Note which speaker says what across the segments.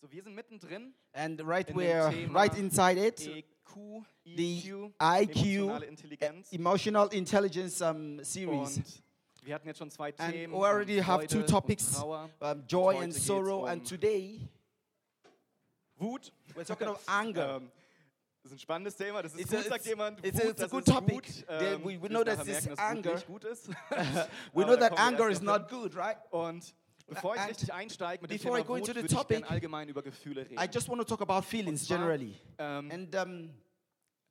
Speaker 1: So, wir sind mittendrin. E
Speaker 2: And right
Speaker 1: In dem
Speaker 2: where,
Speaker 1: Thema
Speaker 2: right inside it, e-,
Speaker 1: EQ,
Speaker 2: the
Speaker 1: EQ,
Speaker 2: IQ,
Speaker 1: emotionale Intelligenz.
Speaker 2: emotional intelligence um, series.
Speaker 1: Und wir hatten jetzt schon zwei
Speaker 2: And
Speaker 1: Themen.
Speaker 2: we already
Speaker 1: um
Speaker 2: have
Speaker 1: Freude
Speaker 2: two
Speaker 1: und
Speaker 2: topics,
Speaker 1: Trauer,
Speaker 2: um, joy
Speaker 1: Heute
Speaker 2: and
Speaker 1: geht's
Speaker 2: sorrow. And
Speaker 1: um-
Speaker 2: today,
Speaker 1: Wut.
Speaker 2: we're talking of anger.
Speaker 1: Ähm, das ist ein spannendes Thema. Das ist
Speaker 2: It's
Speaker 1: gut,
Speaker 2: a-
Speaker 1: sagt
Speaker 2: it's-
Speaker 1: jemand.
Speaker 2: it's a-
Speaker 1: Wut,
Speaker 2: it's a
Speaker 1: das
Speaker 2: good
Speaker 1: ist
Speaker 2: topic.
Speaker 1: Gut.
Speaker 2: That we- we
Speaker 1: wirst
Speaker 2: know
Speaker 1: nachher
Speaker 2: that this
Speaker 1: merken, dass Wut
Speaker 2: anger-
Speaker 1: nicht gut ist.
Speaker 2: we
Speaker 1: Aber
Speaker 2: know
Speaker 1: da
Speaker 2: that
Speaker 1: kommen wir
Speaker 2: anger
Speaker 1: erst
Speaker 2: is
Speaker 1: noch
Speaker 2: not good, right?
Speaker 1: hin. Und bevor ich
Speaker 2: And
Speaker 1: richtig einsteige mit dem
Speaker 2: before
Speaker 1: Thema
Speaker 2: I go
Speaker 1: Wut,
Speaker 2: into the
Speaker 1: würde ich gerne
Speaker 2: topic,
Speaker 1: allgemein über Gefühle reden.
Speaker 2: I just want to talk about feelings
Speaker 1: zwar-
Speaker 2: generally.
Speaker 1: ähm,
Speaker 2: And um,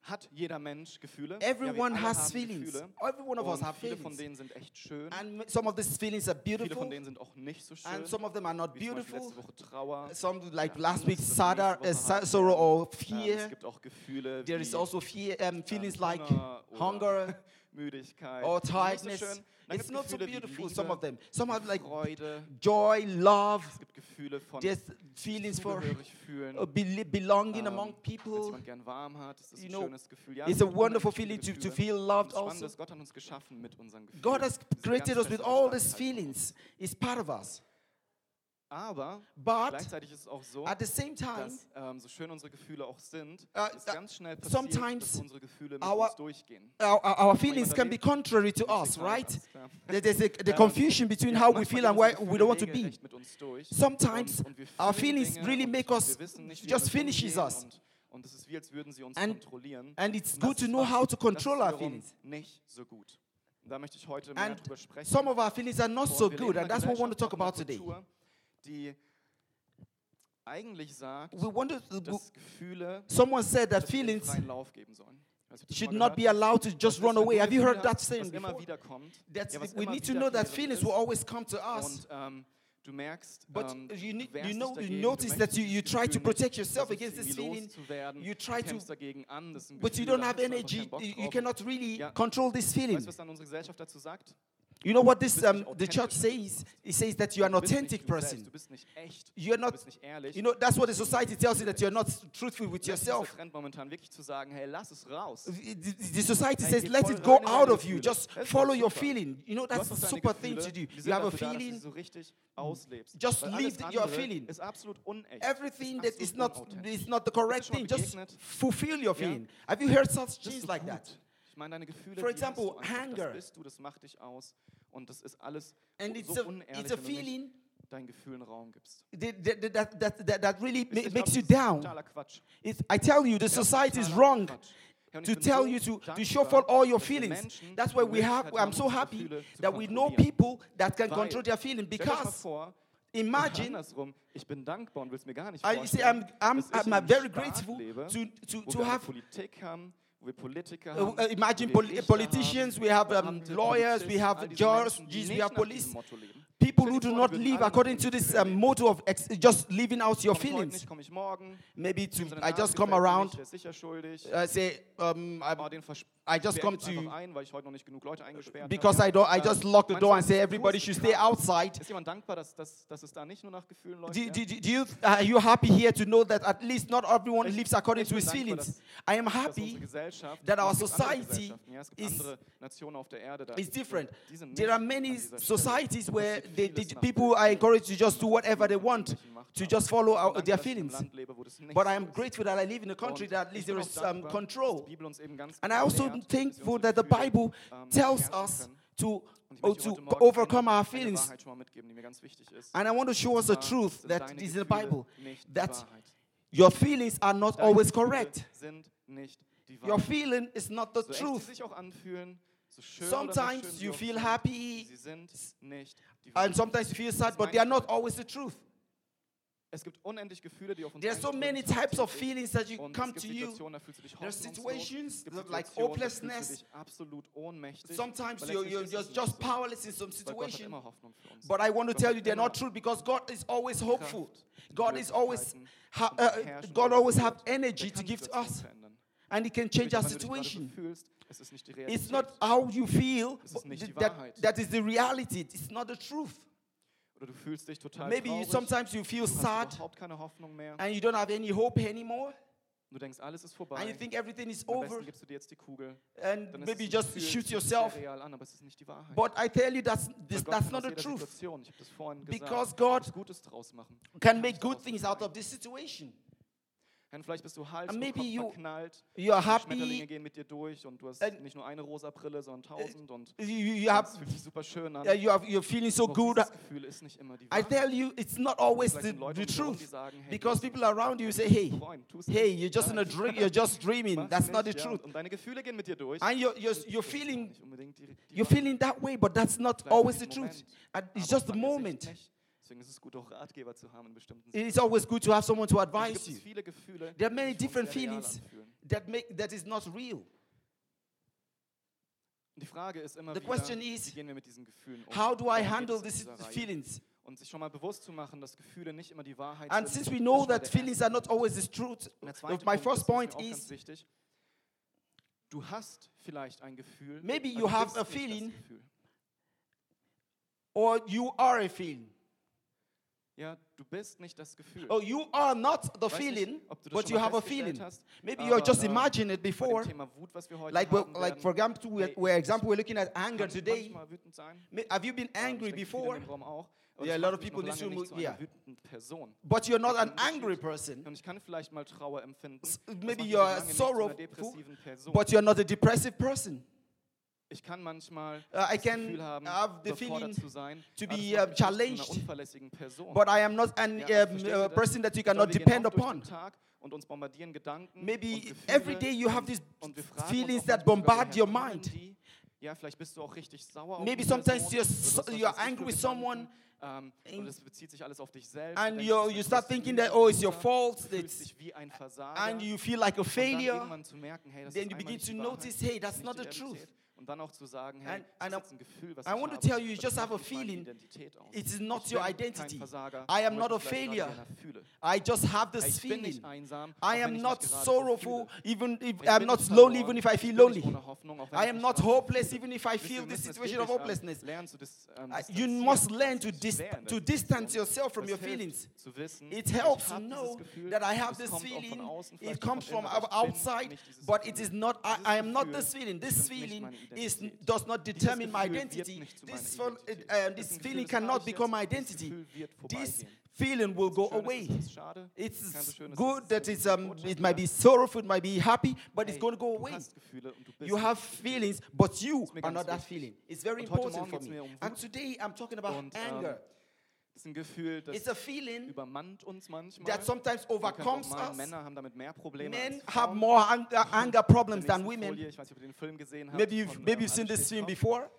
Speaker 1: hat jeder Mensch Gefühle? ja,
Speaker 2: everyone
Speaker 1: wir alle
Speaker 2: has
Speaker 1: haben
Speaker 2: feelings.
Speaker 1: Gefühle.
Speaker 2: Every one of us
Speaker 1: Und
Speaker 2: have
Speaker 1: viele von
Speaker 2: feelings.
Speaker 1: denen sind echt schön.
Speaker 2: And m- some of these feelings are
Speaker 1: Viele von
Speaker 2: beautiful,
Speaker 1: denen sind auch nicht so schön.
Speaker 2: and some of them are not
Speaker 1: wie zum Beispiel
Speaker 2: beautiful.
Speaker 1: letzte Woche Trauer.
Speaker 2: Some, like
Speaker 1: Ja,
Speaker 2: last
Speaker 1: das
Speaker 2: week,
Speaker 1: ist das
Speaker 2: sadder,
Speaker 1: nächste Woche
Speaker 2: uh, sa-
Speaker 1: haben
Speaker 2: sorrow
Speaker 1: wir.
Speaker 2: or
Speaker 1: Ähm, es
Speaker 2: fear.
Speaker 1: gibt auch Gefühle
Speaker 2: There
Speaker 1: wie ähm,
Speaker 2: is also fear, um, feelings like
Speaker 1: Hunger oder
Speaker 2: hunger
Speaker 1: Müdigkeit.
Speaker 2: or
Speaker 1: Das ist nicht so
Speaker 2: tiredness.
Speaker 1: schön. Dann
Speaker 2: It's
Speaker 1: gibt's
Speaker 2: not so
Speaker 1: Gefühle wie
Speaker 2: beautiful,
Speaker 1: Liebe,
Speaker 2: some of them. Some have like
Speaker 1: Freude.
Speaker 2: joy, love,
Speaker 1: Es gibt Gefühle von
Speaker 2: there's feelings for
Speaker 1: zugehörig fühlen.
Speaker 2: uh, bel- belonging
Speaker 1: Ähm,
Speaker 2: among
Speaker 1: Wenn
Speaker 2: people.
Speaker 1: jemand gern warm hat, ist das
Speaker 2: you
Speaker 1: ein
Speaker 2: know,
Speaker 1: schönes Gefühl. Ja,
Speaker 2: It's
Speaker 1: es
Speaker 2: a
Speaker 1: gibt unendlich
Speaker 2: wonderful
Speaker 1: viele
Speaker 2: feeling to, to
Speaker 1: Gefühle.
Speaker 2: feel
Speaker 1: Und
Speaker 2: loved
Speaker 1: das Spannende
Speaker 2: also.
Speaker 1: ist, Gott hat uns geschaffen mit unseren Gefühlen.
Speaker 2: God has
Speaker 1: Das ist eine
Speaker 2: created
Speaker 1: ganz
Speaker 2: us with
Speaker 1: feste
Speaker 2: all these
Speaker 1: Bestandteil von uns.
Speaker 2: feelings. It's part of us.
Speaker 1: Aber
Speaker 2: But
Speaker 1: gleichzeitig ist es auch so,
Speaker 2: at the same time,
Speaker 1: dass ähm, so schön unsere Gefühle auch sind,
Speaker 2: Äh,
Speaker 1: es
Speaker 2: da-
Speaker 1: ganz schnell passiert, dass
Speaker 2: sometimes
Speaker 1: unsere Gefühle mit
Speaker 2: our-
Speaker 1: uns durchgehen.
Speaker 2: our, our- our feelings can be contrary to
Speaker 1: Nicht
Speaker 2: us,
Speaker 1: egal,
Speaker 2: right?
Speaker 1: alles klar.
Speaker 2: There- There's a, the
Speaker 1: Ähm,
Speaker 2: confusion between
Speaker 1: Ja,
Speaker 2: how we
Speaker 1: manchmal
Speaker 2: feel and
Speaker 1: gehen
Speaker 2: where
Speaker 1: unsere
Speaker 2: we don't want to
Speaker 1: Gefühle
Speaker 2: be.
Speaker 1: regelrecht mit uns durch.
Speaker 2: Sometimes
Speaker 1: Und- und wir
Speaker 2: our
Speaker 1: fühlen
Speaker 2: feelings
Speaker 1: Dinge
Speaker 2: really
Speaker 1: und
Speaker 2: make
Speaker 1: wir
Speaker 2: us-
Speaker 1: wissen nicht, wie
Speaker 2: just
Speaker 1: wir damit
Speaker 2: finishes
Speaker 1: umgehen
Speaker 2: us.
Speaker 1: Und, und es ist wie, als würden sie uns
Speaker 2: And-
Speaker 1: kontrollieren.
Speaker 2: And it's
Speaker 1: Und
Speaker 2: good
Speaker 1: das
Speaker 2: to
Speaker 1: ist
Speaker 2: know
Speaker 1: was,
Speaker 2: how to
Speaker 1: das ist
Speaker 2: control our
Speaker 1: wiederum
Speaker 2: feelings.
Speaker 1: Nicht so gut. Da möchte ich heute mehr
Speaker 2: And
Speaker 1: drüber sprechen.
Speaker 2: Some of our feelings are not
Speaker 1: Und
Speaker 2: so
Speaker 1: wir
Speaker 2: good,
Speaker 1: leben
Speaker 2: and
Speaker 1: in einer
Speaker 2: that's what we want to
Speaker 1: Gesellschaft,
Speaker 2: talk about
Speaker 1: in einer
Speaker 2: today.
Speaker 1: Kultur, Die eigentlich sagt,
Speaker 2: We want to,
Speaker 1: dass Gefühle
Speaker 2: someone said
Speaker 1: dass
Speaker 2: that
Speaker 1: wir ihnen
Speaker 2: feelings
Speaker 1: freien Lauf geben sollen. Weißt du, ob du das
Speaker 2: should
Speaker 1: mal
Speaker 2: not be
Speaker 1: gehört hast?
Speaker 2: allowed to just
Speaker 1: Das
Speaker 2: run
Speaker 1: ist ein
Speaker 2: away. Have you
Speaker 1: Gefühl,
Speaker 2: heard that
Speaker 1: das
Speaker 2: saying
Speaker 1: immer
Speaker 2: before?
Speaker 1: wieder kommt.
Speaker 2: That's,
Speaker 1: Ja, was
Speaker 2: we
Speaker 1: immer
Speaker 2: need to
Speaker 1: wieder
Speaker 2: know that
Speaker 1: wiederkehrend
Speaker 2: feelings
Speaker 1: ist.
Speaker 2: will always come to us.
Speaker 1: Und ähm, du merkst,
Speaker 2: But
Speaker 1: ähm,
Speaker 2: you, need,
Speaker 1: du wehrst
Speaker 2: you
Speaker 1: dich
Speaker 2: know,
Speaker 1: dagegen,
Speaker 2: you
Speaker 1: du
Speaker 2: notice
Speaker 1: möchtest
Speaker 2: that you,
Speaker 1: dieses
Speaker 2: you try to
Speaker 1: Gefühl nicht,
Speaker 2: protect
Speaker 1: versuchst
Speaker 2: yourself against this
Speaker 1: irgendwie
Speaker 2: feeling,
Speaker 1: loszuwerden,
Speaker 2: you try to-
Speaker 1: kämpfst dagegen an, das ist ein
Speaker 2: but you
Speaker 1: Gefühl,
Speaker 2: don't
Speaker 1: da
Speaker 2: have
Speaker 1: hast du einfach
Speaker 2: energy.
Speaker 1: keinen Bock
Speaker 2: You you
Speaker 1: drauf.
Speaker 2: cannot really
Speaker 1: Ja.
Speaker 2: control this feeling.
Speaker 1: Weißt du, was dann unsere Gesellschaft dazu sagt?
Speaker 2: You know what this
Speaker 1: bist
Speaker 2: um,
Speaker 1: nicht
Speaker 2: the church
Speaker 1: authentisch.
Speaker 2: says? It says that you are an
Speaker 1: Du bist nicht
Speaker 2: authentic
Speaker 1: du selbst,
Speaker 2: person.
Speaker 1: Du bist nicht echt.
Speaker 2: You're
Speaker 1: Du
Speaker 2: not.
Speaker 1: bist nicht ehrlich.
Speaker 2: You know that's what the society tells you that you're not truthful with
Speaker 1: Vielleicht ist der
Speaker 2: yourself.
Speaker 1: Trend momentan wirklich zu sagen, hey, lass es raus.
Speaker 2: The, the- the society
Speaker 1: Hey,
Speaker 2: says
Speaker 1: geh
Speaker 2: let
Speaker 1: voll
Speaker 2: it
Speaker 1: rein
Speaker 2: go
Speaker 1: in deine
Speaker 2: out of you.
Speaker 1: Gefühle.
Speaker 2: Just
Speaker 1: Das ist
Speaker 2: follow
Speaker 1: doch
Speaker 2: your
Speaker 1: super.
Speaker 2: feeling. You know
Speaker 1: Du hast
Speaker 2: that's a
Speaker 1: doch deine
Speaker 2: super thing
Speaker 1: Gefühle,
Speaker 2: to do.
Speaker 1: die sind
Speaker 2: You have a
Speaker 1: dafür da, dass du sie
Speaker 2: feeling.
Speaker 1: so richtig auslebst.
Speaker 2: Just
Speaker 1: Weil
Speaker 2: live
Speaker 1: alles
Speaker 2: your
Speaker 1: andere
Speaker 2: feeling.
Speaker 1: Ist absolut unecht.
Speaker 2: Everything
Speaker 1: ist
Speaker 2: that is
Speaker 1: absolut
Speaker 2: not
Speaker 1: unauthentisch.
Speaker 2: is not the correct
Speaker 1: schon mal
Speaker 2: thing. Just
Speaker 1: begegnet?
Speaker 2: fulfill your
Speaker 1: Ja.
Speaker 2: feeling. Have you heard such
Speaker 1: Das ist
Speaker 2: things
Speaker 1: so
Speaker 2: like
Speaker 1: gut.
Speaker 2: that?
Speaker 1: Ich meine, deine Gefühle, die
Speaker 2: For
Speaker 1: hast du
Speaker 2: example,
Speaker 1: einfach,
Speaker 2: hunger.
Speaker 1: das bist du, das macht dich aus und das ist alles
Speaker 2: And
Speaker 1: so,
Speaker 2: it's
Speaker 1: so
Speaker 2: a
Speaker 1: unehrlich,
Speaker 2: it's a
Speaker 1: wenn du nicht
Speaker 2: feeling
Speaker 1: deinen Gefühlen Raum gibst.
Speaker 2: that that that that, that, that really
Speaker 1: Wisst ihr,
Speaker 2: ma-
Speaker 1: ich
Speaker 2: makes
Speaker 1: glaub, das
Speaker 2: you
Speaker 1: ist
Speaker 2: down.
Speaker 1: Totaler Quatsch.
Speaker 2: It's, I tell you, the
Speaker 1: Ja,
Speaker 2: society is
Speaker 1: totaler
Speaker 2: wrong.
Speaker 1: Quatsch. Ja, und
Speaker 2: to
Speaker 1: ich bin
Speaker 2: tell
Speaker 1: so
Speaker 2: you to, to
Speaker 1: dankbar,
Speaker 2: show forth all your
Speaker 1: dass wir
Speaker 2: feelings.
Speaker 1: Menschen
Speaker 2: That's
Speaker 1: die
Speaker 2: why we have,
Speaker 1: Möglichkeit
Speaker 2: I'm
Speaker 1: haben,
Speaker 2: so
Speaker 1: unsere
Speaker 2: happy
Speaker 1: Gefühle zu
Speaker 2: that we know
Speaker 1: kontrollieren.
Speaker 2: people that can
Speaker 1: Weil-
Speaker 2: control their feeling
Speaker 1: Stell dir das mal
Speaker 2: because
Speaker 1: vor,
Speaker 2: imagine,
Speaker 1: andersrum, ich bin dankbar und will es mir gar nicht
Speaker 2: I
Speaker 1: vorstellen,
Speaker 2: see, I'm, I'm,
Speaker 1: dass ich
Speaker 2: I'm
Speaker 1: in einem
Speaker 2: very
Speaker 1: Staat
Speaker 2: grateful
Speaker 1: lebe,
Speaker 2: to, to,
Speaker 1: wo
Speaker 2: to
Speaker 1: wir eine
Speaker 2: have,
Speaker 1: Politik haben, wo wir Politiker
Speaker 2: uh,
Speaker 1: haben,
Speaker 2: uh, imagine
Speaker 1: wo wir
Speaker 2: poli-
Speaker 1: Richter
Speaker 2: politicians,
Speaker 1: haben,
Speaker 2: we have um,
Speaker 1: Beamte,
Speaker 2: lawyers, we
Speaker 1: Polizisten, all diese
Speaker 2: have
Speaker 1: Menschen, die
Speaker 2: judges, we
Speaker 1: nicht nach
Speaker 2: have
Speaker 1: diesem
Speaker 2: police.
Speaker 1: Motto leben.
Speaker 2: People
Speaker 1: Stell
Speaker 2: who
Speaker 1: dir
Speaker 2: do
Speaker 1: vor,
Speaker 2: not
Speaker 1: wir würden
Speaker 2: live
Speaker 1: alle nach
Speaker 2: according to
Speaker 1: diesem
Speaker 2: this
Speaker 1: Gefühl
Speaker 2: um,
Speaker 1: leben.
Speaker 2: motto of ex- just living out your
Speaker 1: Komm ich heute
Speaker 2: feelings.
Speaker 1: nicht, komm ich morgen.
Speaker 2: Maybe to,
Speaker 1: Dem seine
Speaker 2: I
Speaker 1: Nase
Speaker 2: just
Speaker 1: gefällt
Speaker 2: come
Speaker 1: mir
Speaker 2: around,
Speaker 1: Nicht, der ist sicher schuldig.
Speaker 2: I say, um, I,
Speaker 1: oh, den versp-
Speaker 2: I just
Speaker 1: sperre
Speaker 2: come
Speaker 1: ich jetzt
Speaker 2: to
Speaker 1: einfach ein, weil ich heute noch nicht genug Leute eingesperrt
Speaker 2: because
Speaker 1: habe.
Speaker 2: I don't, I
Speaker 1: Ähm,
Speaker 2: just lock the door
Speaker 1: manchmal
Speaker 2: and
Speaker 1: ist
Speaker 2: say
Speaker 1: es
Speaker 2: everybody
Speaker 1: bewusst
Speaker 2: should stay
Speaker 1: krank.
Speaker 2: outside.
Speaker 1: Ist jemand dankbar, dass, dass, dass es da nicht nur nach Gefühlen läuft?
Speaker 2: Do,
Speaker 1: ja?
Speaker 2: do, do, do you, are you happy here to know that at least not everyone
Speaker 1: Ich-
Speaker 2: lives according
Speaker 1: ich
Speaker 2: to
Speaker 1: bin
Speaker 2: his
Speaker 1: dankbar,
Speaker 2: feelings?
Speaker 1: dass-
Speaker 2: I am
Speaker 1: dass unsere
Speaker 2: happy.
Speaker 1: Gesellschaft,
Speaker 2: that
Speaker 1: und
Speaker 2: our
Speaker 1: es gibt andere
Speaker 2: society
Speaker 1: Gesellschaften, ja, es gibt
Speaker 2: is-
Speaker 1: andere Nationen auf der Erde, da
Speaker 2: is
Speaker 1: die-
Speaker 2: different.
Speaker 1: die sind
Speaker 2: There are
Speaker 1: nicht an
Speaker 2: many
Speaker 1: dieser Stelle.
Speaker 2: societies
Speaker 1: Da
Speaker 2: where
Speaker 1: passiert
Speaker 2: they,
Speaker 1: vieles
Speaker 2: they,
Speaker 1: nach
Speaker 2: people are
Speaker 1: Gefühlen.
Speaker 2: encouraged to just do whatever they
Speaker 1: Gefühle
Speaker 2: want,
Speaker 1: möglichen Macht
Speaker 2: to
Speaker 1: haben.
Speaker 2: just follow
Speaker 1: Ich bin
Speaker 2: our,
Speaker 1: dankbar,
Speaker 2: their
Speaker 1: dass ich in einem
Speaker 2: feelings.
Speaker 1: Land lebe, wo das nicht
Speaker 2: But
Speaker 1: so
Speaker 2: I am
Speaker 1: ist.
Speaker 2: grateful that I live in a country
Speaker 1: Und
Speaker 2: that at
Speaker 1: ich
Speaker 2: least
Speaker 1: bin
Speaker 2: there
Speaker 1: auch
Speaker 2: is um,
Speaker 1: dankbar, dass
Speaker 2: control.
Speaker 1: Die Bibel uns eben ganz
Speaker 2: And I
Speaker 1: klar
Speaker 2: also
Speaker 1: lehrt, dass wir
Speaker 2: thankful
Speaker 1: unsere
Speaker 2: that the
Speaker 1: Gefühle,
Speaker 2: Bible
Speaker 1: ähm,
Speaker 2: tells
Speaker 1: beherrschen
Speaker 2: us
Speaker 1: können.
Speaker 2: to,
Speaker 1: Und ich
Speaker 2: oh,
Speaker 1: möchte heute
Speaker 2: to
Speaker 1: Morgen
Speaker 2: overcome
Speaker 1: eine-
Speaker 2: our
Speaker 1: eine
Speaker 2: feelings.
Speaker 1: Wahrheit schon mal mitgeben, die mir ganz wichtig ist.
Speaker 2: And I want to show us a
Speaker 1: Und zwar,
Speaker 2: truth
Speaker 1: dass
Speaker 2: that
Speaker 1: deine
Speaker 2: is in um, the
Speaker 1: Gefühle
Speaker 2: Bible.
Speaker 1: nicht die
Speaker 2: that
Speaker 1: Wahrheit.
Speaker 2: Your feelings are not
Speaker 1: Deine
Speaker 2: always
Speaker 1: Gefühle
Speaker 2: correct.
Speaker 1: Sind nicht die
Speaker 2: Your
Speaker 1: Wahrheit.
Speaker 2: feeling is not the
Speaker 1: so echt sie
Speaker 2: truth.
Speaker 1: sich auch anfühlen, so schön oder nicht
Speaker 2: Sometimes
Speaker 1: schön sie
Speaker 2: you
Speaker 1: auch
Speaker 2: feel
Speaker 1: sind,
Speaker 2: happy
Speaker 1: Sie sind nicht die
Speaker 2: and
Speaker 1: Wahrheit.
Speaker 2: sometimes you feel sad,
Speaker 1: Das
Speaker 2: but
Speaker 1: meine
Speaker 2: they are
Speaker 1: ich damit.
Speaker 2: not always the truth.
Speaker 1: Es gibt unendlich Gefühle, die auf uns
Speaker 2: There are so
Speaker 1: einströmen,
Speaker 2: many types of
Speaker 1: tagtäglich.
Speaker 2: feelings that you
Speaker 1: Und es
Speaker 2: come
Speaker 1: gibt
Speaker 2: to you.
Speaker 1: Situationen, da fühlst du dich
Speaker 2: There are
Speaker 1: hoffnungslos.
Speaker 2: situations
Speaker 1: Es gibt Situationen, da
Speaker 2: like
Speaker 1: fühlst du
Speaker 2: hopelessness.
Speaker 1: dich absolut ohnmächtig.
Speaker 2: Sometimes
Speaker 1: Aber
Speaker 2: you're,
Speaker 1: letztlich
Speaker 2: you're
Speaker 1: ist es
Speaker 2: just,
Speaker 1: nicht
Speaker 2: just
Speaker 1: so,
Speaker 2: powerless in some
Speaker 1: weil Gott hat
Speaker 2: situation.
Speaker 1: immer Hoffnung für uns.
Speaker 2: But I want to
Speaker 1: Gott
Speaker 2: tell
Speaker 1: hat
Speaker 2: you they're
Speaker 1: immer
Speaker 2: not true because God is always hopeful.
Speaker 1: Kraft,
Speaker 2: God is always,
Speaker 1: Möglichkeiten
Speaker 2: ha-
Speaker 1: zum
Speaker 2: uh,
Speaker 1: Beherrschen
Speaker 2: God
Speaker 1: der
Speaker 2: always have
Speaker 1: Situation.
Speaker 2: energy
Speaker 1: Der
Speaker 2: to
Speaker 1: kann
Speaker 2: give to
Speaker 1: Situationen
Speaker 2: us
Speaker 1: verändern.
Speaker 2: and He can change
Speaker 1: Sprich,
Speaker 2: our
Speaker 1: auch wenn du dich gerade so
Speaker 2: situation.
Speaker 1: fühlst, Es ist nicht die Realität.
Speaker 2: It's not how you feel,
Speaker 1: Es ist
Speaker 2: but
Speaker 1: nicht
Speaker 2: th-
Speaker 1: die
Speaker 2: that,
Speaker 1: Wahrheit.
Speaker 2: that is the reality. It's not the truth.
Speaker 1: Oder du fühlst dich total
Speaker 2: Maybe you,
Speaker 1: traurig.
Speaker 2: sometimes you feel
Speaker 1: du hast
Speaker 2: sad
Speaker 1: überhaupt keine Hoffnung mehr.
Speaker 2: and you don't have any hope anymore.
Speaker 1: Und du denkst, alles ist
Speaker 2: and
Speaker 1: vorbei.
Speaker 2: you think everything is
Speaker 1: Am
Speaker 2: over
Speaker 1: besten gibst du dir jetzt die Kugel.
Speaker 2: and
Speaker 1: Dann ist
Speaker 2: maybe you
Speaker 1: es ein
Speaker 2: just
Speaker 1: Gefühl,
Speaker 2: shoot
Speaker 1: es fühlt sich
Speaker 2: yourself.
Speaker 1: sehr real an, aber es ist nicht die Wahrheit.
Speaker 2: But I tell you, that's,
Speaker 1: Weil
Speaker 2: this,
Speaker 1: Gott
Speaker 2: that's
Speaker 1: kann aus
Speaker 2: not the
Speaker 1: jeder
Speaker 2: truth.
Speaker 1: Situation, ich habe das vorhin gesagt,
Speaker 2: Because God
Speaker 1: was Gutes draus machen.
Speaker 2: Can make good things out of this situation.
Speaker 1: Herr, vielleicht bist du Hals
Speaker 2: And
Speaker 1: und
Speaker 2: maybe
Speaker 1: Kopf
Speaker 2: you-
Speaker 1: verknallt.
Speaker 2: You are
Speaker 1: Die Schmetterlinge
Speaker 2: happy.
Speaker 1: gehen mit dir durch und du hast
Speaker 2: And-
Speaker 1: nicht nur eine rosa Brille, sondern tausend und
Speaker 2: You, you
Speaker 1: es
Speaker 2: have.
Speaker 1: fühlt sich super schön an.
Speaker 2: yeah, You have. You're feeling so
Speaker 1: Doch
Speaker 2: good.
Speaker 1: dieses Gefühl ist nicht immer die
Speaker 2: I
Speaker 1: Wahrheit.
Speaker 2: tell you, it's not always
Speaker 1: Vielleicht
Speaker 2: the,
Speaker 1: sind Leute
Speaker 2: the
Speaker 1: um dich herum, die
Speaker 2: truth.
Speaker 1: sagen, hey,
Speaker 2: Because
Speaker 1: du bist
Speaker 2: people around you say, "Hey,
Speaker 1: Freund, tust
Speaker 2: hey,
Speaker 1: nicht.
Speaker 2: you're just in a
Speaker 1: Nein,
Speaker 2: dream. You're just dreaming."
Speaker 1: mach's
Speaker 2: That's not the
Speaker 1: nicht, ja.
Speaker 2: truth.
Speaker 1: Und deine Gefühle gehen mit dir durch.
Speaker 2: And you're you're, you're
Speaker 1: Das ist
Speaker 2: feeling
Speaker 1: nicht unbedingt die, die
Speaker 2: you're
Speaker 1: Wahrheit.
Speaker 2: feeling that way, but that's not
Speaker 1: Vielleicht
Speaker 2: always the
Speaker 1: nicht im
Speaker 2: truth.
Speaker 1: Moment,
Speaker 2: And It's
Speaker 1: aber
Speaker 2: just the
Speaker 1: auf lange Sicht
Speaker 2: moment.
Speaker 1: nicht. Deswegen ist es gut, auch Ratgeber zu haben in bestimmten Situationen.
Speaker 2: It's always good to have someone to
Speaker 1: Also
Speaker 2: advise
Speaker 1: gibt
Speaker 2: you.
Speaker 1: es viele Gefühle,
Speaker 2: There are many
Speaker 1: die sich für
Speaker 2: different
Speaker 1: uns sehr real
Speaker 2: feelings
Speaker 1: anfühlen.
Speaker 2: that make that is not real.
Speaker 1: Und die Frage ist immer
Speaker 2: The
Speaker 1: wieder,
Speaker 2: question
Speaker 1: wie
Speaker 2: is,
Speaker 1: gehen wir mit diesen Gefühlen um?
Speaker 2: how do I
Speaker 1: Worum geht
Speaker 2: handle
Speaker 1: es in
Speaker 2: these
Speaker 1: dieser Reihe?
Speaker 2: feelings?
Speaker 1: Und sich schon mal bewusst zu machen, dass Gefühle nicht immer die Wahrheit
Speaker 2: And
Speaker 1: sind.
Speaker 2: since we
Speaker 1: ist
Speaker 2: know
Speaker 1: schon mal
Speaker 2: that
Speaker 1: der erste
Speaker 2: feelings are not always the truth,
Speaker 1: Und der zweite
Speaker 2: my
Speaker 1: Punkt
Speaker 2: first
Speaker 1: ist, das
Speaker 2: point
Speaker 1: ist mir auch ganz
Speaker 2: is
Speaker 1: wichtig. Du hast vielleicht ein Gefühl.
Speaker 2: Maybe
Speaker 1: aber
Speaker 2: you
Speaker 1: du
Speaker 2: have
Speaker 1: bist
Speaker 2: a
Speaker 1: nicht das
Speaker 2: feeling.
Speaker 1: Gefühl.
Speaker 2: or you are a feeling,
Speaker 1: Ja, du bist nicht das Gefühl.
Speaker 2: or you are not the
Speaker 1: Weiß nicht,
Speaker 2: feeling,
Speaker 1: ob du das
Speaker 2: but
Speaker 1: schon
Speaker 2: you
Speaker 1: mal
Speaker 2: have a
Speaker 1: festgestellt
Speaker 2: feeling.
Speaker 1: hast,
Speaker 2: Maybe you
Speaker 1: aber,
Speaker 2: are just
Speaker 1: ähm,
Speaker 2: imagining it
Speaker 1: Bei
Speaker 2: before.
Speaker 1: dem Thema Wut, was wir heute
Speaker 2: Like,
Speaker 1: haben
Speaker 2: we're, like
Speaker 1: werden,
Speaker 2: for example, we're,
Speaker 1: Hey,
Speaker 2: we're
Speaker 1: ich-
Speaker 2: example, we're looking at anger
Speaker 1: kann ich
Speaker 2: today.
Speaker 1: manchmal wütend sein.
Speaker 2: Ma- Have you been
Speaker 1: Ähm,
Speaker 2: angry
Speaker 1: ich denke, viele
Speaker 2: before?
Speaker 1: in dem Raum auch. Aber
Speaker 2: Yeah,
Speaker 1: das
Speaker 2: a lot
Speaker 1: macht
Speaker 2: of
Speaker 1: mich
Speaker 2: people in
Speaker 1: noch
Speaker 2: this
Speaker 1: lange
Speaker 2: room
Speaker 1: nicht zu
Speaker 2: will-
Speaker 1: einer
Speaker 2: yeah.
Speaker 1: wütenden Person.
Speaker 2: But you're not
Speaker 1: Macht
Speaker 2: an
Speaker 1: einen
Speaker 2: angry
Speaker 1: Unterschied.
Speaker 2: person,
Speaker 1: Und ich kann vielleicht mal Trauer empfinden.
Speaker 2: S-
Speaker 1: Das
Speaker 2: maybe
Speaker 1: macht mich
Speaker 2: you
Speaker 1: noch
Speaker 2: are
Speaker 1: lange nicht zu einer
Speaker 2: sorrowful,
Speaker 1: depressiven Person.
Speaker 2: but you're not a depressive person.
Speaker 1: Ich kann manchmal
Speaker 2: Uh, I
Speaker 1: das Gefühl
Speaker 2: can
Speaker 1: haben,
Speaker 2: have the
Speaker 1: gefordert
Speaker 2: feeling,
Speaker 1: zu sein,
Speaker 2: to
Speaker 1: aber das
Speaker 2: be,
Speaker 1: macht
Speaker 2: um,
Speaker 1: mich nicht zu einer
Speaker 2: challenged.
Speaker 1: unverlässigen Person.
Speaker 2: but I am not an
Speaker 1: Ja,
Speaker 2: um,
Speaker 1: verstehst du
Speaker 2: uh,
Speaker 1: das?
Speaker 2: person Oh. that you
Speaker 1: Ich glaube,
Speaker 2: cannot
Speaker 1: wir gehen
Speaker 2: depend
Speaker 1: oft durch
Speaker 2: upon.
Speaker 1: den Tag Und uns bombardieren Gedanken
Speaker 2: Maybe
Speaker 1: und Gefühle
Speaker 2: every day you have
Speaker 1: und-
Speaker 2: these
Speaker 1: und wir fragen uns
Speaker 2: feelings
Speaker 1: auch
Speaker 2: that
Speaker 1: manchmal,
Speaker 2: bombard
Speaker 1: woher
Speaker 2: your
Speaker 1: kommen
Speaker 2: mind.
Speaker 1: die? Ja, vielleicht bist du auch richtig sauer auf
Speaker 2: Maybe
Speaker 1: die
Speaker 2: sometimes
Speaker 1: Person
Speaker 2: you're
Speaker 1: oder
Speaker 2: so-
Speaker 1: du hast
Speaker 2: you're
Speaker 1: das Gefühl,
Speaker 2: angry with
Speaker 1: Gedanken,
Speaker 2: someone
Speaker 1: ähm,
Speaker 2: and-
Speaker 1: und es bezieht sich alles auf dich selbst.
Speaker 2: And
Speaker 1: denkst,
Speaker 2: you,
Speaker 1: das
Speaker 2: you
Speaker 1: bist
Speaker 2: start
Speaker 1: du
Speaker 2: thinking
Speaker 1: nie
Speaker 2: that, oh, it's your
Speaker 1: selber,
Speaker 2: fault,
Speaker 1: du fühlst
Speaker 2: it's,
Speaker 1: dich wie ein Versager
Speaker 2: and you feel like a
Speaker 1: und dann
Speaker 2: failure.
Speaker 1: irgendwann zu merken, hey, das
Speaker 2: then
Speaker 1: ist
Speaker 2: you
Speaker 1: einmal
Speaker 2: begin
Speaker 1: nicht
Speaker 2: to
Speaker 1: die
Speaker 2: notice,
Speaker 1: Wahrheit,
Speaker 2: hey, that's
Speaker 1: nicht
Speaker 2: not
Speaker 1: die
Speaker 2: the truth.
Speaker 1: Realität. Und dann auch zu sagen, hey,
Speaker 2: And-
Speaker 1: das
Speaker 2: and I-
Speaker 1: ist jetzt ein Gefühl, was
Speaker 2: I
Speaker 1: ich
Speaker 2: want to
Speaker 1: habe,
Speaker 2: tell you,
Speaker 1: aber
Speaker 2: you just
Speaker 1: das
Speaker 2: have a
Speaker 1: macht nicht meine
Speaker 2: feeling.
Speaker 1: Identität aus.
Speaker 2: It is
Speaker 1: Ich
Speaker 2: not
Speaker 1: bin
Speaker 2: your
Speaker 1: kein
Speaker 2: identity.
Speaker 1: Versager,
Speaker 2: I am
Speaker 1: obwohl
Speaker 2: not
Speaker 1: ich
Speaker 2: a
Speaker 1: vielleicht gerade
Speaker 2: failure.
Speaker 1: einer fühle.
Speaker 2: I just have this
Speaker 1: Ich bin
Speaker 2: feeling.
Speaker 1: nicht einsam.
Speaker 2: I
Speaker 1: auch wenn
Speaker 2: am
Speaker 1: ich
Speaker 2: not
Speaker 1: mich gerade
Speaker 2: sorrowful,
Speaker 1: so fühle.
Speaker 2: even if
Speaker 1: Ich
Speaker 2: I'm
Speaker 1: bin
Speaker 2: not
Speaker 1: nicht
Speaker 2: lonely,
Speaker 1: verloren.
Speaker 2: even if I
Speaker 1: Ich
Speaker 2: feel
Speaker 1: bin
Speaker 2: lonely.
Speaker 1: nicht ohne Hoffnung, auch wenn
Speaker 2: I
Speaker 1: ich
Speaker 2: am
Speaker 1: mich
Speaker 2: not
Speaker 1: gerade so
Speaker 2: hopeless,
Speaker 1: fühle.
Speaker 2: even if I
Speaker 1: Wisst ihr,
Speaker 2: feel
Speaker 1: wir
Speaker 2: this
Speaker 1: müssen es
Speaker 2: situation
Speaker 1: wirklich,
Speaker 2: of
Speaker 1: ähm,
Speaker 2: hopelessness.
Speaker 1: lernen zu dis- ähm,
Speaker 2: I- You
Speaker 1: distanzieren,
Speaker 2: must
Speaker 1: das
Speaker 2: learn to,
Speaker 1: zu
Speaker 2: dis-
Speaker 1: wehren,
Speaker 2: to
Speaker 1: das zu
Speaker 2: distance
Speaker 1: tun.
Speaker 2: yourself from
Speaker 1: Es
Speaker 2: your
Speaker 1: hilft,
Speaker 2: feelings.
Speaker 1: Zu wissen,
Speaker 2: It
Speaker 1: ich
Speaker 2: helps to
Speaker 1: hab dieses
Speaker 2: know
Speaker 1: Gefühl,
Speaker 2: that I have
Speaker 1: es
Speaker 2: this
Speaker 1: kommt auch von
Speaker 2: feeling.
Speaker 1: außen, vielleicht
Speaker 2: It
Speaker 1: auch
Speaker 2: comes from
Speaker 1: innen, aber ich bin
Speaker 2: outside,
Speaker 1: nicht dieses
Speaker 2: but it
Speaker 1: Gefühl.
Speaker 2: is not. I,
Speaker 1: Dieses
Speaker 2: I am not
Speaker 1: Gefühl
Speaker 2: this feeling. This
Speaker 1: bestimmt nicht
Speaker 2: feeling
Speaker 1: meine
Speaker 2: is
Speaker 1: Identität.
Speaker 2: does not
Speaker 1: Dieses
Speaker 2: determine my
Speaker 1: Gefühl wird
Speaker 2: identity.
Speaker 1: nicht zu meiner
Speaker 2: This, fel-
Speaker 1: Identität. Das ist
Speaker 2: uh, this
Speaker 1: ein Gefühl,
Speaker 2: feeling
Speaker 1: das habe
Speaker 2: cannot
Speaker 1: ich
Speaker 2: become my
Speaker 1: jetzt. Das
Speaker 2: identity.
Speaker 1: Gefühl wird
Speaker 2: This
Speaker 1: vorbeigehen.
Speaker 2: feeling will go
Speaker 1: Schön ist
Speaker 2: away.
Speaker 1: es, es ist schade. Kein so
Speaker 2: It's
Speaker 1: schönes, es
Speaker 2: good
Speaker 1: ist
Speaker 2: that
Speaker 1: eine
Speaker 2: it's
Speaker 1: gute
Speaker 2: um,
Speaker 1: Botschaft,
Speaker 2: it might
Speaker 1: ja.
Speaker 2: be sorrowful, it might be happy, but it's
Speaker 1: Hey,
Speaker 2: going to go
Speaker 1: du
Speaker 2: away.
Speaker 1: hast Gefühle und du bist
Speaker 2: You
Speaker 1: nicht
Speaker 2: have
Speaker 1: Gefühl.
Speaker 2: feelings, but you
Speaker 1: Ist mir
Speaker 2: are
Speaker 1: ganz
Speaker 2: not that
Speaker 1: wichtig.
Speaker 2: feeling. It's very
Speaker 1: Und heute
Speaker 2: important
Speaker 1: Morgen
Speaker 2: for
Speaker 1: geht's
Speaker 2: me. um,
Speaker 1: mir um Wut.
Speaker 2: And today I'm talking about
Speaker 1: Und, ähm,
Speaker 2: anger.
Speaker 1: Das ist ein Gefühl, das
Speaker 2: It's a feeling
Speaker 1: übermannt uns manchmal.
Speaker 2: that sometimes
Speaker 1: Man kann auch
Speaker 2: overcomes
Speaker 1: meinen,
Speaker 2: us.
Speaker 1: Männer haben damit mehr Probleme
Speaker 2: Men
Speaker 1: als
Speaker 2: have
Speaker 1: Frauen.
Speaker 2: more anger, anger
Speaker 1: Auf
Speaker 2: problems
Speaker 1: der
Speaker 2: than
Speaker 1: nächsten
Speaker 2: women.
Speaker 1: Folie, ich weiß nicht, ob ihr den Film gesehen habt.
Speaker 2: Maybe you've,
Speaker 1: von,
Speaker 2: maybe
Speaker 1: ähm,
Speaker 2: you've seen
Speaker 1: Alles
Speaker 2: this
Speaker 1: steht
Speaker 2: scene
Speaker 1: Kopf.
Speaker 2: before.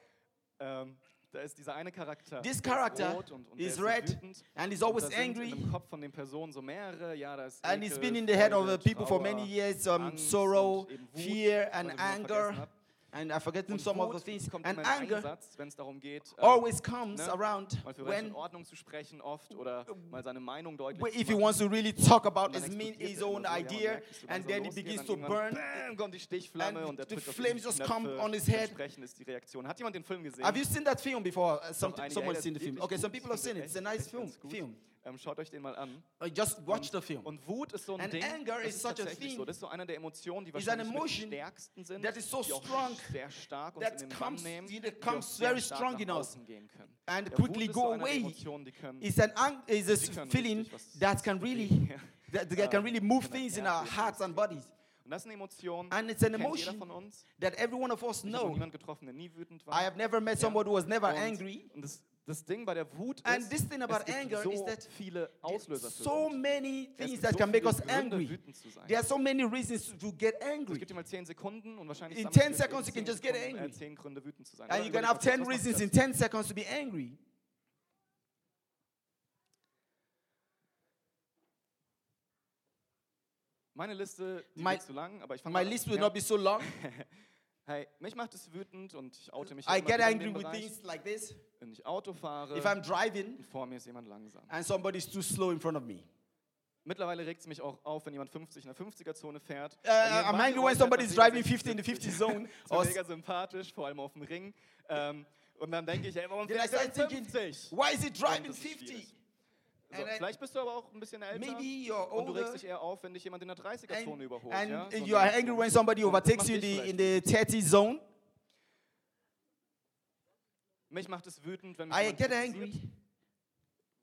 Speaker 1: Ähm, da ist dieser eine Charakter. der ist
Speaker 2: This character
Speaker 1: rot und, und der
Speaker 2: is
Speaker 1: so
Speaker 2: red
Speaker 1: wütend.
Speaker 2: and he's
Speaker 1: Und
Speaker 2: always
Speaker 1: da sind
Speaker 2: angry.
Speaker 1: In dem Kopf von den Personen so mehrere. Ja, da ist
Speaker 2: And it's
Speaker 1: Ekel,
Speaker 2: been in the head of
Speaker 1: Freude,
Speaker 2: the people for
Speaker 1: Trauer,
Speaker 2: many years um,
Speaker 1: Angst
Speaker 2: sorrow,
Speaker 1: und eben Wut,
Speaker 2: fear,
Speaker 1: was
Speaker 2: and
Speaker 1: ich noch
Speaker 2: anger.
Speaker 1: vergessen hab.
Speaker 2: And I've forgotten
Speaker 1: Und
Speaker 2: some of
Speaker 1: Wut
Speaker 2: the things.
Speaker 1: kommt
Speaker 2: And
Speaker 1: immer im
Speaker 2: anger um,
Speaker 1: Einsatz, wenn es darum geht, ähm,
Speaker 2: always comes
Speaker 1: ne?
Speaker 2: around
Speaker 1: mal für Recht
Speaker 2: when,
Speaker 1: und Ordnung zu sprechen oft oder mal seine Meinung deutlich
Speaker 2: when-
Speaker 1: zu
Speaker 2: if he
Speaker 1: machen.
Speaker 2: wants to really talk about
Speaker 1: Und dann
Speaker 2: his, mean,
Speaker 1: explodiert
Speaker 2: his
Speaker 1: er immer so,
Speaker 2: own
Speaker 1: ja, man
Speaker 2: idea,
Speaker 1: merkt es so
Speaker 2: and
Speaker 1: langsam
Speaker 2: then it
Speaker 1: losgehen,
Speaker 2: begins
Speaker 1: dann
Speaker 2: to
Speaker 1: irgendwann,
Speaker 2: burn.
Speaker 1: Bam, kommt die Stichflamme
Speaker 2: and
Speaker 1: und er
Speaker 2: the
Speaker 1: drückt auf die
Speaker 2: flames just
Speaker 1: Knöpfe.
Speaker 2: come on his head.
Speaker 1: Entsprechend ist die Reaktion. Hat jemand den Film gesehen?
Speaker 2: Have you seen that film before? Uh, some,
Speaker 1: Doch, einige,
Speaker 2: someone's
Speaker 1: ey,
Speaker 2: seen the
Speaker 1: das ist
Speaker 2: film.
Speaker 1: wirklich
Speaker 2: Okay, some
Speaker 1: gut.
Speaker 2: people have
Speaker 1: Ich find
Speaker 2: seen it.
Speaker 1: das
Speaker 2: It's a
Speaker 1: echt-
Speaker 2: nice
Speaker 1: echt
Speaker 2: film.
Speaker 1: ganz gut.
Speaker 2: Film.
Speaker 1: Ähm, schaut euch den mal an.
Speaker 2: Uh, Just watch the film.
Speaker 1: Und Wut ist so ein
Speaker 2: And
Speaker 1: Ding.
Speaker 2: anger
Speaker 1: das
Speaker 2: is
Speaker 1: ist
Speaker 2: such a
Speaker 1: tatsächlich
Speaker 2: thing.
Speaker 1: so. Das ist so eine der Emotionen, die
Speaker 2: Is an
Speaker 1: wahrscheinlich mit
Speaker 2: emotion
Speaker 1: den stärksten sind.
Speaker 2: that is so
Speaker 1: die auch
Speaker 2: strong,
Speaker 1: sehr stark uns
Speaker 2: that
Speaker 1: in den
Speaker 2: comes-
Speaker 1: Bann nehmen,
Speaker 2: that
Speaker 1: die auch
Speaker 2: comes
Speaker 1: sehr
Speaker 2: very
Speaker 1: stark
Speaker 2: strong
Speaker 1: nach
Speaker 2: in us
Speaker 1: außen gehen können.
Speaker 2: and
Speaker 1: Ja, Wut
Speaker 2: quickly
Speaker 1: ist
Speaker 2: go
Speaker 1: so eine der
Speaker 2: away.
Speaker 1: Emotionen, die können
Speaker 2: It's an ang- is a
Speaker 1: Die
Speaker 2: s-
Speaker 1: können
Speaker 2: feeling
Speaker 1: richtig was
Speaker 2: that can really
Speaker 1: bewegen, ja.
Speaker 2: that, that can
Speaker 1: Ähm,
Speaker 2: really move
Speaker 1: kann das
Speaker 2: things in
Speaker 1: Herz
Speaker 2: our
Speaker 1: bewegen,
Speaker 2: hearts
Speaker 1: das
Speaker 2: and
Speaker 1: Leben.
Speaker 2: bodies.
Speaker 1: Und das ist eine Emotion.
Speaker 2: And it's an
Speaker 1: kennt jeder
Speaker 2: emotion
Speaker 1: von uns.
Speaker 2: that every one of
Speaker 1: Ich
Speaker 2: us
Speaker 1: habe noch
Speaker 2: know.
Speaker 1: niemanden getroffen, der nie wütend war.
Speaker 2: I have never met
Speaker 1: Ja.
Speaker 2: somebody who was never
Speaker 1: und,
Speaker 2: angry.
Speaker 1: Und das, das Ding bei der Wut
Speaker 2: And
Speaker 1: ist,
Speaker 2: this thing about
Speaker 1: es gibt
Speaker 2: anger
Speaker 1: so
Speaker 2: is that
Speaker 1: viele Auslöser für
Speaker 2: So
Speaker 1: Wut.
Speaker 2: many
Speaker 1: Es
Speaker 2: things
Speaker 1: gibt
Speaker 2: that
Speaker 1: so
Speaker 2: can make
Speaker 1: viele
Speaker 2: us
Speaker 1: Gründe,
Speaker 2: angry.
Speaker 1: wütend zu sein.
Speaker 2: There are so many reasons to get
Speaker 1: Also, ich
Speaker 2: angry.
Speaker 1: gebe dir mal 10 Sekunden und wahrscheinlich
Speaker 2: In
Speaker 1: sammelst du
Speaker 2: 10
Speaker 1: jetzt irgendwie
Speaker 2: seconds you can
Speaker 1: 10
Speaker 2: just get
Speaker 1: Sekunden,
Speaker 2: angry.
Speaker 1: Äh, 10 Gründe wütend zu sein. Oder
Speaker 2: And you can
Speaker 1: überleg
Speaker 2: have
Speaker 1: mal kurz, was
Speaker 2: 10
Speaker 1: macht
Speaker 2: reasons
Speaker 1: das?
Speaker 2: in 10 seconds to be angry.
Speaker 1: Meine Liste, die
Speaker 2: My-
Speaker 1: wird zu lang, aber ich fange
Speaker 2: My
Speaker 1: mal
Speaker 2: list
Speaker 1: an.
Speaker 2: will not be so long.
Speaker 1: Hey, mich macht es wütend und ich oute mich ja
Speaker 2: I
Speaker 1: immer
Speaker 2: get
Speaker 1: wieder in
Speaker 2: angry
Speaker 1: dem
Speaker 2: with
Speaker 1: Bereich.
Speaker 2: things like this.
Speaker 1: Wenn ich Auto fahre
Speaker 2: If I'm driving
Speaker 1: und vor mir ist jemand langsam.
Speaker 2: and somebody's too slow in front of me.
Speaker 1: Mittlerweile regt es mich auch auf, wenn jemand 50 in der 50er-Zone fährt.
Speaker 2: Uh, I'm angry when somebody's driving 50 in the 50
Speaker 1: 50
Speaker 2: zone.
Speaker 1: Ist
Speaker 2: Or
Speaker 1: mir mega sympathisch, vor allem auf dem Ring. Ähm, und dann denke ich, ey, warum
Speaker 2: Then I
Speaker 1: fährt
Speaker 2: start
Speaker 1: der
Speaker 2: thinking,
Speaker 1: 50?
Speaker 2: why is he driving
Speaker 1: das ist
Speaker 2: 50?
Speaker 1: schwierig. So,
Speaker 2: And I-
Speaker 1: vielleicht bist du aber auch ein bisschen älter
Speaker 2: Maybe you're
Speaker 1: und du
Speaker 2: older.
Speaker 1: regst dich eher auf, wenn dich jemand in der 30er-Zone
Speaker 2: And,
Speaker 1: überholt.
Speaker 2: and
Speaker 1: ja? So
Speaker 2: you are
Speaker 1: eine-
Speaker 2: angry when somebody
Speaker 1: Und das macht
Speaker 2: overtakes you in
Speaker 1: dich
Speaker 2: the, in
Speaker 1: vielleicht.
Speaker 2: the 30 zone.
Speaker 1: Mich macht es wütend, wenn mich
Speaker 2: I
Speaker 1: jemand
Speaker 2: get
Speaker 1: kritisiert,
Speaker 2: angry.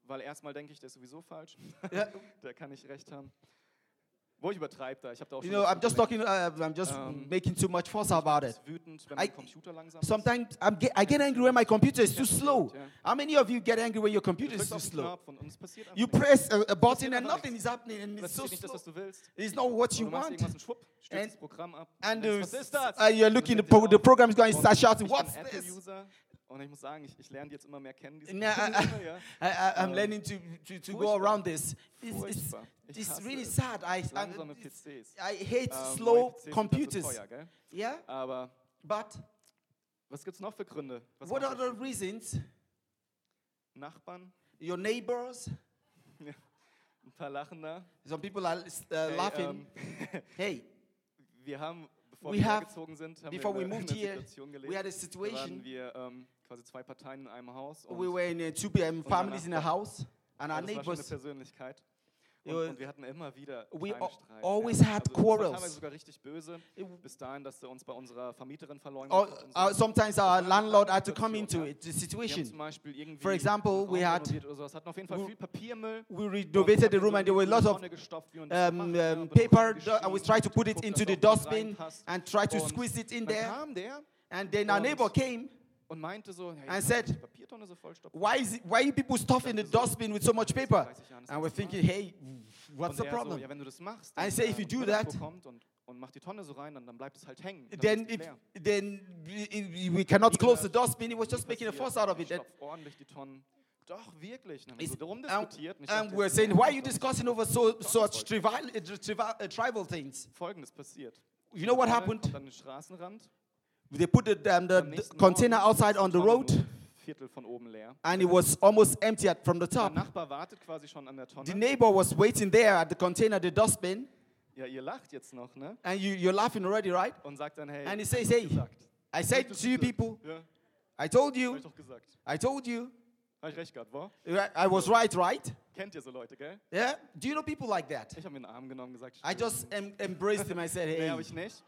Speaker 1: Weil erstmal denke ich, der ist sowieso falsch.
Speaker 2: Yeah,
Speaker 1: der kann nicht recht haben. Wo ich übertreibe da, ich habe da auch
Speaker 2: you
Speaker 1: schon
Speaker 2: know,
Speaker 1: was
Speaker 2: I'm just
Speaker 1: gemerkt.
Speaker 2: talking. Uh, I'm just
Speaker 1: Um,
Speaker 2: making too much fuss about it.
Speaker 1: Ist wütend, wenn mein
Speaker 2: I-
Speaker 1: Computer langsam
Speaker 2: Sometimes I'm get, I get angry when my computer is too slow.
Speaker 1: Yeah.
Speaker 2: How many of you get angry when your
Speaker 1: ist.
Speaker 2: computer
Speaker 1: Du drückst
Speaker 2: is too
Speaker 1: auf den
Speaker 2: slow?
Speaker 1: Knopf und und es passiert einfach
Speaker 2: You
Speaker 1: nichts.
Speaker 2: press a, a button and
Speaker 1: einfach
Speaker 2: nothing is happening, and it's
Speaker 1: Das
Speaker 2: so
Speaker 1: ist nicht das,
Speaker 2: slow.
Speaker 1: was du willst.
Speaker 2: It's not what
Speaker 1: Und
Speaker 2: you
Speaker 1: du machst
Speaker 2: want.
Speaker 1: irgendwas und schwupp, stürzt
Speaker 2: And-
Speaker 1: das Programm ab.
Speaker 2: And
Speaker 1: Und du denkst,
Speaker 2: s-
Speaker 1: was ist das?
Speaker 2: uh, you're
Speaker 1: Und
Speaker 2: looking,
Speaker 1: dann fällt dir
Speaker 2: the, pro- the
Speaker 1: auf.
Speaker 2: program is going to
Speaker 1: Und
Speaker 2: start shouting,
Speaker 1: ich
Speaker 2: what's
Speaker 1: bin
Speaker 2: this?
Speaker 1: Apple-User und ich muss sagen, ich, ich lerne jetzt immer mehr kennen. Diese
Speaker 2: Na,
Speaker 1: Probleme, ja.
Speaker 2: I, I, I'm
Speaker 1: Um,
Speaker 2: learning to, to, to go
Speaker 1: furchtbar.
Speaker 2: around this. It's, it's,
Speaker 1: Furchtbar. Ich
Speaker 2: it's
Speaker 1: hasse
Speaker 2: really
Speaker 1: es.
Speaker 2: sad. I, I,
Speaker 1: Langsame PCs.
Speaker 2: I
Speaker 1: Ähm,
Speaker 2: hate
Speaker 1: neue
Speaker 2: slow
Speaker 1: PCs sind dann so
Speaker 2: computers.
Speaker 1: Teuer, gell?
Speaker 2: Yeah,
Speaker 1: Aber
Speaker 2: but
Speaker 1: was gibt's noch für Gründe? Was
Speaker 2: what
Speaker 1: macht
Speaker 2: are the reasons?
Speaker 1: das? Nachbarn,
Speaker 2: Your neighbors,
Speaker 1: ein paar lachen da.
Speaker 2: some people are uh,
Speaker 1: Hey,
Speaker 2: laughing.
Speaker 1: ähm,
Speaker 2: Hey,
Speaker 1: wir haben, bevor
Speaker 2: We
Speaker 1: wir
Speaker 2: have-
Speaker 1: hergezogen sind, haben
Speaker 2: before
Speaker 1: wir
Speaker 2: we
Speaker 1: in einer- in
Speaker 2: moved
Speaker 1: einer
Speaker 2: here,
Speaker 1: Situation gelebt.
Speaker 2: we had a
Speaker 1: da waren
Speaker 2: situation.
Speaker 1: wir ähm, quasi zwei Parteien in einem Haus und
Speaker 2: We were in uh, two pe- um,
Speaker 1: unser
Speaker 2: families in a
Speaker 1: Nachbar-
Speaker 2: house, and
Speaker 1: ja, das war
Speaker 2: our
Speaker 1: schon eine
Speaker 2: neighbors.
Speaker 1: Persönlichkeit. Und,
Speaker 2: Ja,
Speaker 1: und wir hatten immer wieder
Speaker 2: we
Speaker 1: kleine
Speaker 2: al-
Speaker 1: Streit.
Speaker 2: always
Speaker 1: ja.
Speaker 2: had
Speaker 1: also, das war
Speaker 2: quarrels.
Speaker 1: teilweise sogar richtig böse, bis dahin, dass er uns bei unserer Vermieterin verleumdet
Speaker 2: Or,
Speaker 1: hat. und so.
Speaker 2: uh, sometimes our landlord had to
Speaker 1: Situation,
Speaker 2: come into
Speaker 1: ja.
Speaker 2: it, the
Speaker 1: Wir haben zum
Speaker 2: situation.
Speaker 1: Beispiel irgendwie
Speaker 2: For example,
Speaker 1: einen Raum
Speaker 2: we had-
Speaker 1: renoviert oder sowas, hatten auf jeden Fall
Speaker 2: we-
Speaker 1: viel Papiermüll.
Speaker 2: We
Speaker 1: Und ich
Speaker 2: renovated
Speaker 1: hab
Speaker 2: the
Speaker 1: mir
Speaker 2: room,
Speaker 1: so
Speaker 2: and there were
Speaker 1: die
Speaker 2: lots of
Speaker 1: Tonne gestopft, wie man das
Speaker 2: um,
Speaker 1: macht, ja,
Speaker 2: um,
Speaker 1: und bin
Speaker 2: paper.
Speaker 1: rumgestiegen
Speaker 2: I was trying to
Speaker 1: und
Speaker 2: put it
Speaker 1: geguckt,
Speaker 2: into
Speaker 1: dass da
Speaker 2: the
Speaker 1: irgendwas
Speaker 2: dustbin
Speaker 1: reinpasst.
Speaker 2: and try to
Speaker 1: Und
Speaker 2: squeeze it in
Speaker 1: Dann
Speaker 2: there.
Speaker 1: kam der
Speaker 2: And then our
Speaker 1: Und-
Speaker 2: neighbor came
Speaker 1: und meinte so, hey,
Speaker 2: I
Speaker 1: ich
Speaker 2: said,
Speaker 1: die Papiertonne so vollstopfen.
Speaker 2: Why is it, why are you people stuffing the dustbin with so much paper? And we're thinking, hey, what's
Speaker 1: Und
Speaker 2: the
Speaker 1: er so,
Speaker 2: problem?
Speaker 1: ja, wenn du das machst,
Speaker 2: I say, if you
Speaker 1: ähm,
Speaker 2: do
Speaker 1: wenn das
Speaker 2: that-
Speaker 1: so kommt und, und mach die Tonne so rein, dann, dann bleibt es halt hängen. Dann
Speaker 2: Then
Speaker 1: ist es
Speaker 2: if
Speaker 1: leer.
Speaker 2: then we- we cannot close the dustbin, he was just making a
Speaker 1: Passiert.
Speaker 2: fuss out of
Speaker 1: Ich
Speaker 2: it. That-
Speaker 1: stopf ordentlich die Tonnen. Doch, wirklich. Dann haben wir
Speaker 2: It's-
Speaker 1: so darum
Speaker 2: and-
Speaker 1: diskutiert. und ich
Speaker 2: And
Speaker 1: dachte,
Speaker 2: we're
Speaker 1: das
Speaker 2: saying,
Speaker 1: ist
Speaker 2: why are you
Speaker 1: doch nicht
Speaker 2: discussing over so, such
Speaker 1: Volk.
Speaker 2: trivial, uh, trivial, uh, trivial things?
Speaker 1: Folgendes passiert.
Speaker 2: You know what
Speaker 1: Tonne
Speaker 2: happened?
Speaker 1: Kommt an den Straßenrand.
Speaker 2: They put the, um, the,
Speaker 1: Am
Speaker 2: the
Speaker 1: nächsten
Speaker 2: container
Speaker 1: Morgen
Speaker 2: outside
Speaker 1: ist
Speaker 2: on
Speaker 1: die
Speaker 2: the
Speaker 1: Tonne
Speaker 2: road,
Speaker 1: nur ein Viertel von oben leer.
Speaker 2: and it was almost empty at, from the
Speaker 1: Der
Speaker 2: top.
Speaker 1: Nachbar wartet quasi schon an der Tonne.
Speaker 2: The neighbor was waiting there at the container, the dustbin,
Speaker 1: ja, ihr lacht jetzt noch, ne?
Speaker 2: and you, you're laughing already, right?
Speaker 1: Und sagt dann, hey,
Speaker 2: And he
Speaker 1: hab
Speaker 2: says,
Speaker 1: ich
Speaker 2: hey,
Speaker 1: gesagt.
Speaker 2: I
Speaker 1: Hab ich
Speaker 2: said
Speaker 1: das
Speaker 2: to you
Speaker 1: gesagt?
Speaker 2: people,
Speaker 1: Ja,
Speaker 2: I told
Speaker 1: hab
Speaker 2: you,
Speaker 1: ich doch gesagt.
Speaker 2: I told you,
Speaker 1: Hab ich recht gehabt, wa?
Speaker 2: Right, I was right, right?
Speaker 1: Kennt ihr so Leute, gell?
Speaker 2: Yeah? Do you know people like that?
Speaker 1: Ich habe mir den Arm genommen und gesagt,
Speaker 2: I
Speaker 1: stimmt.
Speaker 2: just em- embraced him. I said,
Speaker 1: Nee,
Speaker 2: hey,
Speaker 1: habe ich nicht.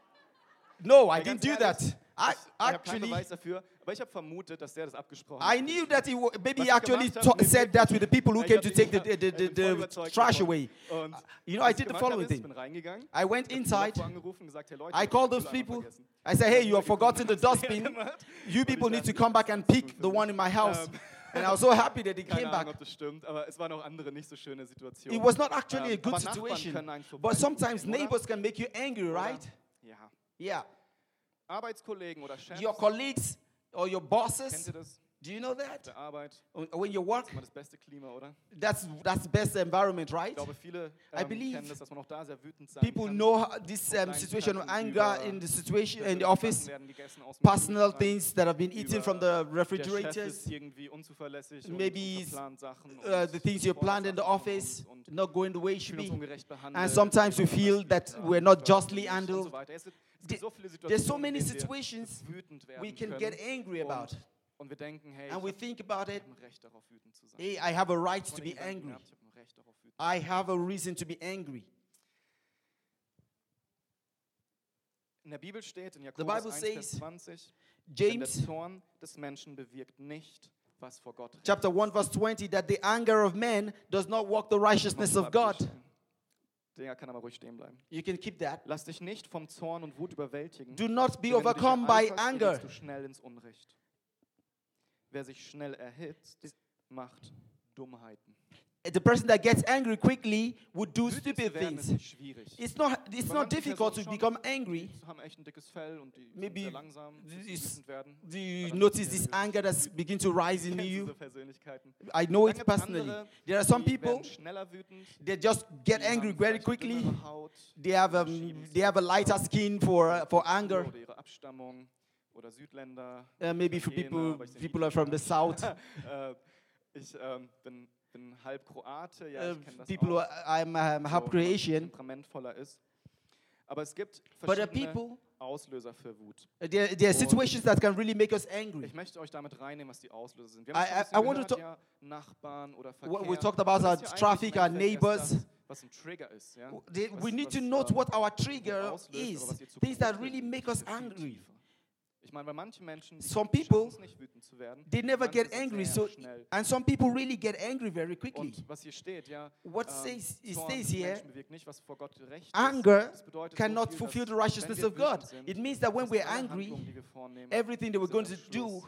Speaker 2: no, I
Speaker 1: Ja, ganz
Speaker 2: didn't do
Speaker 1: ehrlich,
Speaker 2: that. I
Speaker 1: ich habe keinen
Speaker 2: actually,
Speaker 1: Beweis dafür, aber ich habe vermutet, dass der das abgesprochen
Speaker 2: I
Speaker 1: hat.
Speaker 2: knew that he, wa- maybe
Speaker 1: Was
Speaker 2: he
Speaker 1: ich
Speaker 2: actually
Speaker 1: gemacht
Speaker 2: ta-
Speaker 1: habe, mir
Speaker 2: said that with the people who
Speaker 1: Ich
Speaker 2: came
Speaker 1: hab äh,
Speaker 2: to
Speaker 1: ihn-
Speaker 2: take the,
Speaker 1: ich
Speaker 2: the,
Speaker 1: hab-
Speaker 2: the,
Speaker 1: ich bin voll
Speaker 2: the, the
Speaker 1: überzeugt
Speaker 2: trash
Speaker 1: davon.
Speaker 2: away. Uh,
Speaker 1: Und
Speaker 2: You know, I
Speaker 1: was
Speaker 2: did the
Speaker 1: gemacht habe,
Speaker 2: following
Speaker 1: ist, Ich
Speaker 2: thing.
Speaker 1: bin reingegangen,
Speaker 2: I went
Speaker 1: hab die
Speaker 2: inside.
Speaker 1: Nachbarn angerufen, gesagt, hey Leute,
Speaker 2: I
Speaker 1: hab
Speaker 2: called
Speaker 1: den
Speaker 2: those
Speaker 1: Mülleimer
Speaker 2: people.
Speaker 1: vergessen.
Speaker 2: I said, hey, you
Speaker 1: Leute,
Speaker 2: have forgotten the
Speaker 1: hab's leer
Speaker 2: dustbin.
Speaker 1: gemacht. Und
Speaker 2: You
Speaker 1: ich
Speaker 2: people need
Speaker 1: dachte,
Speaker 2: to come back and pick the one in my house.
Speaker 1: Ähm,
Speaker 2: And I was so happy that he came
Speaker 1: Keine Ahnung,
Speaker 2: back.
Speaker 1: ob das stimmt, aber es waren auch andere nicht so schöne Situationen.
Speaker 2: It was not actually a
Speaker 1: Ähm,
Speaker 2: good
Speaker 1: aber Nachbarn können
Speaker 2: situation.
Speaker 1: einen vorbei-
Speaker 2: But sometimes
Speaker 1: oder?
Speaker 2: neighbors can make you angry, right?
Speaker 1: Ja.
Speaker 2: Yeah.
Speaker 1: Arbeitskollegen oder Chefs,
Speaker 2: Your colleagues or your
Speaker 1: kennt
Speaker 2: bosses,
Speaker 1: ihr das?
Speaker 2: do you know that? Uh,
Speaker 1: Der Arbeit,
Speaker 2: When you work,
Speaker 1: immer das beste Klima, oder?
Speaker 2: that's that's best environment,
Speaker 1: Ich
Speaker 2: right?
Speaker 1: glaube, viele
Speaker 2: I
Speaker 1: ähm,
Speaker 2: believe
Speaker 1: kennen das, dass man auch da sehr wütend sein
Speaker 2: People
Speaker 1: kann.
Speaker 2: know how- this um,
Speaker 1: Kleinigkeiten
Speaker 2: situation of
Speaker 1: über
Speaker 2: anger in the situation in
Speaker 1: persönliche Sachen
Speaker 2: the office,
Speaker 1: werden gegessen aus dem
Speaker 2: personal
Speaker 1: Kühlschrank.
Speaker 2: things that have been eaten
Speaker 1: Über
Speaker 2: from the
Speaker 1: Der Chef ist
Speaker 2: refrigerators,
Speaker 1: irgendwie unzuverlässig
Speaker 2: Maybe
Speaker 1: und
Speaker 2: he's,
Speaker 1: unverplant Sachen
Speaker 2: uh,
Speaker 1: und
Speaker 2: the things you planned in the
Speaker 1: fordert Sachen
Speaker 2: office
Speaker 1: von uns und
Speaker 2: not going the way it should
Speaker 1: fühlt uns
Speaker 2: be.
Speaker 1: ungerecht behandelt.
Speaker 2: And sometimes we
Speaker 1: und
Speaker 2: feel
Speaker 1: das
Speaker 2: that
Speaker 1: Gegenteil
Speaker 2: we're not
Speaker 1: und so
Speaker 2: justly
Speaker 1: weiter.
Speaker 2: handled.
Speaker 1: Es gibt- es
Speaker 2: The-
Speaker 1: gibt so viele
Speaker 2: There's so
Speaker 1: Situationen, in
Speaker 2: many
Speaker 1: denen wir
Speaker 2: situations
Speaker 1: wütend werden
Speaker 2: we can
Speaker 1: können
Speaker 2: get angry
Speaker 1: und-
Speaker 2: about,
Speaker 1: Und wir denken, hey,
Speaker 2: and we
Speaker 1: ich
Speaker 2: think about it.
Speaker 1: habe ein Recht darauf, wütend zu sein.
Speaker 2: Hey, I have a right
Speaker 1: Ich hab
Speaker 2: to
Speaker 1: mir
Speaker 2: be
Speaker 1: Gedanken
Speaker 2: angry.
Speaker 1: gehabt, Ich habe ein Recht darauf, wütend
Speaker 2: I have a reason to be angry.
Speaker 1: In der Bibel steht in
Speaker 2: The
Speaker 1: Jakobus
Speaker 2: Bible
Speaker 1: 1, Vers
Speaker 2: says,
Speaker 1: 20, denn der
Speaker 2: James
Speaker 1: Zorn des Menschen bewirkt nicht, was vor Gott recht
Speaker 2: chapter 1 verse 20 that the anger of man does not walk the righteousness of God.
Speaker 1: Der kann aber ruhig stehen bleiben.
Speaker 2: You can keep that.
Speaker 1: Lass dich nicht vom Zorn und Wut überwältigen.
Speaker 2: Do not be
Speaker 1: denn wenn du dich
Speaker 2: overcome by
Speaker 1: ereiferst,
Speaker 2: anger.
Speaker 1: gerätst du schnell ins Unrecht. Wer sich schnell erhitzt, macht Dummheiten.
Speaker 2: The person that gets angry quickly would do
Speaker 1: Wütend zu
Speaker 2: stupid
Speaker 1: werden ist
Speaker 2: things.
Speaker 1: nicht schwierig.
Speaker 2: It's not it's
Speaker 1: But
Speaker 2: not
Speaker 1: manche
Speaker 2: difficult
Speaker 1: Personen
Speaker 2: to
Speaker 1: schon.
Speaker 2: become angry.
Speaker 1: Die haben echt ein dickes Fell und die sind
Speaker 2: Maybe
Speaker 1: sehr langsam, bis sie
Speaker 2: this-
Speaker 1: wütend werden.
Speaker 2: Do
Speaker 1: Weil
Speaker 2: you
Speaker 1: dann
Speaker 2: notice
Speaker 1: sind sie
Speaker 2: this
Speaker 1: ja
Speaker 2: anger that's begin to rise in
Speaker 1: Kennst du so
Speaker 2: you?
Speaker 1: Persönlichkeiten.
Speaker 2: I know
Speaker 1: Dann
Speaker 2: it
Speaker 1: gibt's
Speaker 2: personally.
Speaker 1: andere,
Speaker 2: There are some
Speaker 1: die werden
Speaker 2: people
Speaker 1: schneller wütend,
Speaker 2: they just get
Speaker 1: die haben
Speaker 2: angry very
Speaker 1: vielleicht
Speaker 2: quickly.
Speaker 1: dünnere Haut,
Speaker 2: They have um,
Speaker 1: verschieben es
Speaker 2: they have a lighter skin for uh, for anger.
Speaker 1: Oder ihre Abstammung oder Südländer.
Speaker 2: Uh, maybe for
Speaker 1: Italiener,
Speaker 2: people
Speaker 1: aber ich seh
Speaker 2: people are from the south. Uh,
Speaker 1: äh, ich ähm, bin, bin halb Kroate, ja,
Speaker 2: Uh,
Speaker 1: ich kenne das
Speaker 2: people who
Speaker 1: auch.
Speaker 2: are, I'm um, half
Speaker 1: so, ne,
Speaker 2: Croatian.
Speaker 1: temperamentvoller ist. Aber es gibt
Speaker 2: But there are
Speaker 1: verschiedene
Speaker 2: people- uh,
Speaker 1: Auslöser für Wut.
Speaker 2: There, there are situations that can really make us angry.
Speaker 1: Ich möchte euch damit reinnehmen, was die Auslöser sind. Wir
Speaker 2: I- I-
Speaker 1: haben
Speaker 2: I
Speaker 1: schon
Speaker 2: want
Speaker 1: ein bisschen
Speaker 2: to
Speaker 1: gehört, ja, Nachbarn oder Verkehr.
Speaker 2: What we talked about
Speaker 1: Das
Speaker 2: our
Speaker 1: ist ja
Speaker 2: traffic, our
Speaker 1: eigentlich im Endeffekt erst
Speaker 2: neighbors.
Speaker 1: das, Was ein Trigger ist, ja?
Speaker 2: They-
Speaker 1: was,
Speaker 2: we need
Speaker 1: was,
Speaker 2: to note
Speaker 1: ähm,
Speaker 2: what our
Speaker 1: wo
Speaker 2: trigger
Speaker 1: auslöst,
Speaker 2: is.
Speaker 1: aber was ihr zu
Speaker 2: Things that
Speaker 1: Konflikt
Speaker 2: really
Speaker 1: bringt.
Speaker 2: make us
Speaker 1: Das ist viel
Speaker 2: angry.
Speaker 1: tiefer. Ich meine, bei manchen Menschen
Speaker 2: Some
Speaker 1: die
Speaker 2: people,
Speaker 1: schaffen's nicht wütend zu werden.
Speaker 2: They
Speaker 1: Bei
Speaker 2: never
Speaker 1: manchen
Speaker 2: get
Speaker 1: ist es
Speaker 2: angry.
Speaker 1: sehr
Speaker 2: So,
Speaker 1: schnell.
Speaker 2: and some people really get angry very quickly.
Speaker 1: und was hier steht, ja,
Speaker 2: What
Speaker 1: ähm,
Speaker 2: says- it
Speaker 1: Zorn
Speaker 2: says
Speaker 1: des
Speaker 2: here,
Speaker 1: Menschen bewirkt nicht, was vor Gott recht ist.
Speaker 2: anger
Speaker 1: Das bedeutet so
Speaker 2: Cannot
Speaker 1: viel,
Speaker 2: fulfill
Speaker 1: dass,
Speaker 2: the
Speaker 1: wenn
Speaker 2: righteousness
Speaker 1: wir
Speaker 2: of God.
Speaker 1: wütend sind,
Speaker 2: It means that when
Speaker 1: dass
Speaker 2: we're
Speaker 1: alle
Speaker 2: angry,
Speaker 1: Handlungen, die wir vornehmen,
Speaker 2: everything that we're
Speaker 1: sind
Speaker 2: going
Speaker 1: am
Speaker 2: to
Speaker 1: Schluss
Speaker 2: do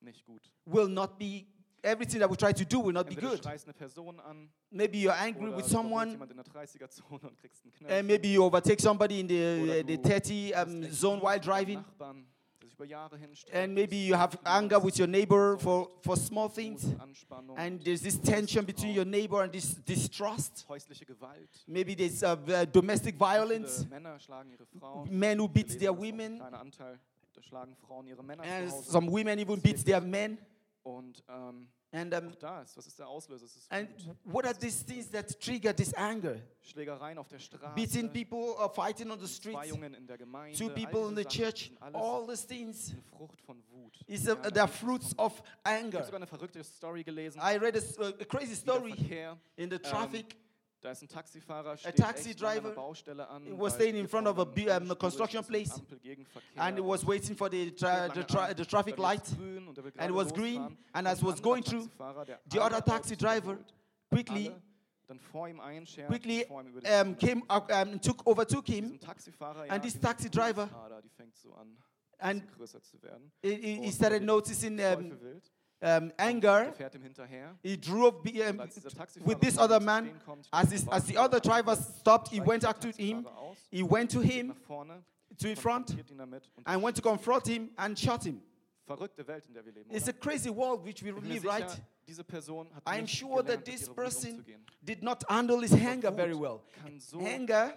Speaker 1: nicht gut.
Speaker 2: will not be, everything that we try to do will not be
Speaker 1: Entweder
Speaker 2: good.
Speaker 1: Du schreist eine Person an
Speaker 2: Maybe you're angry
Speaker 1: oder
Speaker 2: with
Speaker 1: du berührst
Speaker 2: someone,
Speaker 1: jemand in der 30er-Zone und kriegst einen Knall.
Speaker 2: and maybe you overtake somebody in the,
Speaker 1: Oder
Speaker 2: uh, the
Speaker 1: du
Speaker 2: 30
Speaker 1: hast
Speaker 2: um,
Speaker 1: echt
Speaker 2: zone
Speaker 1: Wut
Speaker 2: while
Speaker 1: mit deinem
Speaker 2: driving,
Speaker 1: Nachbarn, der sich über Jahre hinstreckt,
Speaker 2: and maybe
Speaker 1: das
Speaker 2: you have
Speaker 1: Gefühl,
Speaker 2: anger
Speaker 1: dass
Speaker 2: with your neighbor for, for small
Speaker 1: Wut,
Speaker 2: things,
Speaker 1: Anspannung,
Speaker 2: and there's this tension between your neighbor and this distrust.
Speaker 1: häusliche Gewalt.
Speaker 2: Maybe there's uh, uh, domestic violence,
Speaker 1: Viele Männer schlagen ihre Frauen.
Speaker 2: men who
Speaker 1: Wir
Speaker 2: beat
Speaker 1: lesen,
Speaker 2: their
Speaker 1: dass auch ein
Speaker 2: women,
Speaker 1: kleiner Anteil, da schlagen Frauen ihre Männer
Speaker 2: and
Speaker 1: zu Hause.
Speaker 2: some women even beat their men.
Speaker 1: Und ähm,
Speaker 2: And, um,
Speaker 1: auch da ist, was ist der Auslöser? Es ist
Speaker 2: and
Speaker 1: Wut.
Speaker 2: what are these things that trigger this anger?
Speaker 1: Schlägereien auf der Straße.
Speaker 2: Beating people, uh, fighting on the
Speaker 1: zwei
Speaker 2: streets,
Speaker 1: Jungen in der Gemeinde.
Speaker 2: two
Speaker 1: all
Speaker 2: people in the
Speaker 1: diese Sachen
Speaker 2: church,
Speaker 1: sind alles
Speaker 2: all these things
Speaker 1: eine Frucht von Wut.
Speaker 2: is
Speaker 1: Ja,
Speaker 2: uh,
Speaker 1: eine
Speaker 2: the
Speaker 1: Frucht
Speaker 2: fruits
Speaker 1: von Wut. Ich
Speaker 2: of
Speaker 1: habe
Speaker 2: anger.
Speaker 1: sogar eine verrückte Story gelesen.
Speaker 2: I read a, s- uh, a crazy
Speaker 1: Wieder
Speaker 2: story
Speaker 1: Verkehr.
Speaker 2: in the
Speaker 1: Ähm,
Speaker 2: traffic.
Speaker 1: Da ist ein Taxifahrer, steht
Speaker 2: taxi
Speaker 1: echt lange an der
Speaker 2: driver
Speaker 1: Baustelle an,
Speaker 2: was
Speaker 1: weil
Speaker 2: staying in
Speaker 1: hier
Speaker 2: front of a
Speaker 1: vorne
Speaker 2: bu-
Speaker 1: eine
Speaker 2: um,
Speaker 1: Spur
Speaker 2: a
Speaker 1: ist,
Speaker 2: construction
Speaker 1: das ist eine
Speaker 2: place.
Speaker 1: Ampel gegen Verkehr.
Speaker 2: And it was waiting for the, tra-
Speaker 1: Steht
Speaker 2: the,
Speaker 1: lange
Speaker 2: tra-
Speaker 1: an,
Speaker 2: the traffic
Speaker 1: dann
Speaker 2: light.
Speaker 1: wird's grün und er will
Speaker 2: and it
Speaker 1: gerade
Speaker 2: was green,
Speaker 1: losfahren. Und
Speaker 2: and as
Speaker 1: ein
Speaker 2: was
Speaker 1: anderer
Speaker 2: going through,
Speaker 1: Taxifahrer, der
Speaker 2: the
Speaker 1: alle
Speaker 2: other
Speaker 1: Autos
Speaker 2: taxi driver
Speaker 1: überholt,
Speaker 2: quickly
Speaker 1: alle dann vor ihm einschert,
Speaker 2: quickly
Speaker 1: vor ihm über die Schiene.
Speaker 2: um, came up um, took overtook him.
Speaker 1: Diesem Taxifahrer, ja,
Speaker 2: and this
Speaker 1: diese
Speaker 2: taxi driver-
Speaker 1: Pulsader, die fängt so an, ein
Speaker 2: And
Speaker 1: bisschen größer zu werden.
Speaker 2: he, he- he started noticing um,
Speaker 1: Teufel wild.
Speaker 2: um, anger.
Speaker 1: Der Er fährt ihm hinterher.
Speaker 2: He drove be- um,
Speaker 1: Und als dieser Taxifahrer
Speaker 2: with this
Speaker 1: zum
Speaker 2: other
Speaker 1: Stehen
Speaker 2: man.
Speaker 1: kommt,
Speaker 2: As, this, as the other driver stopped, he went up to him. He went to
Speaker 1: Geht
Speaker 2: him,
Speaker 1: nach vorne,
Speaker 2: to in front,
Speaker 1: konfrontiert ihn damit und
Speaker 2: and went to confront him and shot him.
Speaker 1: verrückte Welt, in der wir leben.
Speaker 2: It's
Speaker 1: oder?
Speaker 2: a crazy world which we
Speaker 1: Ich bin mir
Speaker 2: live,
Speaker 1: sicher,
Speaker 2: right?
Speaker 1: Diese Person hat
Speaker 2: I'm
Speaker 1: nicht
Speaker 2: sure that
Speaker 1: gelernt, mit
Speaker 2: this
Speaker 1: ihrer Wut
Speaker 2: person
Speaker 1: umzugehen.
Speaker 2: did not handle his anger
Speaker 1: Wut
Speaker 2: very well.
Speaker 1: Kann so
Speaker 2: Anger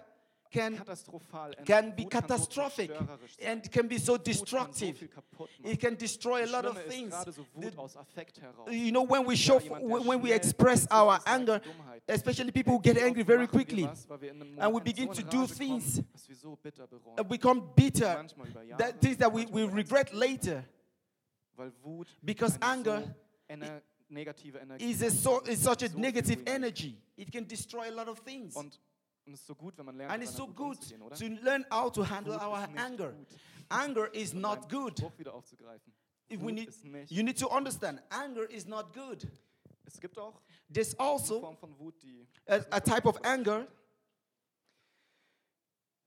Speaker 2: can,
Speaker 1: katastrophal enden.
Speaker 2: can be
Speaker 1: Wut kann so
Speaker 2: catastrophic
Speaker 1: zerstörerisch sein.
Speaker 2: and can be so
Speaker 1: Wut kann so
Speaker 2: destructive.
Speaker 1: viel kaputt machen.
Speaker 2: It can destroy a
Speaker 1: Das
Speaker 2: lot of
Speaker 1: Schlimme ist
Speaker 2: things.
Speaker 1: gerade so Wut
Speaker 2: The-
Speaker 1: aus Affekt heraus.
Speaker 2: you know, when we show,
Speaker 1: Ja, jemand, der
Speaker 2: when when we
Speaker 1: schnell
Speaker 2: express
Speaker 1: ist, das
Speaker 2: our
Speaker 1: ist eine
Speaker 2: anger,
Speaker 1: Dummheit.
Speaker 2: especially people
Speaker 1: Wie
Speaker 2: get
Speaker 1: oft
Speaker 2: angry very
Speaker 1: machen wir
Speaker 2: quickly.
Speaker 1: was, weil wir in einem
Speaker 2: and we
Speaker 1: Moment
Speaker 2: begin
Speaker 1: so in
Speaker 2: to do
Speaker 1: Rage kommen,
Speaker 2: things
Speaker 1: dass wir so bitter bereuen.
Speaker 2: and uh, become bitter.
Speaker 1: Manchmal über Jahre,
Speaker 2: That things that we,
Speaker 1: manchmal
Speaker 2: we
Speaker 1: über
Speaker 2: regret
Speaker 1: Jahrzehnte.
Speaker 2: later
Speaker 1: Weil Wut
Speaker 2: because
Speaker 1: eine so
Speaker 2: anger
Speaker 1: ener negative Energie
Speaker 2: is, a
Speaker 1: hat.
Speaker 2: so, is such a
Speaker 1: So viel
Speaker 2: negative
Speaker 1: ruiniert.
Speaker 2: energy. It can destroy a lot of things.
Speaker 1: Und, und es ist so gut, wenn man lernt,
Speaker 2: And
Speaker 1: mit
Speaker 2: it's so
Speaker 1: seiner Wut
Speaker 2: good
Speaker 1: umzugehen, oder?
Speaker 2: to learn how to handle
Speaker 1: Wut
Speaker 2: our
Speaker 1: ist nicht
Speaker 2: anger.
Speaker 1: gut.
Speaker 2: Anger is
Speaker 1: Um
Speaker 2: not
Speaker 1: deinen
Speaker 2: good.
Speaker 1: Spruch wieder aufzugreifen.
Speaker 2: If we
Speaker 1: Wut
Speaker 2: need,
Speaker 1: ist nicht.
Speaker 2: you need to understand anger is not good.
Speaker 1: Es gibt auch
Speaker 2: There's
Speaker 1: eine
Speaker 2: also
Speaker 1: Form von Wut, die.
Speaker 2: a, a type of anger.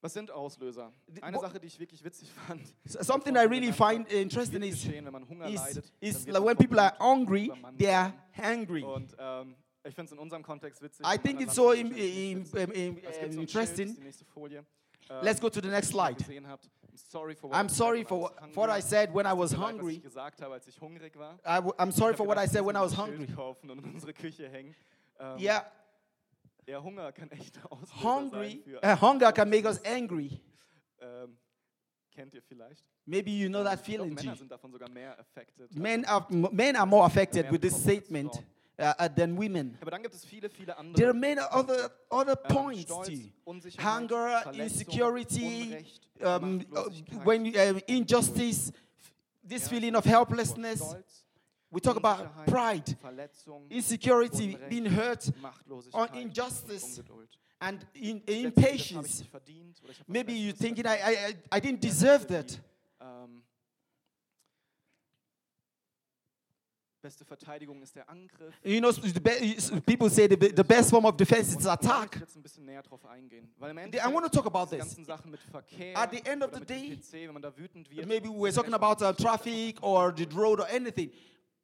Speaker 1: Was sind Auslöser?
Speaker 2: The-
Speaker 1: Eine
Speaker 2: what-
Speaker 1: Sache, die ich wirklich witzig fand.
Speaker 2: s- Something I really find interesting
Speaker 1: Wird
Speaker 2: is,
Speaker 1: geschehen, wenn man Hunger
Speaker 2: is,
Speaker 1: leidet, dann wird
Speaker 2: is like
Speaker 1: man
Speaker 2: when
Speaker 1: von
Speaker 2: people are
Speaker 1: Wut
Speaker 2: hungry,
Speaker 1: übermannt.
Speaker 2: they are angry.
Speaker 1: Und ähm, ich finde es in unserem Kontext witzig.
Speaker 2: I
Speaker 1: in
Speaker 2: think
Speaker 1: anderen
Speaker 2: it's so im,
Speaker 1: Ländern wahrscheinlich
Speaker 2: im,
Speaker 1: nicht witzig.
Speaker 2: im, im,
Speaker 1: Es gibt so ein Schild, das ist
Speaker 2: interesting.
Speaker 1: Die nächste Folie.
Speaker 2: Let's
Speaker 1: Ähm,
Speaker 2: go to the next
Speaker 1: wenn ihr
Speaker 2: slide.
Speaker 1: gesehen habt, I'm sorry for what I
Speaker 2: I'm
Speaker 1: said
Speaker 2: sorry
Speaker 1: when I
Speaker 2: for
Speaker 1: was
Speaker 2: what, for what I
Speaker 1: hungry.
Speaker 2: said when I was
Speaker 1: Tut mir leid, Was ich
Speaker 2: hungry.
Speaker 1: gesagt habe, als ich hungrig war.
Speaker 2: I w- I'm
Speaker 1: Ich
Speaker 2: sorry
Speaker 1: hab
Speaker 2: for what
Speaker 1: gedacht,
Speaker 2: I
Speaker 1: wir
Speaker 2: said when I was
Speaker 1: müssen ein
Speaker 2: hungry.
Speaker 1: Schild kaufen und in unsere Küche hängen. Ähm,
Speaker 2: Yeah,
Speaker 1: Der Hunger kann echt aus.
Speaker 2: hungry.
Speaker 1: Sein für,
Speaker 2: Uh, hunger can make us angry.
Speaker 1: ähm, kennt ihr vielleicht?
Speaker 2: Maybe you know
Speaker 1: Ähm,
Speaker 2: that
Speaker 1: ich glaub,
Speaker 2: feeling.
Speaker 1: Männer
Speaker 2: G.
Speaker 1: sind davon sogar mehr affected.
Speaker 2: Men are, m- men are more affected with this statement uh, uh, than women.
Speaker 1: Aber dann gibt es viele, viele andere.
Speaker 2: There are many other, other
Speaker 1: Ähm,
Speaker 2: points.
Speaker 1: Stolz,
Speaker 2: G.
Speaker 1: Unsicherheit,
Speaker 2: Hunger,
Speaker 1: Verletzung,
Speaker 2: insecurity,
Speaker 1: Unrecht,
Speaker 2: um, uh,
Speaker 1: Machtlosigkeit,
Speaker 2: when you- uh,
Speaker 1: Unschuld.
Speaker 2: injustice, f-
Speaker 1: Ja,
Speaker 2: this
Speaker 1: ich
Speaker 2: feeling
Speaker 1: rede
Speaker 2: of
Speaker 1: über
Speaker 2: helplessness.
Speaker 1: Stolz,
Speaker 2: We talk about
Speaker 1: Unsicherheit,
Speaker 2: pride,
Speaker 1: Verletzung,
Speaker 2: insecurity,
Speaker 1: Unrecht,
Speaker 2: being hurt,
Speaker 1: Machtlosigkeit,
Speaker 2: or injustice,
Speaker 1: und Ungeduld.
Speaker 2: and in,
Speaker 1: Letztendlich, das hab ich
Speaker 2: impatience.
Speaker 1: nicht verdient oder ich hab was
Speaker 2: Maybe you're
Speaker 1: Besseres
Speaker 2: thinking, I,
Speaker 1: verdient.
Speaker 2: I, I- I didn't deserve
Speaker 1: Leute,
Speaker 2: that.
Speaker 1: die, ähm, beste Verteidigung ist der Angriff.
Speaker 2: You know, s- the be- s- people say the, be- the best form of defense
Speaker 1: Und
Speaker 2: is
Speaker 1: da möchte
Speaker 2: attack.
Speaker 1: ich Jetzt ein bisschen näher drauf eingehen, weil im
Speaker 2: The- I want to talk about
Speaker 1: diese
Speaker 2: this.
Speaker 1: ganzen Sachen mit Verkehr
Speaker 2: At the end of
Speaker 1: oder
Speaker 2: the
Speaker 1: mit dem
Speaker 2: day,
Speaker 1: PC, wenn man da wütend wird,
Speaker 2: Maybe
Speaker 1: ist
Speaker 2: we're
Speaker 1: es
Speaker 2: talking
Speaker 1: einfach
Speaker 2: about uh,
Speaker 1: nicht einfach
Speaker 2: traffic
Speaker 1: nur
Speaker 2: or the
Speaker 1: Ungeduld.
Speaker 2: road or anything.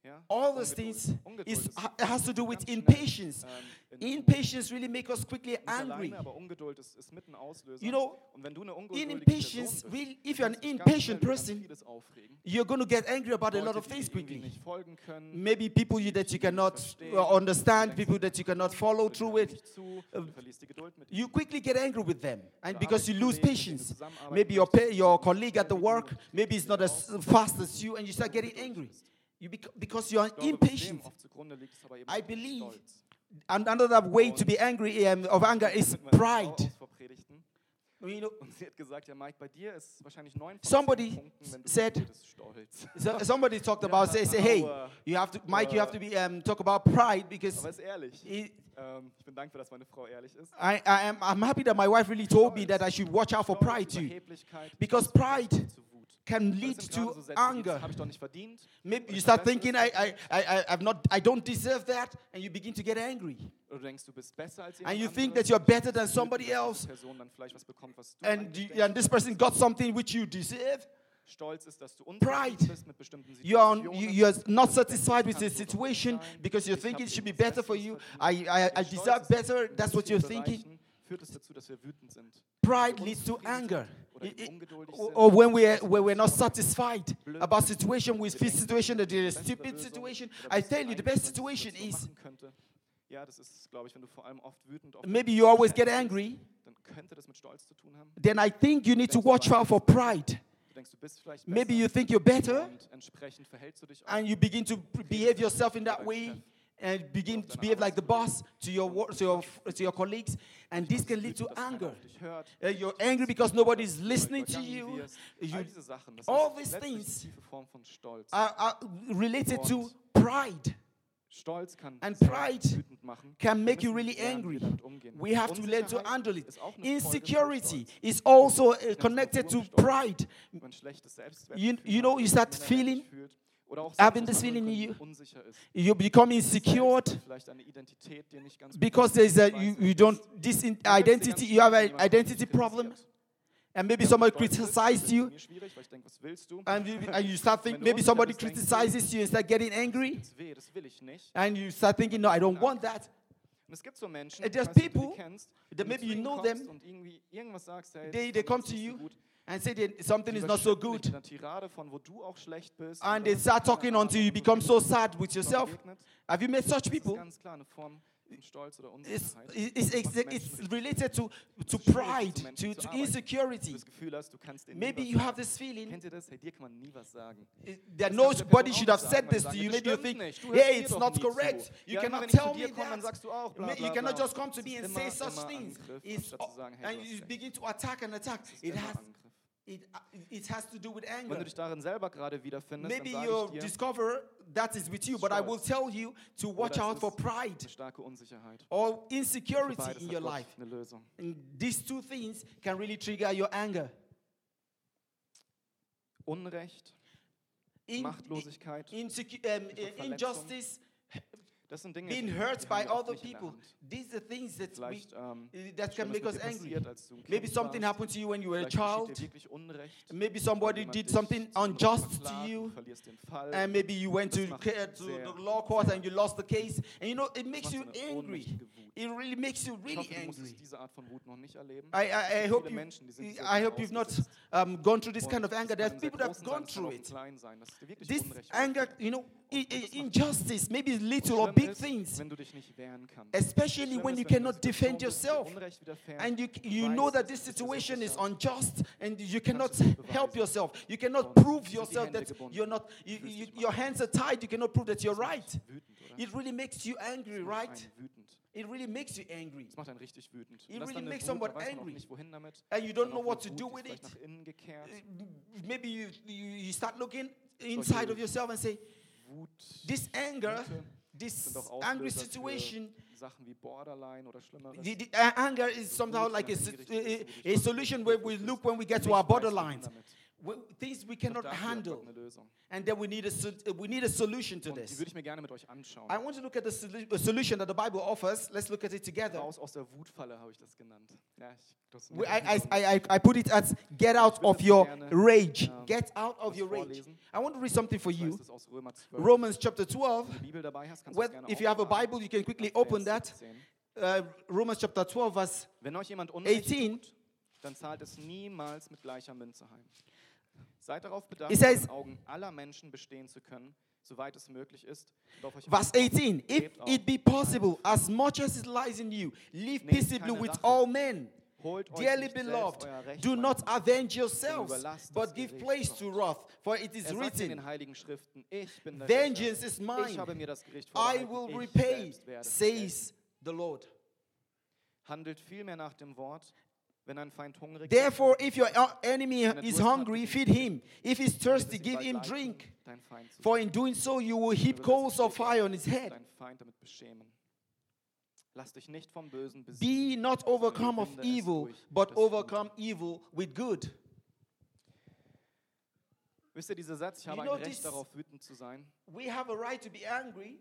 Speaker 1: Ja?
Speaker 2: All
Speaker 1: Ungeduld.
Speaker 2: those things
Speaker 1: Ungeduld
Speaker 2: is,
Speaker 1: ist
Speaker 2: ha-
Speaker 1: ganz
Speaker 2: has to do with
Speaker 1: schnell,
Speaker 2: impatience.
Speaker 1: ähm, in-
Speaker 2: Impatience really makes us quickly
Speaker 1: nicht
Speaker 2: angry.
Speaker 1: Alleine, aber Ungeduld ist, ist mit ein Auslöser.
Speaker 2: You know,
Speaker 1: und wenn du eine
Speaker 2: In
Speaker 1: ungeduldige
Speaker 2: impatience,
Speaker 1: Person bist,
Speaker 2: will, if you're an
Speaker 1: kannst du dich ganz schnell
Speaker 2: impatient
Speaker 1: über ganz
Speaker 2: person,
Speaker 1: vieles aufregen.
Speaker 2: you're going to get angry about a
Speaker 1: Leute,
Speaker 2: lot of
Speaker 1: die dir
Speaker 2: things
Speaker 1: irgendwie
Speaker 2: quickly.
Speaker 1: Nicht folgen können,
Speaker 2: Maybe people you, that you cannot
Speaker 1: Verstehen.
Speaker 2: uh, understand, people that you cannot follow
Speaker 1: Hört
Speaker 2: through
Speaker 1: ihnen
Speaker 2: with,
Speaker 1: nicht zu,
Speaker 2: äh,
Speaker 1: du verlierst die Geduld mit
Speaker 2: you
Speaker 1: ihnen.
Speaker 2: quickly get angry with them. And
Speaker 1: Oder
Speaker 2: because you lose
Speaker 1: Arbeitskollegen, mit denen du
Speaker 2: patience.
Speaker 1: zusammenarbeiten
Speaker 2: Maybe your,
Speaker 1: möchtest,
Speaker 2: pa- your
Speaker 1: die
Speaker 2: colleague at the
Speaker 1: Geduld
Speaker 2: work,
Speaker 1: mit dir
Speaker 2: maybe it's not as
Speaker 1: brauchst,
Speaker 2: fast as you, and you start
Speaker 1: wenn du
Speaker 2: getting
Speaker 1: durch
Speaker 2: angry.
Speaker 1: bist.
Speaker 2: You bec- because you're
Speaker 1: Ich glaube, was dem
Speaker 2: impatient.
Speaker 1: oft zugrunde liegt, ist aber eben
Speaker 2: I
Speaker 1: auch
Speaker 2: believe
Speaker 1: Stolz.
Speaker 2: And another way to be angry um, of anger is
Speaker 1: Mit meiner Frau
Speaker 2: pride.
Speaker 1: aus vor Predigten.
Speaker 2: You know,
Speaker 1: Und sie hat gesagt, ja Mike, bei dir ist wahrscheinlich neun von
Speaker 2: Somebody
Speaker 1: zehn Punkten, wenn du
Speaker 2: said-
Speaker 1: gut bist, stolz.
Speaker 2: so- somebody talked about say, say hey,
Speaker 1: our-
Speaker 2: you have to, Mike, you have to be um, talk about pride because
Speaker 1: Aber ist ehrlich.
Speaker 2: it,
Speaker 1: Ähm, ich bin dankbar, dass meine Frau ehrlich ist.
Speaker 2: I, I am I'm happy that my wife really told me that I should watch out for
Speaker 1: Stolz,
Speaker 2: pride too.
Speaker 1: Überheblichkeit,
Speaker 2: Because
Speaker 1: Missgunst,
Speaker 2: pride
Speaker 1: zu Wut.
Speaker 2: Can
Speaker 1: Das
Speaker 2: lead
Speaker 1: sind gerade
Speaker 2: to
Speaker 1: so Sätze, die
Speaker 2: anger.
Speaker 1: Das habe ich doch nicht verdient.
Speaker 2: Maybe you start thinking I I, I I I've not I don't deserve that, and you begin to get angry,
Speaker 1: Oder du denkst, du bist besser als jemand
Speaker 2: and you think
Speaker 1: anderes.
Speaker 2: that you're better than
Speaker 1: Du
Speaker 2: somebody
Speaker 1: willst, dass
Speaker 2: else,
Speaker 1: diese Person dann vielleicht was bekommt, was du
Speaker 2: and
Speaker 1: eigentlich
Speaker 2: you,
Speaker 1: denkst.
Speaker 2: and this person got something which you deserve.
Speaker 1: Stolz ist, dass du unzufrieden
Speaker 2: Pride.
Speaker 1: bist mit bestimmten
Speaker 2: You are you,
Speaker 1: Situationen.
Speaker 2: you are not satisfied with the situation because you think it should be better for you. I I, I deserve better. That's what you're thinking.
Speaker 1: Führt es dazu, dass wir wütend sind.
Speaker 2: Pride leads to anger. It- it- or or when we are, when we're not satisfied about situation, we feel situation that is a
Speaker 1: Bessere
Speaker 2: stupid
Speaker 1: Lösung
Speaker 2: situation.
Speaker 1: oder
Speaker 2: I
Speaker 1: bist du
Speaker 2: tell you, the
Speaker 1: eigentlich,
Speaker 2: best
Speaker 1: wenn man die
Speaker 2: situation
Speaker 1: Situation
Speaker 2: is
Speaker 1: machen könnte? Ja, das ist, glaube ich, wenn du vor allem oft wütend auf
Speaker 2: maybe you always get angry.
Speaker 1: dann könnte das mit Stolz zu tun haben.
Speaker 2: Then I think you need to watch out for pride.
Speaker 1: Du denkst, du bist vielleicht besser
Speaker 2: Maybe you think you're better,
Speaker 1: und entsprechend verhältst du dich auch.
Speaker 2: and you begin to behave yourself in that way, and begin to behave like the boss to your wo- to your to your colleagues, and this can lead to
Speaker 1: dass keiner
Speaker 2: anger.
Speaker 1: auf dich hört,
Speaker 2: Uh, you're angry because nobody is listening to
Speaker 1: übergangen
Speaker 2: you.
Speaker 1: wirst.
Speaker 2: You
Speaker 1: All diese Sachen, das
Speaker 2: all
Speaker 1: ist
Speaker 2: these
Speaker 1: letztlich
Speaker 2: things
Speaker 1: tiefe Form von Stolz.
Speaker 2: are, are related to pride.
Speaker 1: Stolz kann
Speaker 2: and
Speaker 1: sehr
Speaker 2: pride
Speaker 1: wütend machen.
Speaker 2: can
Speaker 1: Wir
Speaker 2: make you
Speaker 1: müssen
Speaker 2: really
Speaker 1: lernen,
Speaker 2: angry.
Speaker 1: wie damit umgehen.
Speaker 2: We have to learn to
Speaker 1: Unsicherheit
Speaker 2: handle it.
Speaker 1: ist auch eine Folge von
Speaker 2: Insecurity
Speaker 1: Stolz.
Speaker 2: is also uh, connected to pride.
Speaker 1: Wenn schlechtes
Speaker 2: You-
Speaker 1: Selbstwertgefühl
Speaker 2: you know,
Speaker 1: hat,
Speaker 2: you
Speaker 1: wenn
Speaker 2: start
Speaker 1: man sich
Speaker 2: feeling-
Speaker 1: nicht fühlt oder auch
Speaker 2: having
Speaker 1: selbst
Speaker 2: this
Speaker 1: aus anderen
Speaker 2: feeling in
Speaker 1: Gründen unsicher ist.
Speaker 2: You become
Speaker 1: Selbst
Speaker 2: insecure
Speaker 1: hat vielleicht eine Identität, die nicht ganz
Speaker 2: because
Speaker 1: gut ist,
Speaker 2: there's a
Speaker 1: weiß
Speaker 2: you,
Speaker 1: nicht,
Speaker 2: you
Speaker 1: was
Speaker 2: don't
Speaker 1: ist.
Speaker 2: this in
Speaker 1: Du kannst dir
Speaker 2: identity
Speaker 1: ganz
Speaker 2: you have
Speaker 1: schnell
Speaker 2: an
Speaker 1: jemanden, der
Speaker 2: identity
Speaker 1: dich kritisiert.
Speaker 2: problem and maybe
Speaker 1: Wenn du
Speaker 2: somebody
Speaker 1: stolz bist,
Speaker 2: criticized
Speaker 1: ist es
Speaker 2: you
Speaker 1: mir schwierig, weil ich denke, was willst du?
Speaker 2: and you, and you start
Speaker 1: Wenn
Speaker 2: thinking
Speaker 1: du
Speaker 2: maybe
Speaker 1: unsicher
Speaker 2: somebody
Speaker 1: bist, denkst du,
Speaker 2: criticizes you and start getting angry
Speaker 1: Das weh, das will ich nicht.
Speaker 2: and you start thinking no I don't want that
Speaker 1: Und es gibt so Menschen,
Speaker 2: And there's
Speaker 1: ich weiß nicht, ob du
Speaker 2: people
Speaker 1: die kennst,
Speaker 2: that
Speaker 1: wenn du
Speaker 2: maybe
Speaker 1: zu
Speaker 2: you
Speaker 1: ihnen
Speaker 2: know
Speaker 1: kommst
Speaker 2: them,
Speaker 1: und irgendwie irgendwas sagst, hey,
Speaker 2: they-
Speaker 1: das
Speaker 2: they
Speaker 1: fand
Speaker 2: come
Speaker 1: ich
Speaker 2: to
Speaker 1: nicht so
Speaker 2: you
Speaker 1: gut.
Speaker 2: and say that something
Speaker 1: Die
Speaker 2: is not so
Speaker 1: überschütten dich
Speaker 2: good
Speaker 1: mit einer Tirade von, wo du auch schlecht bist und
Speaker 2: and
Speaker 1: dann
Speaker 2: they
Speaker 1: hast
Speaker 2: start
Speaker 1: du keine
Speaker 2: talking
Speaker 1: Ahnung,
Speaker 2: until you
Speaker 1: wo du
Speaker 2: become
Speaker 1: dich
Speaker 2: so sad
Speaker 1: dort
Speaker 2: with yourself
Speaker 1: begegnet.
Speaker 2: have you met such
Speaker 1: Das ist
Speaker 2: people
Speaker 1: ganz klar eine Form von Stolz oder
Speaker 2: it's,
Speaker 1: Unsicherheit.
Speaker 2: it's, it's,
Speaker 1: Macht
Speaker 2: it's
Speaker 1: Menschen
Speaker 2: related to, to
Speaker 1: schwierig,
Speaker 2: pride,
Speaker 1: zu Menschen zu
Speaker 2: to,
Speaker 1: arbeiten.
Speaker 2: to
Speaker 1: Wenn du
Speaker 2: insecurity.
Speaker 1: das Gefühl hast, du kannst denen nie
Speaker 2: Maybe
Speaker 1: was
Speaker 2: you
Speaker 1: sagen.
Speaker 2: have this feeling
Speaker 1: Kennt ihr das? Hey, dir kann man nie was sagen.
Speaker 2: it-
Speaker 1: Das
Speaker 2: that
Speaker 1: kannst du der
Speaker 2: nobody
Speaker 1: Person
Speaker 2: should
Speaker 1: auch nicht
Speaker 2: have said
Speaker 1: sagen, weil sie
Speaker 2: this to
Speaker 1: sagen,
Speaker 2: you.
Speaker 1: das
Speaker 2: Maybe you
Speaker 1: stimmt
Speaker 2: think,
Speaker 1: nicht, du hörst
Speaker 2: hey,
Speaker 1: mir
Speaker 2: it's
Speaker 1: doch
Speaker 2: not
Speaker 1: nie zu."
Speaker 2: correct. You
Speaker 1: Ja, immer
Speaker 2: cannot
Speaker 1: wenn ich zu
Speaker 2: tell
Speaker 1: dir
Speaker 2: me
Speaker 1: komme, dann
Speaker 2: that.
Speaker 1: sagst du auch, bla,
Speaker 2: Ma-
Speaker 1: bla,
Speaker 2: You cannot
Speaker 1: bla.
Speaker 2: just come to
Speaker 1: Es
Speaker 2: me
Speaker 1: ist
Speaker 2: and
Speaker 1: immer-
Speaker 2: say such
Speaker 1: immer
Speaker 2: things.
Speaker 1: Angriff,
Speaker 2: It's,
Speaker 1: anstatt zu sagen, hey,
Speaker 2: and
Speaker 1: du hast
Speaker 2: you
Speaker 1: recht.
Speaker 2: begin to attack and attack.
Speaker 1: Es ist
Speaker 2: It
Speaker 1: immer
Speaker 2: has,
Speaker 1: Angriff.
Speaker 2: it, uh, it has to do with
Speaker 1: Wenn
Speaker 2: anger.
Speaker 1: du dich darin selber gerade wiederfindest,
Speaker 2: Maybe
Speaker 1: dann sage
Speaker 2: you
Speaker 1: ich dir,
Speaker 2: discover that is with you, but I will
Speaker 1: Stolz.
Speaker 2: tell you to watch
Speaker 1: Oder es
Speaker 2: out for
Speaker 1: ist
Speaker 2: pride
Speaker 1: eine starke Unsicherheit.
Speaker 2: or
Speaker 1: Für
Speaker 2: insecurity
Speaker 1: beides
Speaker 2: in
Speaker 1: hat
Speaker 2: your
Speaker 1: Gott
Speaker 2: life.
Speaker 1: eine Lösung.
Speaker 2: And these two things can really trigger your anger.
Speaker 1: Unrecht,
Speaker 2: In-
Speaker 1: Machtlosigkeit,
Speaker 2: insecu- um,
Speaker 1: Durch
Speaker 2: uh,
Speaker 1: Verletzung.
Speaker 2: injustice,
Speaker 1: das sind Dinge,
Speaker 2: being
Speaker 1: die- die
Speaker 2: hurt
Speaker 1: haben
Speaker 2: by
Speaker 1: wir oft
Speaker 2: other
Speaker 1: nicht in der
Speaker 2: people.
Speaker 1: Hand.
Speaker 2: These are things that we,
Speaker 1: Vielleicht ähm,
Speaker 2: uh, that can
Speaker 1: Schlimmes
Speaker 2: make
Speaker 1: mit
Speaker 2: us
Speaker 1: dir
Speaker 2: angry.
Speaker 1: passiert, als du ein Kind
Speaker 2: Maybe something
Speaker 1: warst.
Speaker 2: happened to you when you were a
Speaker 1: Vielleicht geschieht
Speaker 2: child.
Speaker 1: dir wirklich Unrecht.
Speaker 2: Maybe
Speaker 1: weil
Speaker 2: somebody
Speaker 1: jemand
Speaker 2: did
Speaker 1: dich
Speaker 2: something
Speaker 1: zu Unrecht
Speaker 2: unjust to
Speaker 1: verklagt, du
Speaker 2: you,
Speaker 1: verlierst den Fall.
Speaker 2: and maybe you went to,
Speaker 1: Das macht
Speaker 2: ca- to
Speaker 1: sehr-
Speaker 2: the law court and you lost the case. And you know, it
Speaker 1: Das
Speaker 2: makes
Speaker 1: macht
Speaker 2: you
Speaker 1: so eine
Speaker 2: angry.
Speaker 1: ohnmächtige Wut.
Speaker 2: It really makes you
Speaker 1: Ich
Speaker 2: really
Speaker 1: hoffe, du
Speaker 2: angry.
Speaker 1: musstest diese Art von Wut noch nicht erleben.
Speaker 2: I, I, I
Speaker 1: Viele
Speaker 2: hope you, uh,
Speaker 1: Menschen, die sind dieser
Speaker 2: I
Speaker 1: Wut
Speaker 2: hope you've not
Speaker 1: ausgesetzt.
Speaker 2: um, gone through this
Speaker 1: Und
Speaker 2: kind of
Speaker 1: es
Speaker 2: anger.
Speaker 1: kann
Speaker 2: There's
Speaker 1: sehr
Speaker 2: people that have
Speaker 1: groß sein,
Speaker 2: gone
Speaker 1: es kann auch
Speaker 2: through
Speaker 1: ein
Speaker 2: it.
Speaker 1: klein sein, dass dir wirklich
Speaker 2: This
Speaker 1: Unrecht
Speaker 2: anger,
Speaker 1: widerfährt.
Speaker 2: you know, i- i-
Speaker 1: macht-
Speaker 2: injustice, maybe little or
Speaker 1: Schlimm
Speaker 2: big
Speaker 1: ist,
Speaker 2: things,
Speaker 1: Wenn du dich nicht wehren kannst.
Speaker 2: especially
Speaker 1: Schlimm
Speaker 2: when
Speaker 1: ist,
Speaker 2: you
Speaker 1: wenn dir
Speaker 2: cannot
Speaker 1: das
Speaker 2: defend
Speaker 1: Unrecht
Speaker 2: yourself.
Speaker 1: Unrecht widerfährt,
Speaker 2: And you, c-
Speaker 1: du
Speaker 2: you
Speaker 1: weißt,
Speaker 2: know that
Speaker 1: es
Speaker 2: this
Speaker 1: ist dir
Speaker 2: situation is
Speaker 1: sicher.
Speaker 2: unjust and you
Speaker 1: kannst
Speaker 2: cannot
Speaker 1: es nicht
Speaker 2: help
Speaker 1: beweisen.
Speaker 2: yourself. You cannot
Speaker 1: Und
Speaker 2: prove
Speaker 1: sind die
Speaker 2: yourself
Speaker 1: Hände
Speaker 2: that
Speaker 1: gebunden.
Speaker 2: you're not, you,
Speaker 1: Fühlst
Speaker 2: you,
Speaker 1: dich mal
Speaker 2: your hands are tied. You cannot prove that you're right.
Speaker 1: Wütend, oder?
Speaker 2: It really makes you
Speaker 1: Das
Speaker 2: angry,
Speaker 1: macht
Speaker 2: right?
Speaker 1: einen wütend.
Speaker 2: It really makes you angry.
Speaker 1: Das macht einen richtig wütend.
Speaker 2: It
Speaker 1: Und das
Speaker 2: really
Speaker 1: dann eine
Speaker 2: makes
Speaker 1: Wut,
Speaker 2: someone
Speaker 1: da weiß man auch
Speaker 2: angry.
Speaker 1: Nicht, wohin damit.
Speaker 2: And you
Speaker 1: Dann
Speaker 2: don't
Speaker 1: auch
Speaker 2: know
Speaker 1: eine
Speaker 2: what to
Speaker 1: Wut,
Speaker 2: do
Speaker 1: die ist
Speaker 2: with
Speaker 1: vielleicht
Speaker 2: it.
Speaker 1: Nach innen gekehrt.
Speaker 2: Uh, Maybe you, you, you start looking inside of yourself and say,
Speaker 1: Wut.
Speaker 2: this anger,
Speaker 1: Wüte
Speaker 2: this
Speaker 1: sind auch
Speaker 2: angry
Speaker 1: Auslöser für
Speaker 2: situation
Speaker 1: Sachen wie Borderline oder Schlimmeres.
Speaker 2: The, the, uh, anger is somehow like a, sit- a, a- a solution where we look when we get to our borderlines, wh- things we cannot handle, and then we need a sol- uh, we need a solution to
Speaker 1: Und die
Speaker 2: this.
Speaker 1: würde ich mir gerne mit euch anschauen.
Speaker 2: I want to look at the solu- a solution that the Bible offers. Let's look at it together.
Speaker 1: Raus aus der Wutfalle habe ich das genannt. Ja, ich, das
Speaker 2: We- I, I, I, I- I put it as get out of your rage. Get out of your rage. I want to read something for
Speaker 1: Ich weiß
Speaker 2: you.
Speaker 1: das aus Römer 12. Wenn
Speaker 2: Romans chapter
Speaker 1: du
Speaker 2: 12.
Speaker 1: die Bibel dabei hast, kannst du
Speaker 2: Well,
Speaker 1: das gerne
Speaker 2: if you have a
Speaker 1: aufschlagen.
Speaker 2: Bible, you can quickly
Speaker 1: Ab
Speaker 2: open
Speaker 1: Vers
Speaker 2: that.
Speaker 1: 17.
Speaker 2: Uh, Romans chapter 12, verse
Speaker 1: Wenn euch jemand Unrecht
Speaker 2: 18.
Speaker 1: dann zahlt es niemals mit gleicher Münze heim. Seid darauf bedacht,
Speaker 2: It
Speaker 1: in
Speaker 2: says-
Speaker 1: den Augen aller Menschen bestehen zu können, soweit es möglich ist. und auf euch
Speaker 2: Verse
Speaker 1: achtet.
Speaker 2: 18 If
Speaker 1: Lebt auf
Speaker 2: it be possible, as much as it lies in you, live
Speaker 1: Nehmt
Speaker 2: peaceably
Speaker 1: keine
Speaker 2: with
Speaker 1: Rache.
Speaker 2: all men.
Speaker 1: Holt euch
Speaker 2: Dearly
Speaker 1: nicht selbst
Speaker 2: beloved,
Speaker 1: euer Recht
Speaker 2: do
Speaker 1: ein.
Speaker 2: not avenge
Speaker 1: Denn
Speaker 2: yourselves,
Speaker 1: überlasst das
Speaker 2: but give
Speaker 1: Gericht
Speaker 2: place
Speaker 1: Gott.
Speaker 2: to wrath, for it
Speaker 1: Er
Speaker 2: is
Speaker 1: sagt in
Speaker 2: written,
Speaker 1: den Heiligen Schriften, ich bin der
Speaker 2: Vengeance
Speaker 1: Richter.
Speaker 2: is mine.
Speaker 1: Ich habe mir das Gericht
Speaker 2: I
Speaker 1: vorbereitet.
Speaker 2: will
Speaker 1: ich
Speaker 2: repay,
Speaker 1: selbst werde es
Speaker 2: says the Lord.
Speaker 1: Handelt vielmehr nach dem Wort, Wenn ein Feind hungrig
Speaker 2: Therefore, if your uh, enemy is hungry, feed him. If he's thirsty, give him drink.
Speaker 1: dein Feind zu
Speaker 2: For in doing so, you will heap coals of fire on his head.
Speaker 1: deinen Feind damit beschämen. Lass dich nicht vom Bösen besiegen.
Speaker 2: Be not overcome of evil, but overcome evil with good.
Speaker 1: Wisst ihr, dieser Satz, ich habe
Speaker 2: You
Speaker 1: ein
Speaker 2: know this-
Speaker 1: Recht darauf, wütend zu sein.
Speaker 2: We have a right to be angry.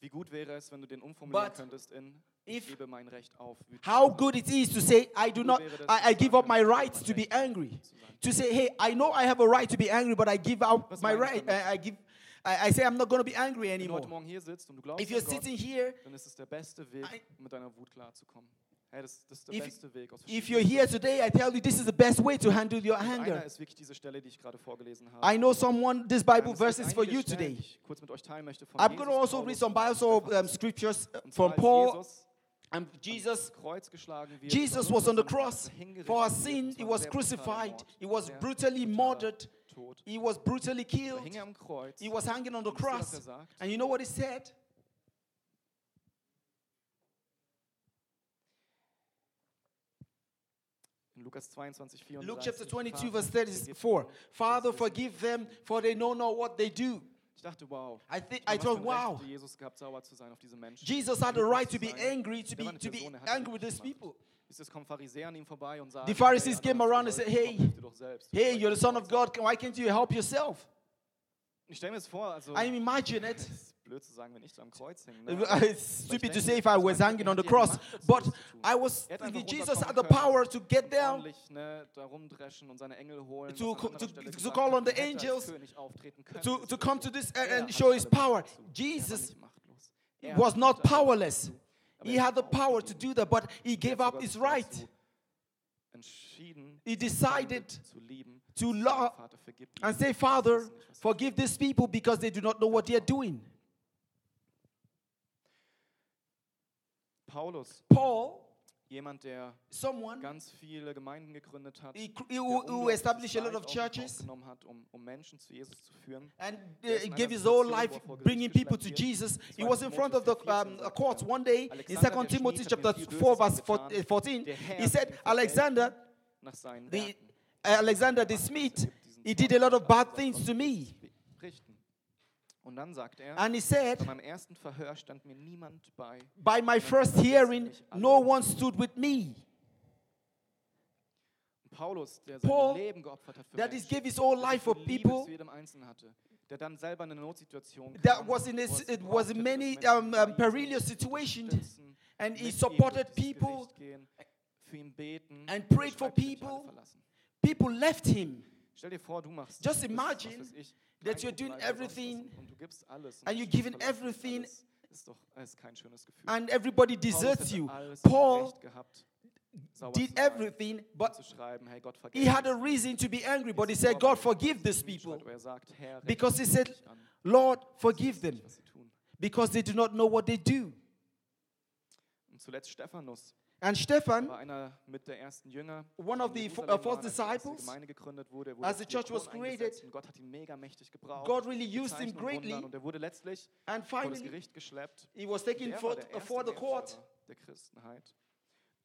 Speaker 1: Wie gut wäre es, wenn du den umformulieren
Speaker 2: But
Speaker 1: könntest in Ich
Speaker 2: if-
Speaker 1: gebe mein Recht auf, wütend
Speaker 2: How good it is to say, I do not, I, I give up my right to be angry. To say, hey, I know I have a right to be angry, but I give up my right. I, I give, I, I say, I'm not going to be angry
Speaker 1: Wenn du heute
Speaker 2: anymore.
Speaker 1: Morgen hier sitzt und du glaubst
Speaker 2: If you're
Speaker 1: an Gott,
Speaker 2: sitting here,
Speaker 1: dann ist es der beste Weg,
Speaker 2: I-
Speaker 1: mit deiner Wut klarzukommen. Hey, das, das ist der
Speaker 2: If-
Speaker 1: beste Weg. Aus
Speaker 2: if you're
Speaker 1: verschiedenen
Speaker 2: here today, I tell you this is the best way to handle your
Speaker 1: Gründen. Und Einer
Speaker 2: anger.
Speaker 1: ist wirklich diese Stelle, die ich gerade vorgelesen habe.
Speaker 2: I know someone,
Speaker 1: Ähm,
Speaker 2: this
Speaker 1: es
Speaker 2: Bible
Speaker 1: gibt
Speaker 2: verse is for
Speaker 1: einige
Speaker 2: you
Speaker 1: Stellen, die
Speaker 2: today.
Speaker 1: ich kurz mit euch teilen möchte von
Speaker 2: I'm
Speaker 1: Jesus,
Speaker 2: going to also
Speaker 1: Paulus
Speaker 2: read some
Speaker 1: und
Speaker 2: Bible
Speaker 1: Stephanus.
Speaker 2: um, scriptures uh,
Speaker 1: Und zwar
Speaker 2: from
Speaker 1: als
Speaker 2: Paul.
Speaker 1: Jesus
Speaker 2: And Jesus,
Speaker 1: ans Kreuz geschlagen wird,
Speaker 2: Jesus
Speaker 1: von
Speaker 2: was
Speaker 1: uns
Speaker 2: on the
Speaker 1: und von uns
Speaker 2: cross
Speaker 1: hingerichtet
Speaker 2: for our
Speaker 1: wird.
Speaker 2: sin.
Speaker 1: Es
Speaker 2: He
Speaker 1: war ein
Speaker 2: was
Speaker 1: sehr brutaler
Speaker 2: crucified.
Speaker 1: Mord,
Speaker 2: He was
Speaker 1: sehr
Speaker 2: brutally
Speaker 1: brutaler
Speaker 2: murdered.
Speaker 1: Tod.
Speaker 2: He was brutally
Speaker 1: Da
Speaker 2: killed.
Speaker 1: hing er am Kreuz.
Speaker 2: He was hanging on the
Speaker 1: Und wisst ihr, was
Speaker 2: cross.
Speaker 1: er sagt?
Speaker 2: And you know what he said?
Speaker 1: In Lukas 22, 34.
Speaker 2: Luke chapter
Speaker 1: Vater,
Speaker 2: 22, verse
Speaker 1: vergib
Speaker 2: 34.
Speaker 1: ihnen.
Speaker 2: Father, forgive them, for they know not what they do.
Speaker 1: Ich dachte, wow.
Speaker 2: I think
Speaker 1: Ich
Speaker 2: I
Speaker 1: meine, was für
Speaker 2: thought,
Speaker 1: ein
Speaker 2: wow,
Speaker 1: Recht, Jesus gehabt, sauer zu sein auf diese Menschen.
Speaker 2: Jesus had the
Speaker 1: Wütend
Speaker 2: right
Speaker 1: zu
Speaker 2: to be
Speaker 1: sein.
Speaker 2: angry,
Speaker 1: Der
Speaker 2: to be
Speaker 1: war eine
Speaker 2: to be
Speaker 1: Person, er hat
Speaker 2: angry with
Speaker 1: nichts
Speaker 2: these
Speaker 1: gemacht.
Speaker 2: people.
Speaker 1: Bis es kommen Pharisäer an ihm vorbei und sagen,
Speaker 2: Die Pharisees
Speaker 1: "Hey,
Speaker 2: came
Speaker 1: Adam,
Speaker 2: around
Speaker 1: du
Speaker 2: and said,
Speaker 1: sollst doch,
Speaker 2: hey,
Speaker 1: hilf dir doch selbst."
Speaker 2: Hey, you're the son of God. Why can't you help yourself?
Speaker 1: Und Ich stelle mir das vor, also
Speaker 2: I imagine it.
Speaker 1: es ist blöd zu sagen, wenn ich so am Kreuz hänge. Ne? Aber
Speaker 2: It's stupid to say if I was hanging on the cross, but I was.
Speaker 1: Er
Speaker 2: Jesus had the power to get down,
Speaker 1: ordentlich, ne, da rumdreschen und seine Engel holen.
Speaker 2: To-
Speaker 1: was an anderer
Speaker 2: to-
Speaker 1: Stelle
Speaker 2: to
Speaker 1: gesagt
Speaker 2: call
Speaker 1: wird,
Speaker 2: on the
Speaker 1: er hätte als
Speaker 2: angels
Speaker 1: König auftreten können,
Speaker 2: to,
Speaker 1: ist
Speaker 2: to
Speaker 1: so.
Speaker 2: come to this and,
Speaker 1: Er
Speaker 2: and
Speaker 1: hat
Speaker 2: show his
Speaker 1: alle Macht
Speaker 2: power.
Speaker 1: dazu. Er war
Speaker 2: Jesus
Speaker 1: nicht machtlos. Er
Speaker 2: was
Speaker 1: hatte
Speaker 2: not
Speaker 1: alle Macht
Speaker 2: powerless.
Speaker 1: dazu. Aber
Speaker 2: He
Speaker 1: er
Speaker 2: had
Speaker 1: hat
Speaker 2: the power
Speaker 1: aufgegeben.
Speaker 2: to do that, but he
Speaker 1: Er hat
Speaker 2: gave up
Speaker 1: sogar
Speaker 2: his
Speaker 1: sich
Speaker 2: right.
Speaker 1: dazu Entschieden,
Speaker 2: He
Speaker 1: Freunde
Speaker 2: decided
Speaker 1: zu lieben, zu
Speaker 2: to love
Speaker 1: sagen, Vater, vergib ihnen,
Speaker 2: and say,
Speaker 1: sie
Speaker 2: Father,
Speaker 1: wissen nicht, was sie tun."
Speaker 2: forgive these people because they do not know what they are doing.
Speaker 1: Paulus,
Speaker 2: Paul,
Speaker 1: jemand, der
Speaker 2: someone
Speaker 1: ganz viele Gemeinden gegründet hat,
Speaker 2: he, cr-
Speaker 1: der
Speaker 2: who, who
Speaker 1: unglaublich
Speaker 2: established a lot
Speaker 1: Leid
Speaker 2: of
Speaker 1: auf sich
Speaker 2: churches
Speaker 1: aufgenommen hat, um, um Menschen zu Jesus zu führen.
Speaker 2: and uh,
Speaker 1: Er ist in einer
Speaker 2: gave his whole
Speaker 1: Situation,
Speaker 2: life
Speaker 1: wo er vor Gericht
Speaker 2: bringing people to
Speaker 1: geschleppt wird.
Speaker 2: Jesus.
Speaker 1: In
Speaker 2: He was in
Speaker 1: 2.
Speaker 2: front of the
Speaker 1: Timotheus 14
Speaker 2: um,
Speaker 1: sagt
Speaker 2: courts
Speaker 1: er,
Speaker 2: one day in
Speaker 1: Alexander
Speaker 2: 2
Speaker 1: der
Speaker 2: Timothy
Speaker 1: Schmied hat
Speaker 2: chapter
Speaker 1: mir viel
Speaker 2: 4
Speaker 1: Böses
Speaker 2: verse 14,
Speaker 1: getan.
Speaker 2: 14.
Speaker 1: Der Herr
Speaker 2: He said,
Speaker 1: wird ihn
Speaker 2: Alexander,
Speaker 1: vergelten nach seinen
Speaker 2: the, uh,
Speaker 1: Werken.
Speaker 2: Alexander the Smith, he did a lot of bad things to me.
Speaker 1: Richten. Und dann sagt er,
Speaker 2: And he said,
Speaker 1: bei meinem ersten Verhör stand mir niemand bei.
Speaker 2: By my first hearing, no one stood with me.
Speaker 1: Paulus, der sein
Speaker 2: Paul,
Speaker 1: Leben geopfert hat für
Speaker 2: That is,
Speaker 1: Menschen,
Speaker 2: gave his whole
Speaker 1: der
Speaker 2: life
Speaker 1: so
Speaker 2: for
Speaker 1: viel Liebe
Speaker 2: people.
Speaker 1: zu jedem Einzelnen hatte, der dann selber in eine Notsituation kam,
Speaker 2: That was in
Speaker 1: wo
Speaker 2: this,
Speaker 1: es
Speaker 2: it
Speaker 1: brauchte,
Speaker 2: was
Speaker 1: dass
Speaker 2: in many
Speaker 1: Menschen
Speaker 2: um,
Speaker 1: bei
Speaker 2: um,
Speaker 1: ihm
Speaker 2: perilous
Speaker 1: sind,
Speaker 2: situations,
Speaker 1: unterstützen,
Speaker 2: and
Speaker 1: mit
Speaker 2: he
Speaker 1: ihm durch
Speaker 2: supported
Speaker 1: dieses
Speaker 2: people.
Speaker 1: Gericht Gehen, für ihn beten
Speaker 2: and
Speaker 1: und er
Speaker 2: prayed for
Speaker 1: schreibt, ich habe
Speaker 2: people.
Speaker 1: verlassen.
Speaker 2: People left him,
Speaker 1: Stell dir vor, du machst
Speaker 2: Just
Speaker 1: das,
Speaker 2: imagine
Speaker 1: was weiß ich,
Speaker 2: that
Speaker 1: Kleingruppen
Speaker 2: you're doing
Speaker 1: leiten oder sonst was
Speaker 2: everything
Speaker 1: und du gibst alles und
Speaker 2: and you're
Speaker 1: Menschen
Speaker 2: giving
Speaker 1: verlassen dich
Speaker 2: everything
Speaker 1: alles. Ist doch äh, ist kein schönes Gefühl.
Speaker 2: and everybody
Speaker 1: Paulus
Speaker 2: deserts
Speaker 1: hätte
Speaker 2: you.
Speaker 1: alles
Speaker 2: Paul
Speaker 1: Recht gehabt, sauer
Speaker 2: did
Speaker 1: zu sein, um
Speaker 2: everything,
Speaker 1: zu
Speaker 2: but
Speaker 1: schreiben, hey Gott, vergib
Speaker 2: he had
Speaker 1: mich.
Speaker 2: a reason to be angry. But he
Speaker 1: Es ist
Speaker 2: said,
Speaker 1: aber
Speaker 2: God,
Speaker 1: nicht
Speaker 2: forgive these
Speaker 1: ein
Speaker 2: people.
Speaker 1: Schritt, wo er sagt, Herr, rechne
Speaker 2: Because he said,
Speaker 1: mich an.
Speaker 2: Lord,
Speaker 1: Sie wissen
Speaker 2: forgive them,
Speaker 1: nicht, was sie tun.
Speaker 2: because they do not know what they do.
Speaker 1: Und zuletzt Stephanus er
Speaker 2: And Stephen,
Speaker 1: war einer mit der ersten Jünger.
Speaker 2: One of
Speaker 1: die in
Speaker 2: the fo-
Speaker 1: Jerusalem
Speaker 2: uh,
Speaker 1: waren, als
Speaker 2: first
Speaker 1: die erste
Speaker 2: disciples,
Speaker 1: Gemeinde gegründet wurde, er wurde
Speaker 2: as the
Speaker 1: als
Speaker 2: church was
Speaker 1: Diakon eingesetzt
Speaker 2: created,
Speaker 1: und Gott hat ihn mega mächtig gebraucht.
Speaker 2: God really
Speaker 1: mit
Speaker 2: used him
Speaker 1: Zeichen und Wundern
Speaker 2: greatly.
Speaker 1: Und er wurde letztlich
Speaker 2: And
Speaker 1: vor das
Speaker 2: finally,
Speaker 1: Gericht geschleppt.
Speaker 2: he was
Speaker 1: Und
Speaker 2: taken
Speaker 1: er
Speaker 2: for,
Speaker 1: war der
Speaker 2: uh,
Speaker 1: erste
Speaker 2: for the court.
Speaker 1: Märtyrer der Christenheit.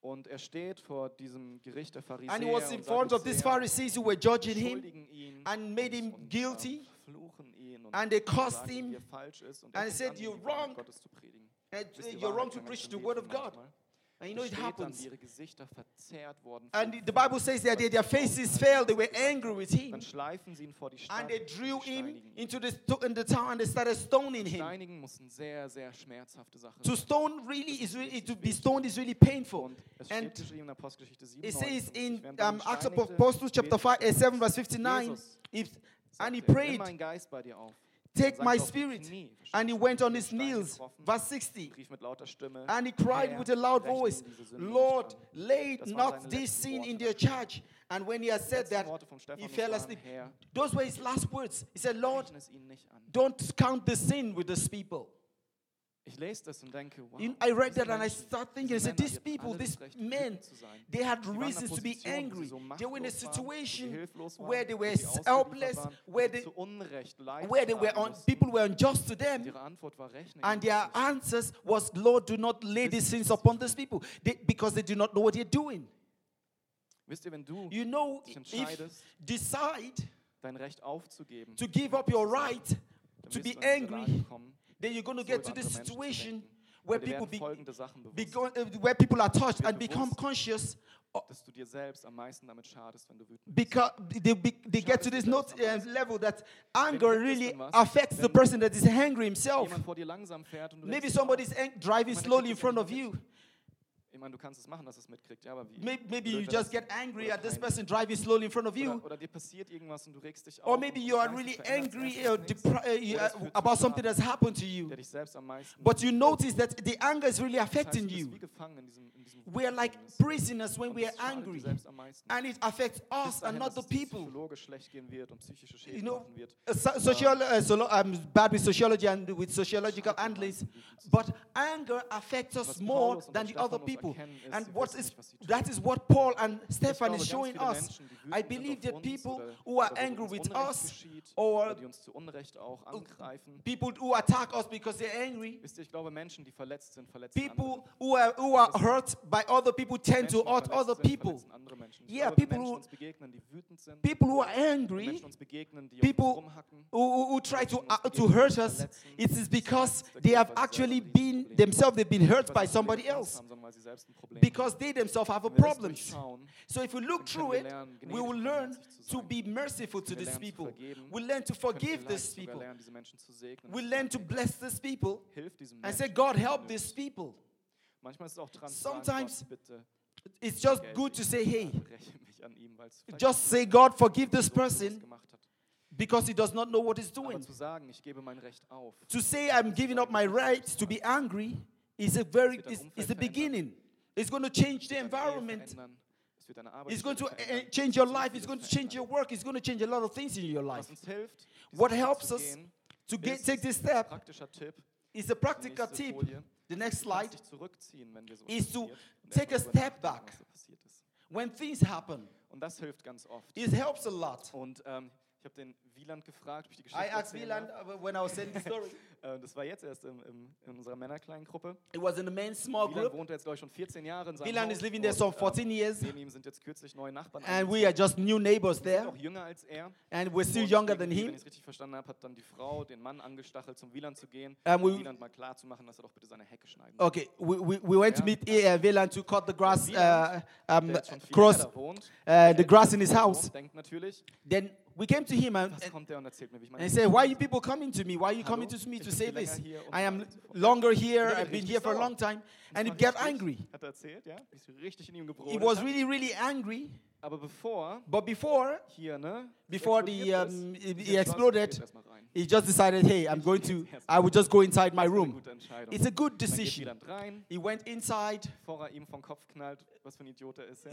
Speaker 1: Und er steht vor diesem Gericht der Pharisäer.
Speaker 2: And he was in
Speaker 1: und
Speaker 2: front of these
Speaker 1: Sadduzäer.
Speaker 2: Pharisees who were judging him.
Speaker 1: beschuldigen ihn
Speaker 2: and made him
Speaker 1: äh,
Speaker 2: guilty,
Speaker 1: verfluchen ihn und
Speaker 2: and they cursed
Speaker 1: sagen,
Speaker 2: him,
Speaker 1: wie er falsch ist und er
Speaker 2: and
Speaker 1: fängt an,
Speaker 2: said, "You're
Speaker 1: die Wahrheit
Speaker 2: wrong.
Speaker 1: Gottes zu predigen.
Speaker 2: And
Speaker 1: Wisst ihr,
Speaker 2: uh,
Speaker 1: die
Speaker 2: you're
Speaker 1: Wahrheit
Speaker 2: wrong to
Speaker 1: kann
Speaker 2: preach
Speaker 1: Menschen
Speaker 2: the
Speaker 1: leben
Speaker 2: word of God.
Speaker 1: manchmal.
Speaker 2: And you know
Speaker 1: Da
Speaker 2: it
Speaker 1: steht dann,
Speaker 2: happens.
Speaker 1: wie ihre Gesichter verzerrt worden
Speaker 2: And
Speaker 1: vom
Speaker 2: the
Speaker 1: Feuer,
Speaker 2: Bible says that
Speaker 1: weil
Speaker 2: their- their
Speaker 1: sie Frauen
Speaker 2: faces
Speaker 1: sind,
Speaker 2: failed, they were
Speaker 1: die sie
Speaker 2: angry with
Speaker 1: verzerrt.
Speaker 2: him.
Speaker 1: Dann schleifen sie ihn vor die Stadt.
Speaker 2: And they drew
Speaker 1: und sie
Speaker 2: him
Speaker 1: steinigen ihn.
Speaker 2: into the, sto- in the town and they started stoning him.
Speaker 1: Steinigen muss eine sehr, sehr schmerzhafte Sache
Speaker 2: To
Speaker 1: sein.
Speaker 2: stone really is really, to be stoned is really painful.
Speaker 1: Und es
Speaker 2: And
Speaker 1: steht geschrieben in Apostelgeschichte 7,
Speaker 2: it says in
Speaker 1: 59, während er ihn
Speaker 2: um, Acts of
Speaker 1: steinigte,
Speaker 2: Apostles chapter
Speaker 1: betete
Speaker 2: 5, uh, 7 verse
Speaker 1: Jesus,
Speaker 2: 59,
Speaker 1: Jesus,
Speaker 2: if, and
Speaker 1: sagte
Speaker 2: he
Speaker 1: er, "Nimm
Speaker 2: prayed,
Speaker 1: meinen Geist bei dir auf.
Speaker 2: take
Speaker 1: Sagt
Speaker 2: my
Speaker 1: auf die
Speaker 2: spirit.
Speaker 1: Knie,
Speaker 2: And he
Speaker 1: verstehst
Speaker 2: went
Speaker 1: du?
Speaker 2: on
Speaker 1: Mit
Speaker 2: his
Speaker 1: Steinen
Speaker 2: knees.
Speaker 1: getroffen,
Speaker 2: Verse 60.
Speaker 1: rief mit lauter Stimme,
Speaker 2: And he cried
Speaker 1: "Herr,
Speaker 2: with a loud
Speaker 1: rechne
Speaker 2: voice,
Speaker 1: diese Sünde nicht
Speaker 2: Lord,
Speaker 1: an."
Speaker 2: lay
Speaker 1: Das waren
Speaker 2: not
Speaker 1: seine
Speaker 2: this
Speaker 1: letzten
Speaker 2: sin in
Speaker 1: Worte.
Speaker 2: their charge. And when he had
Speaker 1: Die
Speaker 2: said
Speaker 1: letzten
Speaker 2: that,
Speaker 1: Worte von
Speaker 2: he
Speaker 1: Stephanus
Speaker 2: fell
Speaker 1: waren,
Speaker 2: asleep.
Speaker 1: Herr,
Speaker 2: Those were his last words. He said, Lord,
Speaker 1: rechne es ihnen nicht an.
Speaker 2: don't count the sin with these people.
Speaker 1: Ich lese das und denke, wow.
Speaker 2: You know, I read
Speaker 1: diese
Speaker 2: that and I
Speaker 1: Menschen,
Speaker 2: start thinking, I
Speaker 1: diese
Speaker 2: said,
Speaker 1: Männer, die hatten alle das Recht,
Speaker 2: these people, these men,
Speaker 1: wütend zu sein.
Speaker 2: they had
Speaker 1: Die waren in einer
Speaker 2: reasons to be
Speaker 1: Position, wo sie
Speaker 2: angry.
Speaker 1: so
Speaker 2: They were
Speaker 1: machtlos waren,
Speaker 2: in a
Speaker 1: wo sie
Speaker 2: situation
Speaker 1: hilflos waren,
Speaker 2: where they
Speaker 1: wo
Speaker 2: were
Speaker 1: sie ausgeliefert
Speaker 2: helpless,
Speaker 1: waren,
Speaker 2: where
Speaker 1: wo sie
Speaker 2: they,
Speaker 1: zu Unrecht Leid
Speaker 2: where they
Speaker 1: tragen
Speaker 2: were on,
Speaker 1: mussten.
Speaker 2: people were unjust to
Speaker 1: Und
Speaker 2: them.
Speaker 1: ihre Antwort war, rechne
Speaker 2: And
Speaker 1: ihnen das
Speaker 2: their
Speaker 1: nicht an.
Speaker 2: answers was, Lord, do not lay these sins upon these people they, because they do not know what they're doing.
Speaker 1: Wisst ihr, wenn du
Speaker 2: You know,
Speaker 1: dich
Speaker 2: if
Speaker 1: entscheidest,
Speaker 2: decide
Speaker 1: dein Recht aufzugeben,
Speaker 2: to give up your right
Speaker 1: dann
Speaker 2: to
Speaker 1: wirst
Speaker 2: be
Speaker 1: du in die Lage
Speaker 2: angry,
Speaker 1: kommen,
Speaker 2: then you're going to
Speaker 1: so
Speaker 2: get
Speaker 1: über
Speaker 2: to
Speaker 1: andere
Speaker 2: this
Speaker 1: Menschen zu
Speaker 2: situation
Speaker 1: denken.
Speaker 2: where
Speaker 1: Und dir
Speaker 2: people
Speaker 1: werden
Speaker 2: be,
Speaker 1: folgende Sachen bewusst,
Speaker 2: beco- uh, where people are touched
Speaker 1: Wird
Speaker 2: and become
Speaker 1: bewusst.
Speaker 2: conscious o-
Speaker 1: dass du dir selbst am meisten damit schadest, wenn du wütend bist.
Speaker 2: because they, be, they get to this note, uh, level that anger
Speaker 1: Wenn-
Speaker 2: really
Speaker 1: wenn-
Speaker 2: affects the person that is angry himself.
Speaker 1: Jemand vor dir langsam fährt und du
Speaker 2: Maybe
Speaker 1: denkst, "Ah,
Speaker 2: somebody's ang- driving slowly in front of you.
Speaker 1: ich meine, du kannst es machen, dass es mitkriegt, ja, aber wie?
Speaker 2: May- Maybe
Speaker 1: blöd
Speaker 2: you
Speaker 1: wäre
Speaker 2: just
Speaker 1: das
Speaker 2: get
Speaker 1: denn?
Speaker 2: angry
Speaker 1: Oder
Speaker 2: at this
Speaker 1: peinlich.
Speaker 2: person driving slowly in front of you.
Speaker 1: Oder, oder dir passiert irgendwas und du regst dich auf.
Speaker 2: Or
Speaker 1: und
Speaker 2: maybe
Speaker 1: du
Speaker 2: you are
Speaker 1: weißt,
Speaker 2: really
Speaker 1: du veränderst
Speaker 2: angry or
Speaker 1: erst nichts.
Speaker 2: depri- uh, you-
Speaker 1: Oder es
Speaker 2: uh,
Speaker 1: führt zu
Speaker 2: about something
Speaker 1: Schaden,
Speaker 2: that's happened to you.
Speaker 1: der dich selbst am meisten.
Speaker 2: But you notice that the anger is really
Speaker 1: Das heißt,
Speaker 2: affecting
Speaker 1: du bist
Speaker 2: you.
Speaker 1: Wie gefangen in diesem, in diesem
Speaker 2: We are like
Speaker 1: Wutgefängnis.
Speaker 2: prisoners when
Speaker 1: Und
Speaker 2: we are
Speaker 1: das schadet dir
Speaker 2: angry,
Speaker 1: selbst am meisten.
Speaker 2: and it affects us and not the people.
Speaker 1: Psychologisch schlecht gehen wird und psychische Schäden
Speaker 2: know,
Speaker 1: machen wird.
Speaker 2: Uh, so- sociolo- uh, solo- I'm bad with sociology and with sociological analysis, but anger affects us
Speaker 1: Was
Speaker 2: more
Speaker 1: Paulus und
Speaker 2: than
Speaker 1: der
Speaker 2: the other
Speaker 1: Stephanus erkennen,
Speaker 2: people.
Speaker 1: ist,
Speaker 2: And
Speaker 1: sie
Speaker 2: what
Speaker 1: wissen
Speaker 2: is
Speaker 1: nicht, was sie tun.
Speaker 2: that is what Paul and
Speaker 1: Ich
Speaker 2: Stefan
Speaker 1: glaube,
Speaker 2: is
Speaker 1: ganz
Speaker 2: showing
Speaker 1: viele
Speaker 2: us.
Speaker 1: Menschen, die
Speaker 2: I
Speaker 1: wütend
Speaker 2: believe
Speaker 1: sind
Speaker 2: that
Speaker 1: auf uns
Speaker 2: people
Speaker 1: oder-
Speaker 2: who are
Speaker 1: oder wo
Speaker 2: angry
Speaker 1: uns
Speaker 2: with
Speaker 1: Unrecht
Speaker 2: us
Speaker 1: geschieht
Speaker 2: or Oh.
Speaker 1: oder die uns zu Unrecht auch angreifen.
Speaker 2: people who attack us because they're angry,
Speaker 1: Wisst ihr, ich glaube, Menschen, die verletzt sind, verletzen andere.
Speaker 2: people who are who are hurt by other people tend to
Speaker 1: Menschen, die
Speaker 2: hurt
Speaker 1: verletzt
Speaker 2: other
Speaker 1: sind,
Speaker 2: people.
Speaker 1: verletzen andere Menschen. Ich
Speaker 2: Yeah,
Speaker 1: glaube, wenn
Speaker 2: people
Speaker 1: Menschen
Speaker 2: who-
Speaker 1: uns begegnen, die wütend sind,
Speaker 2: People who are
Speaker 1: wenn
Speaker 2: angry
Speaker 1: Menschen uns begegnen, die
Speaker 2: people
Speaker 1: auf uns rumhacken,
Speaker 2: who, who- who try to, uh, to hurt us, it is because they have actually been themselves, they've been hurt by somebody else because they themselves have a problem. So if we look through it, we will learn to be merciful to these people. We learn to forgive these people. We learn to bless these people and say, God, help these people.
Speaker 1: Manchmal ist es auch dran,
Speaker 2: Sometimes-
Speaker 1: Sometimes Gott, bitte
Speaker 2: It's just good to say, hey,
Speaker 1: räche mich an ihm, weil es vielleicht
Speaker 2: just say, God, forgive this
Speaker 1: so und so was
Speaker 2: person
Speaker 1: gemacht hat.
Speaker 2: because he does not know what he's
Speaker 1: Aber
Speaker 2: doing.
Speaker 1: zu sagen, ich gebe mein Recht auf,
Speaker 2: To say I'm giving up my right to be angry is a very is, is the beginning. It's going to change the
Speaker 1: deine Ehe
Speaker 2: environment.
Speaker 1: verändern, es wird deine Arbeit
Speaker 2: It's going to uh,
Speaker 1: verändern,
Speaker 2: change your
Speaker 1: so
Speaker 2: life. It's
Speaker 1: vieles
Speaker 2: going to change your
Speaker 1: verändern.
Speaker 2: work. It's going to change a lot of things in your life.
Speaker 1: Was uns hilft, diesen
Speaker 2: What
Speaker 1: Schritt
Speaker 2: helps
Speaker 1: zu
Speaker 2: us
Speaker 1: gehen,
Speaker 2: to get,
Speaker 1: ist
Speaker 2: take this
Speaker 1: ein
Speaker 2: step
Speaker 1: Praktischer Tipp.
Speaker 2: is a practical
Speaker 1: Nächste
Speaker 2: tip.
Speaker 1: Folie.
Speaker 2: The next
Speaker 1: Du kannst
Speaker 2: slide.
Speaker 1: dich zurückziehen, wenn dir so
Speaker 2: is to
Speaker 1: passiert und
Speaker 2: take
Speaker 1: einfach
Speaker 2: a
Speaker 1: drüber nachdenken,
Speaker 2: step back.
Speaker 1: was so passiert ist.
Speaker 2: When things happen,
Speaker 1: Und das hilft ganz oft.
Speaker 2: it helps a lot.
Speaker 1: Und ähm, ich habe den Wieland gefragt, ob ich die Geschichte
Speaker 2: I asked
Speaker 1: erzählen
Speaker 2: Milan
Speaker 1: darf.
Speaker 2: uh, when I was telling the story.
Speaker 1: Äh, das war jetzt erst im, im, in unserer Männerkleinen Gruppe.
Speaker 2: It was in a men's small
Speaker 1: Wieland
Speaker 2: group.
Speaker 1: wohnt jetzt, glaube ich, schon 14 Jahre in seinem
Speaker 2: Milan
Speaker 1: Haus
Speaker 2: is living there some
Speaker 1: und, ähm,
Speaker 2: 14 years,
Speaker 1: Neben ihm sind jetzt kürzlich neue Nachbarn
Speaker 2: and
Speaker 1: eingezogen.
Speaker 2: we are just new neighbors
Speaker 1: Die sind
Speaker 2: there, Oh,
Speaker 1: auch jünger als er.
Speaker 2: and we're still
Speaker 1: Und
Speaker 2: younger than
Speaker 1: irgendwie,
Speaker 2: him.
Speaker 1: Wenn ich es richtig verstanden habe, hat dann die Frau den Mann angestachelt, zum Wieland zu gehen,
Speaker 2: Ähm, we-
Speaker 1: um Wieland mal klar zu machen, dass er doch bitte seine Hecke schneiden soll.
Speaker 2: Okay, we, we, we went to
Speaker 1: Ja.
Speaker 2: meet eh, uh, Velan to cut the grass, uh, um,
Speaker 1: Der jetzt schon viel
Speaker 2: cross,
Speaker 1: länger da wohnt. Äh,
Speaker 2: uh, the
Speaker 1: Der
Speaker 2: grass in his
Speaker 1: wohnt,
Speaker 2: house.
Speaker 1: Denkt natürlich,
Speaker 2: Then we came to him and,
Speaker 1: was
Speaker 2: and
Speaker 1: kommt der und erzählt mir, wie ich meine
Speaker 2: he said, Why are you people coming to me? Why are you coming
Speaker 1: Hallo,
Speaker 2: to me
Speaker 1: ich
Speaker 2: to
Speaker 1: bin
Speaker 2: say
Speaker 1: viel länger
Speaker 2: this?
Speaker 1: hier und
Speaker 2: I
Speaker 1: so
Speaker 2: am
Speaker 1: weiter und so fort."
Speaker 2: longer
Speaker 1: Und
Speaker 2: here,
Speaker 1: er wird
Speaker 2: I've been
Speaker 1: richtig
Speaker 2: here for a
Speaker 1: sauer.
Speaker 2: long time,
Speaker 1: Das
Speaker 2: and
Speaker 1: war
Speaker 2: it got
Speaker 1: richtig,
Speaker 2: angry.
Speaker 1: Hat er erzählt, ja? Ist richtig in ihm
Speaker 2: He
Speaker 1: gebrodelt.
Speaker 2: was
Speaker 1: hat.
Speaker 2: really, really angry.
Speaker 1: Aber bevor
Speaker 2: But before,
Speaker 1: hier, ne?
Speaker 2: before the
Speaker 1: explodiert
Speaker 2: um,
Speaker 1: ist,
Speaker 2: he
Speaker 1: ist
Speaker 2: he
Speaker 1: er entschlossen, geht
Speaker 2: exploded,
Speaker 1: erstmal rein.
Speaker 2: he just decided, Hey, I'm going to, I will just go inside my
Speaker 1: Das war eine
Speaker 2: room.
Speaker 1: gute Entscheidung.
Speaker 2: It's a good
Speaker 1: Dann geht
Speaker 2: decision.
Speaker 1: Wieland rein,
Speaker 2: He went inside
Speaker 1: bevor er ihm vom Kopf knallt, was für ein Idiot er ist. Ja?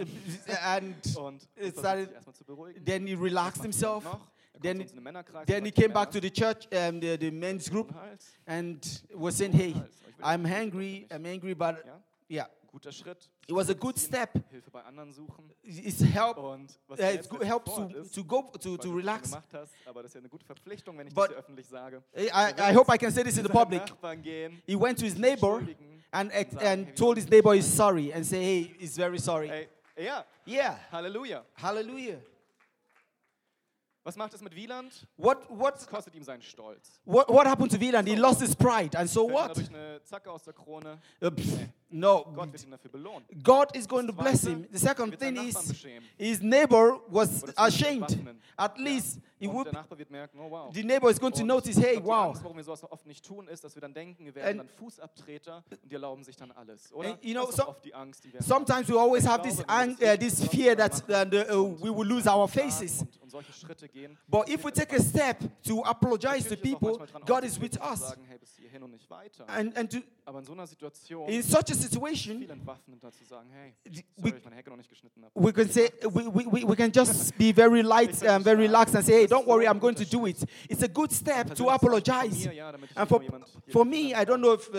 Speaker 2: and
Speaker 1: Und und
Speaker 2: It's
Speaker 1: versucht,
Speaker 2: started-
Speaker 1: sich erstmal zu beruhigen.
Speaker 2: then he
Speaker 1: Was
Speaker 2: relaxed
Speaker 1: macht Wieland
Speaker 2: halt himself.
Speaker 1: noch? Er kommt
Speaker 2: then-
Speaker 1: sonst in den Männerkreis,
Speaker 2: Then
Speaker 1: aber
Speaker 2: he
Speaker 1: die
Speaker 2: came back to
Speaker 1: Männer-
Speaker 2: the church, um, the, the men's group,
Speaker 1: Hals.
Speaker 2: and was saying, hey, I'm angry, I'm angry, but
Speaker 1: Ja?
Speaker 2: yeah,
Speaker 1: Guter Schritt.
Speaker 2: it was a good
Speaker 1: Ziehen,
Speaker 2: step.
Speaker 1: Hilfe bei anderen suchen.
Speaker 2: It's help,
Speaker 1: Und was
Speaker 2: uh,
Speaker 1: er
Speaker 2: it's
Speaker 1: jetzt
Speaker 2: go, helps
Speaker 1: sofort
Speaker 2: to,
Speaker 1: ist,
Speaker 2: to go to,
Speaker 1: weil du
Speaker 2: to
Speaker 1: das
Speaker 2: relax.
Speaker 1: schon gemacht hast, aber das ist ja eine gute Verpflichtung, wenn ich
Speaker 2: But-
Speaker 1: das hier öffentlich sage.
Speaker 2: I, I- I hope I can say this in the
Speaker 1: Seinen
Speaker 2: public.
Speaker 1: Nachbarn gehen,
Speaker 2: He went to his neighbor
Speaker 1: entschuldigen.
Speaker 2: and ex- and told his neighbor he's sorry and say, hey, he's very sorry.
Speaker 1: Ey, ja,
Speaker 2: Yeah,
Speaker 1: Halleluja.
Speaker 2: hallelujah.
Speaker 1: Was macht es mit Wieland?
Speaker 2: What what
Speaker 1: Es kostet ihm seinen Stolz.
Speaker 2: what, what happened to Wieland? He lost his pride, and so
Speaker 1: Fällt ihm
Speaker 2: what?
Speaker 1: dadurch eine Zacke aus der Krone.
Speaker 2: Uh, pff, no,
Speaker 1: Gott wird ihn dafür belohnt.
Speaker 2: God is going to
Speaker 1: Das
Speaker 2: bless
Speaker 1: Zweite,
Speaker 2: him. The
Speaker 1: er
Speaker 2: second
Speaker 1: wird seinen
Speaker 2: thing
Speaker 1: Nachbarn
Speaker 2: is
Speaker 1: beschämen.
Speaker 2: his neighbor was
Speaker 1: Oder zumindest
Speaker 2: ashamed.
Speaker 1: bewaffnen.
Speaker 2: At
Speaker 1: Ja?
Speaker 2: least he
Speaker 1: Und
Speaker 2: would,
Speaker 1: der Nachbar wird merken, oh wow.
Speaker 2: the neighbor is going to
Speaker 1: Und
Speaker 2: notice,
Speaker 1: ich
Speaker 2: hey,
Speaker 1: glaub, die
Speaker 2: wow.
Speaker 1: Angst, warum wir sowas so oft nicht tun, ist, dass wir dann denken, wir
Speaker 2: And-
Speaker 1: werden dann Fußabtreter und die erlauben sich dann alles, oder?
Speaker 2: And, you know,
Speaker 1: das ist doch
Speaker 2: so-
Speaker 1: oft die Angst, die wir
Speaker 2: Sometimes we always have this ang- uh, this fear that uh, the, uh, we will lose our
Speaker 1: haben
Speaker 2: faces.
Speaker 1: Und, und solche Schritte gehen.
Speaker 2: But if we take a step to apologize
Speaker 1: Natürlich
Speaker 2: to
Speaker 1: ist auch
Speaker 2: people,
Speaker 1: manchmal dran,
Speaker 2: God is
Speaker 1: aufzutreten
Speaker 2: with
Speaker 1: und zu
Speaker 2: us.
Speaker 1: Sagen, hey, bis hierhin und nicht weiter.
Speaker 2: And and to,
Speaker 1: Aber in so einer Situation
Speaker 2: in
Speaker 1: ist
Speaker 2: such a
Speaker 1: viel
Speaker 2: situation,
Speaker 1: entwaffnender zu sagen, hey,
Speaker 2: D-
Speaker 1: sorry,
Speaker 2: we-
Speaker 1: ich meine Hecke noch nicht geschnitten habe.
Speaker 2: we can say we, we, we- we can just be very light and very relaxed and say, hey, don't worry, I'm going to do it. It's a good step
Speaker 1: Also
Speaker 2: to apologize. And for, for me, I don't know if uh,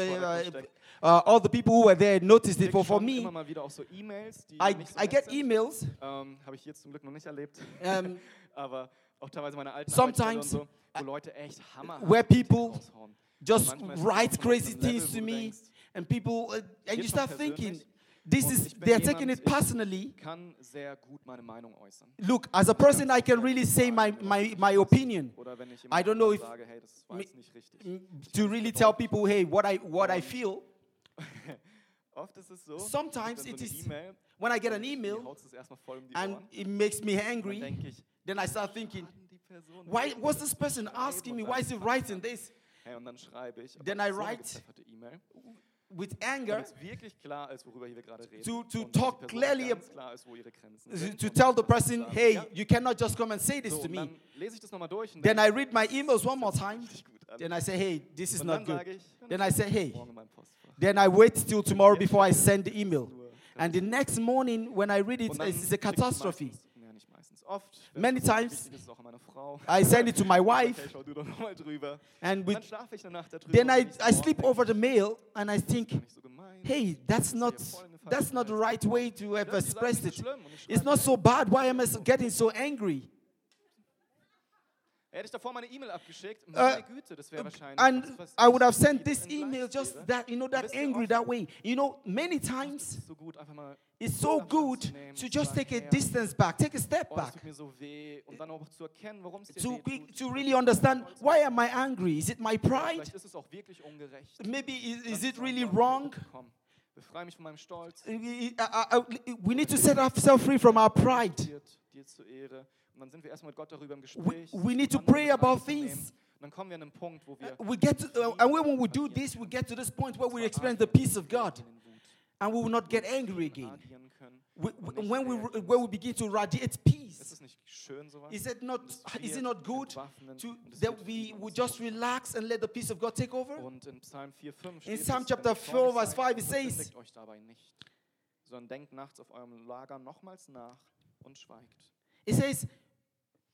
Speaker 2: uh, uh, all the people who were there noticed it, but for me,
Speaker 1: immer mal wieder auch so E-Mails, die
Speaker 2: I,
Speaker 1: nicht so
Speaker 2: I
Speaker 1: nett
Speaker 2: get
Speaker 1: sind.
Speaker 2: emails.
Speaker 1: Ähm, Habe ich jetzt zum Glück noch nicht erlebt.
Speaker 2: Ähm,
Speaker 1: Aber auch teilweise meine alten
Speaker 2: Sometimes,
Speaker 1: Arbeitsstelle und so,
Speaker 2: äh,
Speaker 1: wo Leute echt Hammer
Speaker 2: where people
Speaker 1: raushauen.
Speaker 2: just
Speaker 1: Manchmal ist es auch
Speaker 2: write
Speaker 1: schon auf
Speaker 2: crazy
Speaker 1: einem Level,
Speaker 2: things
Speaker 1: wo
Speaker 2: to
Speaker 1: du
Speaker 2: me,
Speaker 1: denkst,
Speaker 2: and people, uh, and you
Speaker 1: Jetzt
Speaker 2: start
Speaker 1: mal
Speaker 2: thinking,
Speaker 1: persönlich,
Speaker 2: This
Speaker 1: Und
Speaker 2: is,
Speaker 1: ich bin
Speaker 2: they are
Speaker 1: jemand,
Speaker 2: taking it
Speaker 1: ich-
Speaker 2: personally.
Speaker 1: kann sehr gut meine Meinung äußern.
Speaker 2: Look, as a person, I can really say my, my, my opinion
Speaker 1: Oder wenn ich
Speaker 2: I don't know if-
Speaker 1: jemandem sage, hey, das war
Speaker 2: me-
Speaker 1: jetzt nicht richtig.
Speaker 2: to really tell people, hey, what I, what I feel.
Speaker 1: Oft ist es so,
Speaker 2: Sometimes
Speaker 1: ich
Speaker 2: it
Speaker 1: krieg dann so
Speaker 2: is-
Speaker 1: eine E-Mail,
Speaker 2: When I get an
Speaker 1: und mir
Speaker 2: email
Speaker 1: haut's das erstmal voll um die
Speaker 2: and
Speaker 1: Ohren.
Speaker 2: it makes me
Speaker 1: Dann
Speaker 2: angry,
Speaker 1: denke ich,
Speaker 2: then I start thinking,
Speaker 1: kann die Person
Speaker 2: why
Speaker 1: wirklich
Speaker 2: was this person
Speaker 1: reden
Speaker 2: asking
Speaker 1: und
Speaker 2: me?
Speaker 1: dann
Speaker 2: Why is he
Speaker 1: fuck
Speaker 2: writing
Speaker 1: up?
Speaker 2: this?
Speaker 1: Hey, und dann schreibe ich, aber
Speaker 2: Then
Speaker 1: das
Speaker 2: I
Speaker 1: ist so eine
Speaker 2: write
Speaker 1: gezeichnete E-Mail.
Speaker 2: With
Speaker 1: Wenn
Speaker 2: anger,
Speaker 1: es wirklich klar ist, worüber hier gerade reden.
Speaker 2: To- to
Speaker 1: und die
Speaker 2: talk
Speaker 1: Person
Speaker 2: clearly
Speaker 1: ganz klar ist, wo ihre Grenzen sind
Speaker 2: to
Speaker 1: und
Speaker 2: tell
Speaker 1: dann
Speaker 2: the person,
Speaker 1: sagen,
Speaker 2: hey,
Speaker 1: ja,
Speaker 2: you cannot just come and say
Speaker 1: so,
Speaker 2: this to
Speaker 1: und
Speaker 2: me.
Speaker 1: Dann lese ich das nochmal durch und
Speaker 2: Then I
Speaker 1: denke,
Speaker 2: read my emails one more time.
Speaker 1: richtig gut an.
Speaker 2: Then I say, hey, this is
Speaker 1: und
Speaker 2: not
Speaker 1: dann
Speaker 2: good.
Speaker 1: sage ich, ja,
Speaker 2: Then I say, hey.
Speaker 1: morgen in meinem Postfach.
Speaker 2: Then I wait till tomorrow before I send the email.
Speaker 1: Nur
Speaker 2: And the next morning, when I read it,
Speaker 1: Und dann
Speaker 2: it's, it's a
Speaker 1: schicke ich
Speaker 2: catastrophe.
Speaker 1: Meistens, ja, nicht meistens, oft. wenn
Speaker 2: Many
Speaker 1: es wirklich
Speaker 2: times
Speaker 1: wichtig ist, ist es auch an meine Frau.
Speaker 2: I send it to my
Speaker 1: Okay,
Speaker 2: wife,
Speaker 1: schau du doch nochmal drüber.
Speaker 2: and
Speaker 1: Und
Speaker 2: with,
Speaker 1: dann schlafe ich eine Nacht darüber.
Speaker 2: then
Speaker 1: und am
Speaker 2: I,
Speaker 1: nächsten
Speaker 2: I
Speaker 1: Morgen
Speaker 2: sleep
Speaker 1: denke
Speaker 2: over the mail, and I
Speaker 1: ich,
Speaker 2: think,
Speaker 1: nicht so gemein.
Speaker 2: hey, that's not that's not the right way to have
Speaker 1: Das ist eigentlich
Speaker 2: expressed
Speaker 1: nicht
Speaker 2: it.
Speaker 1: schlimm. Und ich
Speaker 2: It's
Speaker 1: schreibe,
Speaker 2: not
Speaker 1: hey,
Speaker 2: so bad. Why am I so- getting so angry?
Speaker 1: Er Hätte ich davor meine E-Mail abgeschickt, meine Güte, das wäre wahrscheinlich.
Speaker 2: Uh, And
Speaker 1: das, was
Speaker 2: I would
Speaker 1: ich
Speaker 2: have sent
Speaker 1: jedem
Speaker 2: this
Speaker 1: entgleist
Speaker 2: email
Speaker 1: wäre.
Speaker 2: just that, you know, that
Speaker 1: Wisst ihr
Speaker 2: angry
Speaker 1: oft-
Speaker 2: that way. You know, many
Speaker 1: Es
Speaker 2: times
Speaker 1: ist so gut, einfach mal.
Speaker 2: it's so
Speaker 1: Abstand
Speaker 2: good
Speaker 1: zu nehmen,
Speaker 2: to
Speaker 1: zu sagen,
Speaker 2: just take a
Speaker 1: "Herr,
Speaker 2: distance back, take a step
Speaker 1: Oh, das
Speaker 2: back,
Speaker 1: tut mir so weh. Und dann auch zu erkennen, warum es dir
Speaker 2: to,
Speaker 1: wehtut.
Speaker 2: be- to really understand why am I angry? Is it my pride?
Speaker 1: Vielleicht ist es auch wirklich ungerecht.
Speaker 2: Maybe is,
Speaker 1: Lass
Speaker 2: is
Speaker 1: uns
Speaker 2: it
Speaker 1: mal
Speaker 2: really
Speaker 1: einen
Speaker 2: wrong?
Speaker 1: Blick bekommen. Befreie mich von meinem Stolz.
Speaker 2: I- I- I- we need to set ourselves free from our pride.
Speaker 1: Dir- Dir zur Ehre. Und dann sind wir erstmal mit Gott darüber im
Speaker 2: We,
Speaker 1: Gespräch.
Speaker 2: we need to
Speaker 1: andere
Speaker 2: pray
Speaker 1: mit
Speaker 2: about
Speaker 1: einzunehmen.
Speaker 2: things.
Speaker 1: Und dann kommen wir an einen Punkt, wo wir
Speaker 2: We get to, uh, and when we do this, we get to this point where we experience the peace of God,
Speaker 1: in Wut
Speaker 2: and we will not get angry again.
Speaker 1: agieren können.
Speaker 2: We,
Speaker 1: und
Speaker 2: we,
Speaker 1: nicht
Speaker 2: when we
Speaker 1: reagieren.
Speaker 2: when we begin to radiate
Speaker 1: Ist
Speaker 2: peace,
Speaker 1: es nicht schön sowas?
Speaker 2: is it not
Speaker 1: Und es wird
Speaker 2: is it not good
Speaker 1: entwaffnend
Speaker 2: to
Speaker 1: und es wird
Speaker 2: that we
Speaker 1: Frieden und
Speaker 2: would
Speaker 1: so
Speaker 2: just relax and let the peace of God take over?
Speaker 1: Und in Psalm 4, 5
Speaker 2: In
Speaker 1: steht
Speaker 2: Psalm
Speaker 1: es,
Speaker 2: chapter
Speaker 1: wenn ihr zornig
Speaker 2: 4, verse
Speaker 1: seid,
Speaker 2: 5, it
Speaker 1: so
Speaker 2: says-
Speaker 1: sündigt euch dabei nicht, sondern denkt nachts auf eurem Lager nochmals nach und schweigt.
Speaker 2: It says,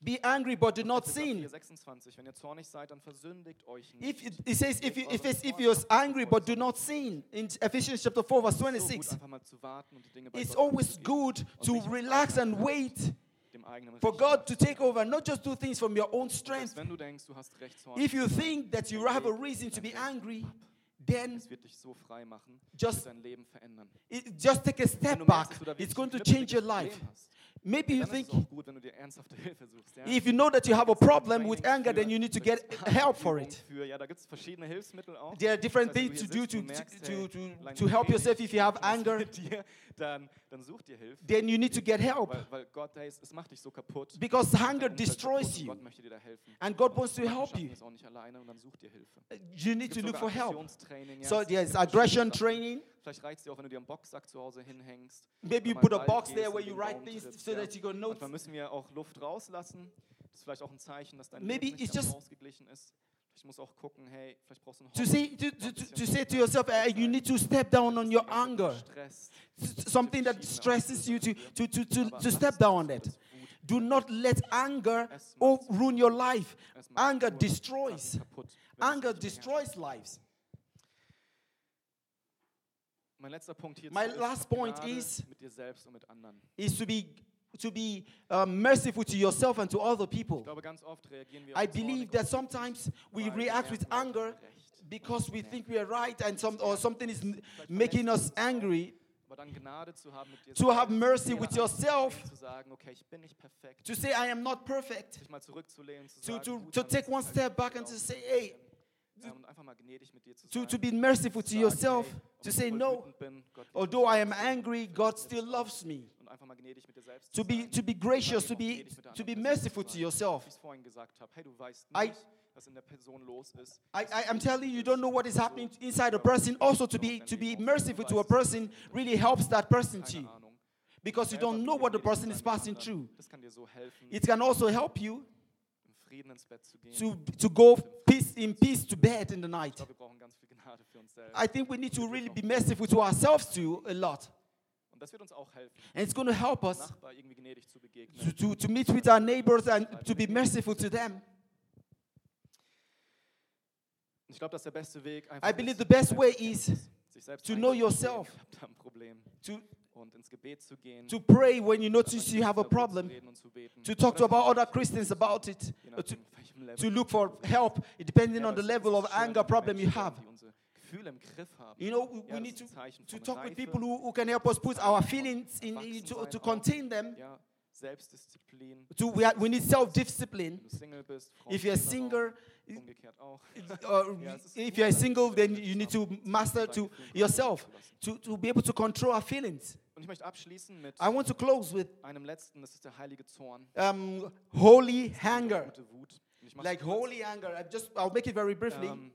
Speaker 2: "Be angry, but do not
Speaker 1: Epheser 4,
Speaker 2: sin."
Speaker 1: 26, wenn ihr zornig seid, dann versündigt euch nicht.
Speaker 2: If it, it says, if you, if, it's, if you're angry but do not sin, in Ephesians chapter four verse
Speaker 1: so gut,
Speaker 2: twenty-six,
Speaker 1: einfach mal zu warten und die Dinge bei
Speaker 2: it's
Speaker 1: Gott
Speaker 2: always
Speaker 1: abzugeben,
Speaker 2: good to relax and wait
Speaker 1: dem eigenen
Speaker 2: for
Speaker 1: Recht
Speaker 2: God to
Speaker 1: nachzugeben.
Speaker 2: take over, not just do things from your own
Speaker 1: Selbst
Speaker 2: strength.
Speaker 1: wenn du denkst, du hast recht, zornig
Speaker 2: If you
Speaker 1: zu sein,
Speaker 2: think that you have a reason to be angry, then
Speaker 1: es wird dich so frei machen, es wird
Speaker 2: just
Speaker 1: dein Leben verändern.
Speaker 2: it, just take a
Speaker 1: Wenn
Speaker 2: step
Speaker 1: du merkst,
Speaker 2: back.
Speaker 1: dass du da
Speaker 2: It's
Speaker 1: wirklich
Speaker 2: going to
Speaker 1: ein
Speaker 2: change your life.
Speaker 1: Problem hast,
Speaker 2: Maybe
Speaker 1: dann
Speaker 2: you
Speaker 1: ist
Speaker 2: think
Speaker 1: es auch gut, wenn du dir ernsthafte Hilfe suchst. Ja?
Speaker 2: if you know that you have a problem with anger, then you need to get help for it.
Speaker 1: Für, ja, da gibt es verschiedene Hilfsmittel auch.
Speaker 2: There are different
Speaker 1: Das heißt,
Speaker 2: things to
Speaker 1: wenn
Speaker 2: do
Speaker 1: du hier
Speaker 2: to,
Speaker 1: sitzt und
Speaker 2: to,
Speaker 1: merkst,
Speaker 2: to,
Speaker 1: hey,
Speaker 2: to help
Speaker 1: Leine
Speaker 2: yourself if you have
Speaker 1: geht nicht,
Speaker 2: anger,
Speaker 1: mit dir, dann, dann such dir Hilfe.
Speaker 2: then you need to get help
Speaker 1: Weil, weil Gott, hey, es, es macht dich so kaputt.
Speaker 2: because
Speaker 1: Dein
Speaker 2: hunger
Speaker 1: Umfeld ist kaputt
Speaker 2: destroys
Speaker 1: und
Speaker 2: you
Speaker 1: Gott möchte dir da helfen.
Speaker 2: and God
Speaker 1: Und
Speaker 2: wants to
Speaker 1: manche
Speaker 2: help
Speaker 1: schaffen
Speaker 2: you.
Speaker 1: das auch nicht alleine und dann such dir Hilfe.
Speaker 2: You need
Speaker 1: Es
Speaker 2: to
Speaker 1: gibt
Speaker 2: look
Speaker 1: sogar
Speaker 2: for help.
Speaker 1: Aggressionstraining, ja,
Speaker 2: So
Speaker 1: es gibt
Speaker 2: there's
Speaker 1: verschiedene
Speaker 2: aggression
Speaker 1: Sachen.
Speaker 2: training.
Speaker 1: Vielleicht reicht es dir auch, wenn du dir einen Boxsack zu Hause hinhängst.
Speaker 2: Maybe you
Speaker 1: Mal
Speaker 2: put a
Speaker 1: Ball
Speaker 2: box
Speaker 1: gehst
Speaker 2: there
Speaker 1: und
Speaker 2: where
Speaker 1: den
Speaker 2: you write
Speaker 1: Raum
Speaker 2: things
Speaker 1: trittst,
Speaker 2: so
Speaker 1: ja.
Speaker 2: that you can note.
Speaker 1: Manchmal müssen wir auch Luft rauslassen. Das ist vielleicht auch ein Zeichen, dass dein
Speaker 2: Maybe
Speaker 1: Leben nicht
Speaker 2: it's
Speaker 1: ganz
Speaker 2: just-
Speaker 1: ausgeglichen ist. Ich muss auch gucken, hey, vielleicht brauchst du einen
Speaker 2: To
Speaker 1: Hobby,
Speaker 2: say to, to, to, to say to yourself, eh, you need to step down on your anger.
Speaker 1: Stress.
Speaker 2: S- s- Something that stresses you to, to, to, to, to step down on that. Do not let anger o- ruin your life. Anger destroys. Anger destroys lives.
Speaker 1: Mein letzter Punkt hier
Speaker 2: My last point is-
Speaker 1: mit dir selbst und mit anderen.
Speaker 2: Is to be to be uh, merciful to yourself and to other
Speaker 1: Ich
Speaker 2: people.
Speaker 1: glaube, ganz oft reagieren wir
Speaker 2: I
Speaker 1: auf zornig
Speaker 2: believe
Speaker 1: und
Speaker 2: that sometimes we
Speaker 1: weil wir
Speaker 2: react with
Speaker 1: merken, wir haben
Speaker 2: anger
Speaker 1: Recht.
Speaker 2: because we think we are right and some or something is m- making us angry.
Speaker 1: Aber dann Gnade zu haben mit dir
Speaker 2: To
Speaker 1: selbst,
Speaker 2: have mercy
Speaker 1: Fehler
Speaker 2: with yourself.
Speaker 1: einzugestehen, Zu sagen, okay, ich bin nicht perfekt.
Speaker 2: To say I am not perfect.
Speaker 1: Sich mal zurückzulehnen, zu
Speaker 2: To
Speaker 1: sagen,
Speaker 2: to,
Speaker 1: gut,
Speaker 2: to
Speaker 1: dann ist
Speaker 2: take
Speaker 1: es
Speaker 2: one
Speaker 1: halt
Speaker 2: step
Speaker 1: so
Speaker 2: back and to
Speaker 1: gelaufen.
Speaker 2: say, hey,
Speaker 1: Ja, und einfach mal gnädig mit dir zu
Speaker 2: to,
Speaker 1: sein.
Speaker 2: to be merciful to
Speaker 1: Sagen,
Speaker 2: yourself.
Speaker 1: hey,
Speaker 2: To
Speaker 1: obwohl
Speaker 2: say
Speaker 1: ich
Speaker 2: no.
Speaker 1: wütend bin, Gott liebt
Speaker 2: Although
Speaker 1: mich
Speaker 2: I am
Speaker 1: trotzdem.
Speaker 2: angry, God still loves me.
Speaker 1: Und einfach mal gnädig mit dir selbst
Speaker 2: To
Speaker 1: zu
Speaker 2: be
Speaker 1: sein.
Speaker 2: to be gracious, to be to be merciful to
Speaker 1: Wie
Speaker 2: yourself.
Speaker 1: ich es vorhin gesagt habe, hey, du weißt
Speaker 2: I-
Speaker 1: nicht, was in der Person los ist.
Speaker 2: I, I am telling you, you don't know what is happening inside a person. Also, to be to be merciful to a person really helps that person too,
Speaker 1: Keine Ahnung.
Speaker 2: because you don't know what the person is passing through.
Speaker 1: Das kann dir so helfen,
Speaker 2: It can also help you
Speaker 1: im Frieden ins Bett zu gehen.
Speaker 2: to to go peace in peace to bed in the night.
Speaker 1: Ich glaube, wir brauchen ganz viel Gnade für uns selbst.
Speaker 2: I think we need to really be merciful to ourselves too a lot,
Speaker 1: Und das wird uns auch helfen, dem
Speaker 2: and it's going to help us
Speaker 1: Nachbar irgendwie gnädig zu begegnen.
Speaker 2: to, to, to meet with our neighbors and to be merciful to them.
Speaker 1: Und Ich glaube, das ist der beste Weg.
Speaker 2: I
Speaker 1: Einfach
Speaker 2: believe
Speaker 1: ist,
Speaker 2: the best way
Speaker 1: Selbsterkenntnis, sich selbst
Speaker 2: to know
Speaker 1: einzugestehen,
Speaker 2: yourself.
Speaker 1: Ich habe da ein Problem.
Speaker 2: To
Speaker 1: Und ins Gebet zu gehen.
Speaker 2: to pray when you
Speaker 1: mit anderen
Speaker 2: notice you have a
Speaker 1: Christen darüber
Speaker 2: problem.
Speaker 1: Zu reden und zu beten.
Speaker 2: To talk to
Speaker 1: Oder
Speaker 2: about
Speaker 1: vielleicht
Speaker 2: other Christians about it.
Speaker 1: je nachdem,
Speaker 2: uh, To,
Speaker 1: auf welchem Level
Speaker 2: to
Speaker 1: du
Speaker 2: look for
Speaker 1: bist.
Speaker 2: help
Speaker 1: Ja,
Speaker 2: depending on
Speaker 1: aber
Speaker 2: the
Speaker 1: es ist
Speaker 2: level of
Speaker 1: schön,
Speaker 2: anger
Speaker 1: wenn
Speaker 2: problem you
Speaker 1: Menschen
Speaker 2: have.
Speaker 1: irgendwie unsere Gefühle im Griff haben.
Speaker 2: You know, we,
Speaker 1: Ja,
Speaker 2: we
Speaker 1: das
Speaker 2: need
Speaker 1: ist
Speaker 2: to,
Speaker 1: ein Zeichen
Speaker 2: to
Speaker 1: von
Speaker 2: talk with
Speaker 1: Reife.
Speaker 2: people who, who can help us put our feelings in, in- to, to contain them.
Speaker 1: Ja, Selbstdisziplin.
Speaker 2: To, we, are, we need self discipline.
Speaker 1: Wenn du Single bist, Frauen
Speaker 2: If you're a
Speaker 1: spielen da
Speaker 2: single,
Speaker 1: auch, umgekehrt auch.
Speaker 2: uh,
Speaker 1: Ja, es ist
Speaker 2: if
Speaker 1: gut, dass
Speaker 2: you're
Speaker 1: wir
Speaker 2: single,
Speaker 1: das
Speaker 2: then
Speaker 1: jetzt
Speaker 2: you need
Speaker 1: haben,
Speaker 2: to master
Speaker 1: Gefühl
Speaker 2: to
Speaker 1: kontrollieren
Speaker 2: yourself,
Speaker 1: zu lassen.
Speaker 2: to, to be able to control our feelings.
Speaker 1: Und ich möchte abschließen mit
Speaker 2: I want to close with
Speaker 1: einem letzten, das ist der heilige Zorn,
Speaker 2: um, holy
Speaker 1: der
Speaker 2: anger.
Speaker 1: gute Wut. Und ich mach's
Speaker 2: Like
Speaker 1: kurz.
Speaker 2: holy anger. I just I'll make it very briefly.
Speaker 1: Ähm,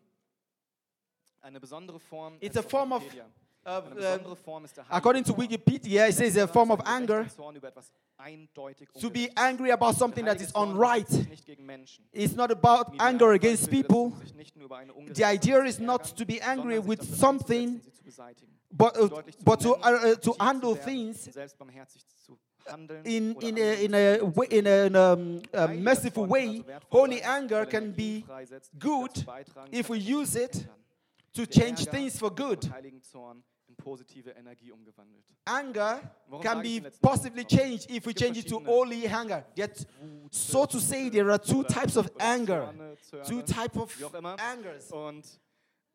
Speaker 1: eine besondere Form.
Speaker 2: It's
Speaker 1: heißt
Speaker 2: a form of,
Speaker 1: Wikipedia.
Speaker 2: Uh,
Speaker 1: Eine
Speaker 2: uh,
Speaker 1: besondere Form ist der heilige
Speaker 2: according to
Speaker 1: Zorn.
Speaker 2: Wikipedia, it says a
Speaker 1: Zorn
Speaker 2: form
Speaker 1: ist
Speaker 2: of
Speaker 1: ein gerechter
Speaker 2: anger
Speaker 1: Zorn über etwas eindeutig
Speaker 2: to be
Speaker 1: Ungerechtes.
Speaker 2: angry about
Speaker 1: Der
Speaker 2: something that
Speaker 1: heilige
Speaker 2: is
Speaker 1: Zorn
Speaker 2: unright.
Speaker 1: richtet sich nicht gegen Menschen.
Speaker 2: It's not about
Speaker 1: Im
Speaker 2: anger
Speaker 1: Idealfall
Speaker 2: against
Speaker 1: bildet es
Speaker 2: people.
Speaker 1: sich nicht nur über eine
Speaker 2: The
Speaker 1: ungerechte
Speaker 2: idea is
Speaker 1: Tat
Speaker 2: not
Speaker 1: ärgern,
Speaker 2: to be
Speaker 1: sondern
Speaker 2: angry
Speaker 1: sich
Speaker 2: with
Speaker 1: dafür
Speaker 2: something,
Speaker 1: einzusetzen, sie zu beseitigen.
Speaker 2: but uh,
Speaker 1: Deutlich zu
Speaker 2: but to
Speaker 1: benennen,
Speaker 2: uh, uh, to
Speaker 1: aktiv
Speaker 2: handle
Speaker 1: werden, um
Speaker 2: things
Speaker 1: selbst barmherzig zu handeln
Speaker 2: in
Speaker 1: oder
Speaker 2: in
Speaker 1: anderen
Speaker 2: a in
Speaker 1: zu helfen.
Speaker 2: a way, in a, um, a
Speaker 1: Heiliger
Speaker 2: merciful
Speaker 1: Zorn kann
Speaker 2: way.
Speaker 1: also wertvoll
Speaker 2: Holy
Speaker 1: sein, weil
Speaker 2: anger
Speaker 1: er
Speaker 2: can
Speaker 1: Energien
Speaker 2: be
Speaker 1: freisetzt, die
Speaker 2: good
Speaker 1: dazu beitragen,
Speaker 2: if we
Speaker 1: dass sich
Speaker 2: use
Speaker 1: etwas
Speaker 2: it
Speaker 1: ändert.
Speaker 2: to
Speaker 1: Der
Speaker 2: change
Speaker 1: Ärger
Speaker 2: things for
Speaker 1: wird
Speaker 2: good.
Speaker 1: vom Heiligen Zorn in positive Energie umgewandelt.
Speaker 2: Anger
Speaker 1: Warum sage
Speaker 2: can
Speaker 1: ich
Speaker 2: be
Speaker 1: den letzten Punkt
Speaker 2: possibly
Speaker 1: noch?
Speaker 2: changed if we
Speaker 1: gibt
Speaker 2: change it to
Speaker 1: verschiedene
Speaker 2: holy anger. Yet,
Speaker 1: Wut,
Speaker 2: so to say, there are two
Speaker 1: oder-
Speaker 2: types of
Speaker 1: oder
Speaker 2: anger.
Speaker 1: Zorne, Zörne,
Speaker 2: Two types
Speaker 1: wie auch
Speaker 2: of
Speaker 1: immer. Oh,
Speaker 2: angers.
Speaker 1: Und,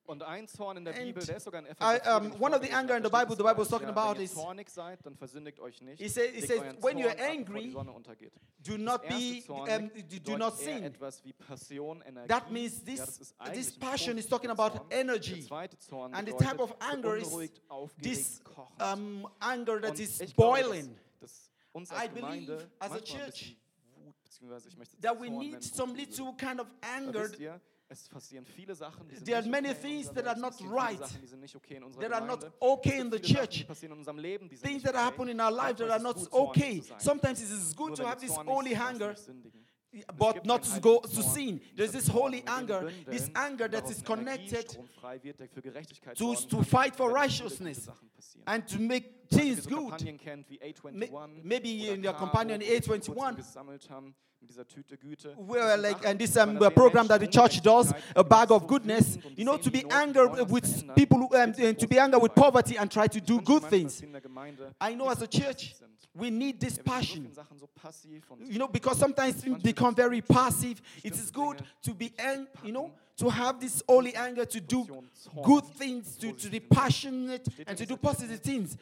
Speaker 1: und ein Zorn in der
Speaker 2: And
Speaker 1: Bibel, der ist sogar in
Speaker 2: I-
Speaker 1: Epheser 4,
Speaker 2: um,
Speaker 1: den ich
Speaker 2: one of the
Speaker 1: vorgelesen
Speaker 2: anger in
Speaker 1: habe,
Speaker 2: the
Speaker 1: da steht
Speaker 2: Bible,
Speaker 1: es
Speaker 2: the Bible
Speaker 1: gleich,
Speaker 2: is talking
Speaker 1: ja,
Speaker 2: about
Speaker 1: wenn ihr
Speaker 2: is-
Speaker 1: zornig seid, dann versündigt euch nicht.
Speaker 2: It says- it
Speaker 1: Legt
Speaker 2: says,
Speaker 1: euren
Speaker 2: when
Speaker 1: Zorn
Speaker 2: you're
Speaker 1: ab, bevor die
Speaker 2: angry,
Speaker 1: Sonne untergeht.
Speaker 2: Do
Speaker 1: Das
Speaker 2: not
Speaker 1: erste
Speaker 2: be,
Speaker 1: Zorn
Speaker 2: um, do- do
Speaker 1: bedeutet
Speaker 2: not
Speaker 1: eher
Speaker 2: sin.
Speaker 1: Etwas wie Passion, Energie.
Speaker 2: That means
Speaker 1: Ja,
Speaker 2: this-
Speaker 1: das ist
Speaker 2: this
Speaker 1: eigentlich ein
Speaker 2: passion is
Speaker 1: positiver
Speaker 2: talking about
Speaker 1: Zorn.
Speaker 2: energy.
Speaker 1: Der zweite Zorn
Speaker 2: And the
Speaker 1: bedeutet
Speaker 2: type of anger is
Speaker 1: beunruhigt, aufgeregt,
Speaker 2: This
Speaker 1: kochend.
Speaker 2: um, anger that
Speaker 1: Und
Speaker 2: is
Speaker 1: ich glaube, dass-
Speaker 2: boiling,
Speaker 1: dass uns als
Speaker 2: I believe,
Speaker 1: Gemeinde
Speaker 2: as a
Speaker 1: manchmal ein bisschen
Speaker 2: church,
Speaker 1: Wut, beziehungsweise ich möchte es
Speaker 2: that we
Speaker 1: Zorn
Speaker 2: need
Speaker 1: nennen,
Speaker 2: some
Speaker 1: Wut
Speaker 2: little kind of
Speaker 1: aber
Speaker 2: anger
Speaker 1: wisst ihr, es passieren viele Sachen, die sind
Speaker 2: There are
Speaker 1: nicht
Speaker 2: many
Speaker 1: okay in
Speaker 2: things
Speaker 1: unserem
Speaker 2: that are
Speaker 1: Leben. Es passieren viele
Speaker 2: not right,
Speaker 1: Sachen, die sind nicht okay in unserer
Speaker 2: that are not
Speaker 1: Gemeinde.
Speaker 2: okay in the
Speaker 1: Viele Sachen, die
Speaker 2: church.
Speaker 1: passieren in unserem Leben, die sind
Speaker 2: Things
Speaker 1: nicht
Speaker 2: that
Speaker 1: okay.
Speaker 2: happen in our life that
Speaker 1: Manchmal
Speaker 2: are
Speaker 1: ist
Speaker 2: not
Speaker 1: es gut, zornig
Speaker 2: okay.
Speaker 1: zu sein.
Speaker 2: Sometimes it is
Speaker 1: Nur
Speaker 2: good to
Speaker 1: wenn
Speaker 2: have
Speaker 1: du
Speaker 2: this
Speaker 1: zornig
Speaker 2: holy
Speaker 1: bist, kannst du
Speaker 2: anger,
Speaker 1: nicht sündigen. Es
Speaker 2: but
Speaker 1: gibt
Speaker 2: not
Speaker 1: keinen
Speaker 2: to go
Speaker 1: heiligen
Speaker 2: to
Speaker 1: Zorn.
Speaker 2: sin.
Speaker 1: Es gibt
Speaker 2: There's this
Speaker 1: einen Zorn,
Speaker 2: holy
Speaker 1: mit dem
Speaker 2: anger,
Speaker 1: Bündeln,
Speaker 2: this anger that
Speaker 1: daraus
Speaker 2: is
Speaker 1: ein
Speaker 2: connected
Speaker 1: Energiestrom frei wird, der für Gerechtigkeit
Speaker 2: to-
Speaker 1: sorgen
Speaker 2: to
Speaker 1: kann,
Speaker 2: fight for
Speaker 1: wenn viele
Speaker 2: righteousness.
Speaker 1: gute Sachen passieren.
Speaker 2: and to make
Speaker 1: Zum Beispiel
Speaker 2: things
Speaker 1: so
Speaker 2: good.
Speaker 1: Kampagnen kennt wie
Speaker 2: May-
Speaker 1: A21
Speaker 2: maybe
Speaker 1: oder
Speaker 2: in your
Speaker 1: Caro,
Speaker 2: companion
Speaker 1: wo wir vor
Speaker 2: A21.
Speaker 1: kurzem gesammelt haben mit dieser Tüte Güte.
Speaker 2: We
Speaker 1: Das
Speaker 2: are
Speaker 1: sind
Speaker 2: like,
Speaker 1: Sachen,
Speaker 2: and this
Speaker 1: bei
Speaker 2: um,
Speaker 1: der wir
Speaker 2: program that the
Speaker 1: Menschen
Speaker 2: church does,
Speaker 1: Ungerechtigkeit
Speaker 2: a bag
Speaker 1: so
Speaker 2: of goodness,
Speaker 1: wütend und
Speaker 2: you know,
Speaker 1: sehen,
Speaker 2: to
Speaker 1: wie
Speaker 2: be
Speaker 1: Not
Speaker 2: angry
Speaker 1: wollen uns
Speaker 2: with
Speaker 1: verändern,
Speaker 2: people, who, um,
Speaker 1: willst du
Speaker 2: to be
Speaker 1: groß
Speaker 2: angry with
Speaker 1: dabei.
Speaker 2: poverty and try to do
Speaker 1: Manche
Speaker 2: good
Speaker 1: Gemeinden
Speaker 2: things.
Speaker 1: sind in der Gemeinde
Speaker 2: I know
Speaker 1: nicht
Speaker 2: as a
Speaker 1: so
Speaker 2: church,
Speaker 1: passiv sind.
Speaker 2: we need this
Speaker 1: Ja, wir sind so
Speaker 2: passion.
Speaker 1: vielen Sachen so passiv und
Speaker 2: You know, because sometimes we become very passive. It is good to be, ang- you know, to have this holy anger to do good things, to, to be passionate and to do positive things.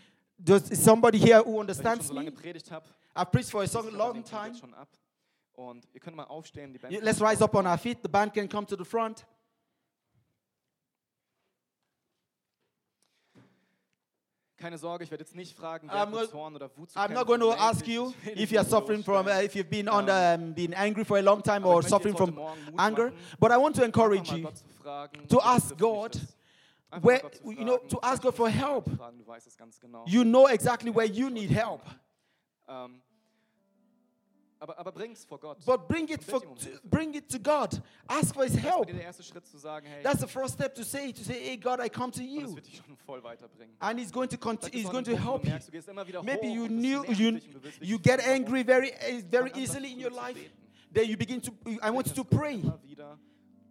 Speaker 2: Does is somebody here
Speaker 1: Weil ich
Speaker 2: who
Speaker 1: schon
Speaker 2: understands
Speaker 1: so lange
Speaker 2: me?
Speaker 1: gepredigt habe,
Speaker 2: I've preached for a so
Speaker 1: schließe ich aber
Speaker 2: long
Speaker 1: den Punkt
Speaker 2: time.
Speaker 1: jetzt schon ab. Und ihr könnt mal aufstehen, die Band
Speaker 2: You-
Speaker 1: kann
Speaker 2: Let's
Speaker 1: mal
Speaker 2: rise up on our feet. The band can come to the front.
Speaker 1: Keine Sorge, ich werde jetzt nicht fragen,
Speaker 2: I'm
Speaker 1: wer
Speaker 2: not-
Speaker 1: mit Zorn oder Wut zu
Speaker 2: I'm not
Speaker 1: kämpfen
Speaker 2: going to
Speaker 1: hat.
Speaker 2: ask you
Speaker 1: Ich will
Speaker 2: if
Speaker 1: nicht
Speaker 2: you're
Speaker 1: so
Speaker 2: suffering from, uh,
Speaker 1: stellen.
Speaker 2: if you've been under, um, been angry for a long time or suffering from anger, but I want to
Speaker 1: Einfach mal
Speaker 2: encourage you
Speaker 1: Gott zu fragen,
Speaker 2: to
Speaker 1: wie
Speaker 2: ask
Speaker 1: betrifft mich
Speaker 2: God
Speaker 1: das? Einfach mal
Speaker 2: where-
Speaker 1: Gott zu
Speaker 2: you know,
Speaker 1: fragen,
Speaker 2: to
Speaker 1: du
Speaker 2: ask
Speaker 1: kannst
Speaker 2: God for
Speaker 1: mich
Speaker 2: help.
Speaker 1: fragen, du weißt es ganz genau.
Speaker 2: you know exactly where you need help.
Speaker 1: Ähm, aber aber bring es vor Gott.
Speaker 2: But bring it for, to, bring it to God. Ask for His
Speaker 1: Das war
Speaker 2: help.
Speaker 1: dir der erste Schritt zu sagen, hey,
Speaker 2: That's the first step to say to say, "Hey God, I come
Speaker 1: und
Speaker 2: to
Speaker 1: das
Speaker 2: you,"
Speaker 1: wird dich schon voll weiterbringen.
Speaker 2: and He's going to
Speaker 1: Vielleicht
Speaker 2: conti-
Speaker 1: ist
Speaker 2: He's
Speaker 1: auch
Speaker 2: going
Speaker 1: ein Punkt,
Speaker 2: to
Speaker 1: wo
Speaker 2: help
Speaker 1: du
Speaker 2: you.
Speaker 1: merkst, du gehst immer wieder
Speaker 2: Maybe
Speaker 1: hoch
Speaker 2: you
Speaker 1: und es
Speaker 2: knew
Speaker 1: nervt
Speaker 2: you
Speaker 1: dich und du willst
Speaker 2: you
Speaker 1: wirklich
Speaker 2: get
Speaker 1: weiter hoch.
Speaker 2: angry very eh, very
Speaker 1: Fang an,
Speaker 2: easily in
Speaker 1: dazu
Speaker 2: your
Speaker 1: zu
Speaker 2: life.
Speaker 1: beten.
Speaker 2: Then you begin to. I want you to pray.
Speaker 1: Immer wieder.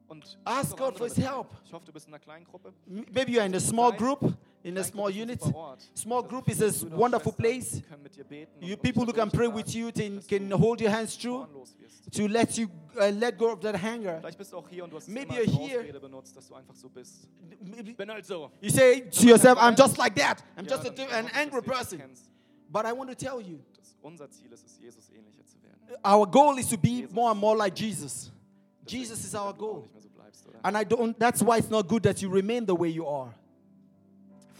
Speaker 1: Und
Speaker 2: Ask
Speaker 1: auch
Speaker 2: God
Speaker 1: andere
Speaker 2: for His
Speaker 1: mit ein.
Speaker 2: help.
Speaker 1: Ich hoffe, du bist in einer kleinen Gruppe.
Speaker 2: M- Maybe you are in a small group, in a
Speaker 1: Kleingruppe
Speaker 2: small
Speaker 1: ist ein
Speaker 2: unit.
Speaker 1: super Ort.
Speaker 2: Small
Speaker 1: Da
Speaker 2: group
Speaker 1: sind
Speaker 2: is a
Speaker 1: viele Brüder und
Speaker 2: wonderful
Speaker 1: Schwestern,
Speaker 2: place.
Speaker 1: die können mit dir beten
Speaker 2: You
Speaker 1: und
Speaker 2: people who
Speaker 1: dich
Speaker 2: can pray
Speaker 1: ermutigen,
Speaker 2: with you can,
Speaker 1: dass du
Speaker 2: can hold your hands through
Speaker 1: zornlos wirst.
Speaker 2: to let you uh, let go of that hanger.
Speaker 1: Vielleicht bist du auch hier und du hast es
Speaker 2: Maybe
Speaker 1: immer als
Speaker 2: you're here.
Speaker 1: Ausrede benutzt, dass du einfach so bist.
Speaker 2: Maybe
Speaker 1: Ich bin halt so.
Speaker 2: You say to yourself, "I'm just like that. I'm
Speaker 1: Ja,
Speaker 2: just a,
Speaker 1: dann
Speaker 2: di-
Speaker 1: hoffe
Speaker 2: an
Speaker 1: ich, dass
Speaker 2: angry
Speaker 1: du Jesus
Speaker 2: person."
Speaker 1: kennst.
Speaker 2: But I want to tell you,
Speaker 1: Dass unser Ziel ist es, Jesus ähnlicher zu werden.
Speaker 2: our goal is to be more and more like Jesus.
Speaker 1: Deswegen,
Speaker 2: Jesus is
Speaker 1: wenn du
Speaker 2: our
Speaker 1: auch
Speaker 2: goal,
Speaker 1: Nicht mehr so bleibst, oder?
Speaker 2: and I don't. That's why it's not good that you remain the way you are.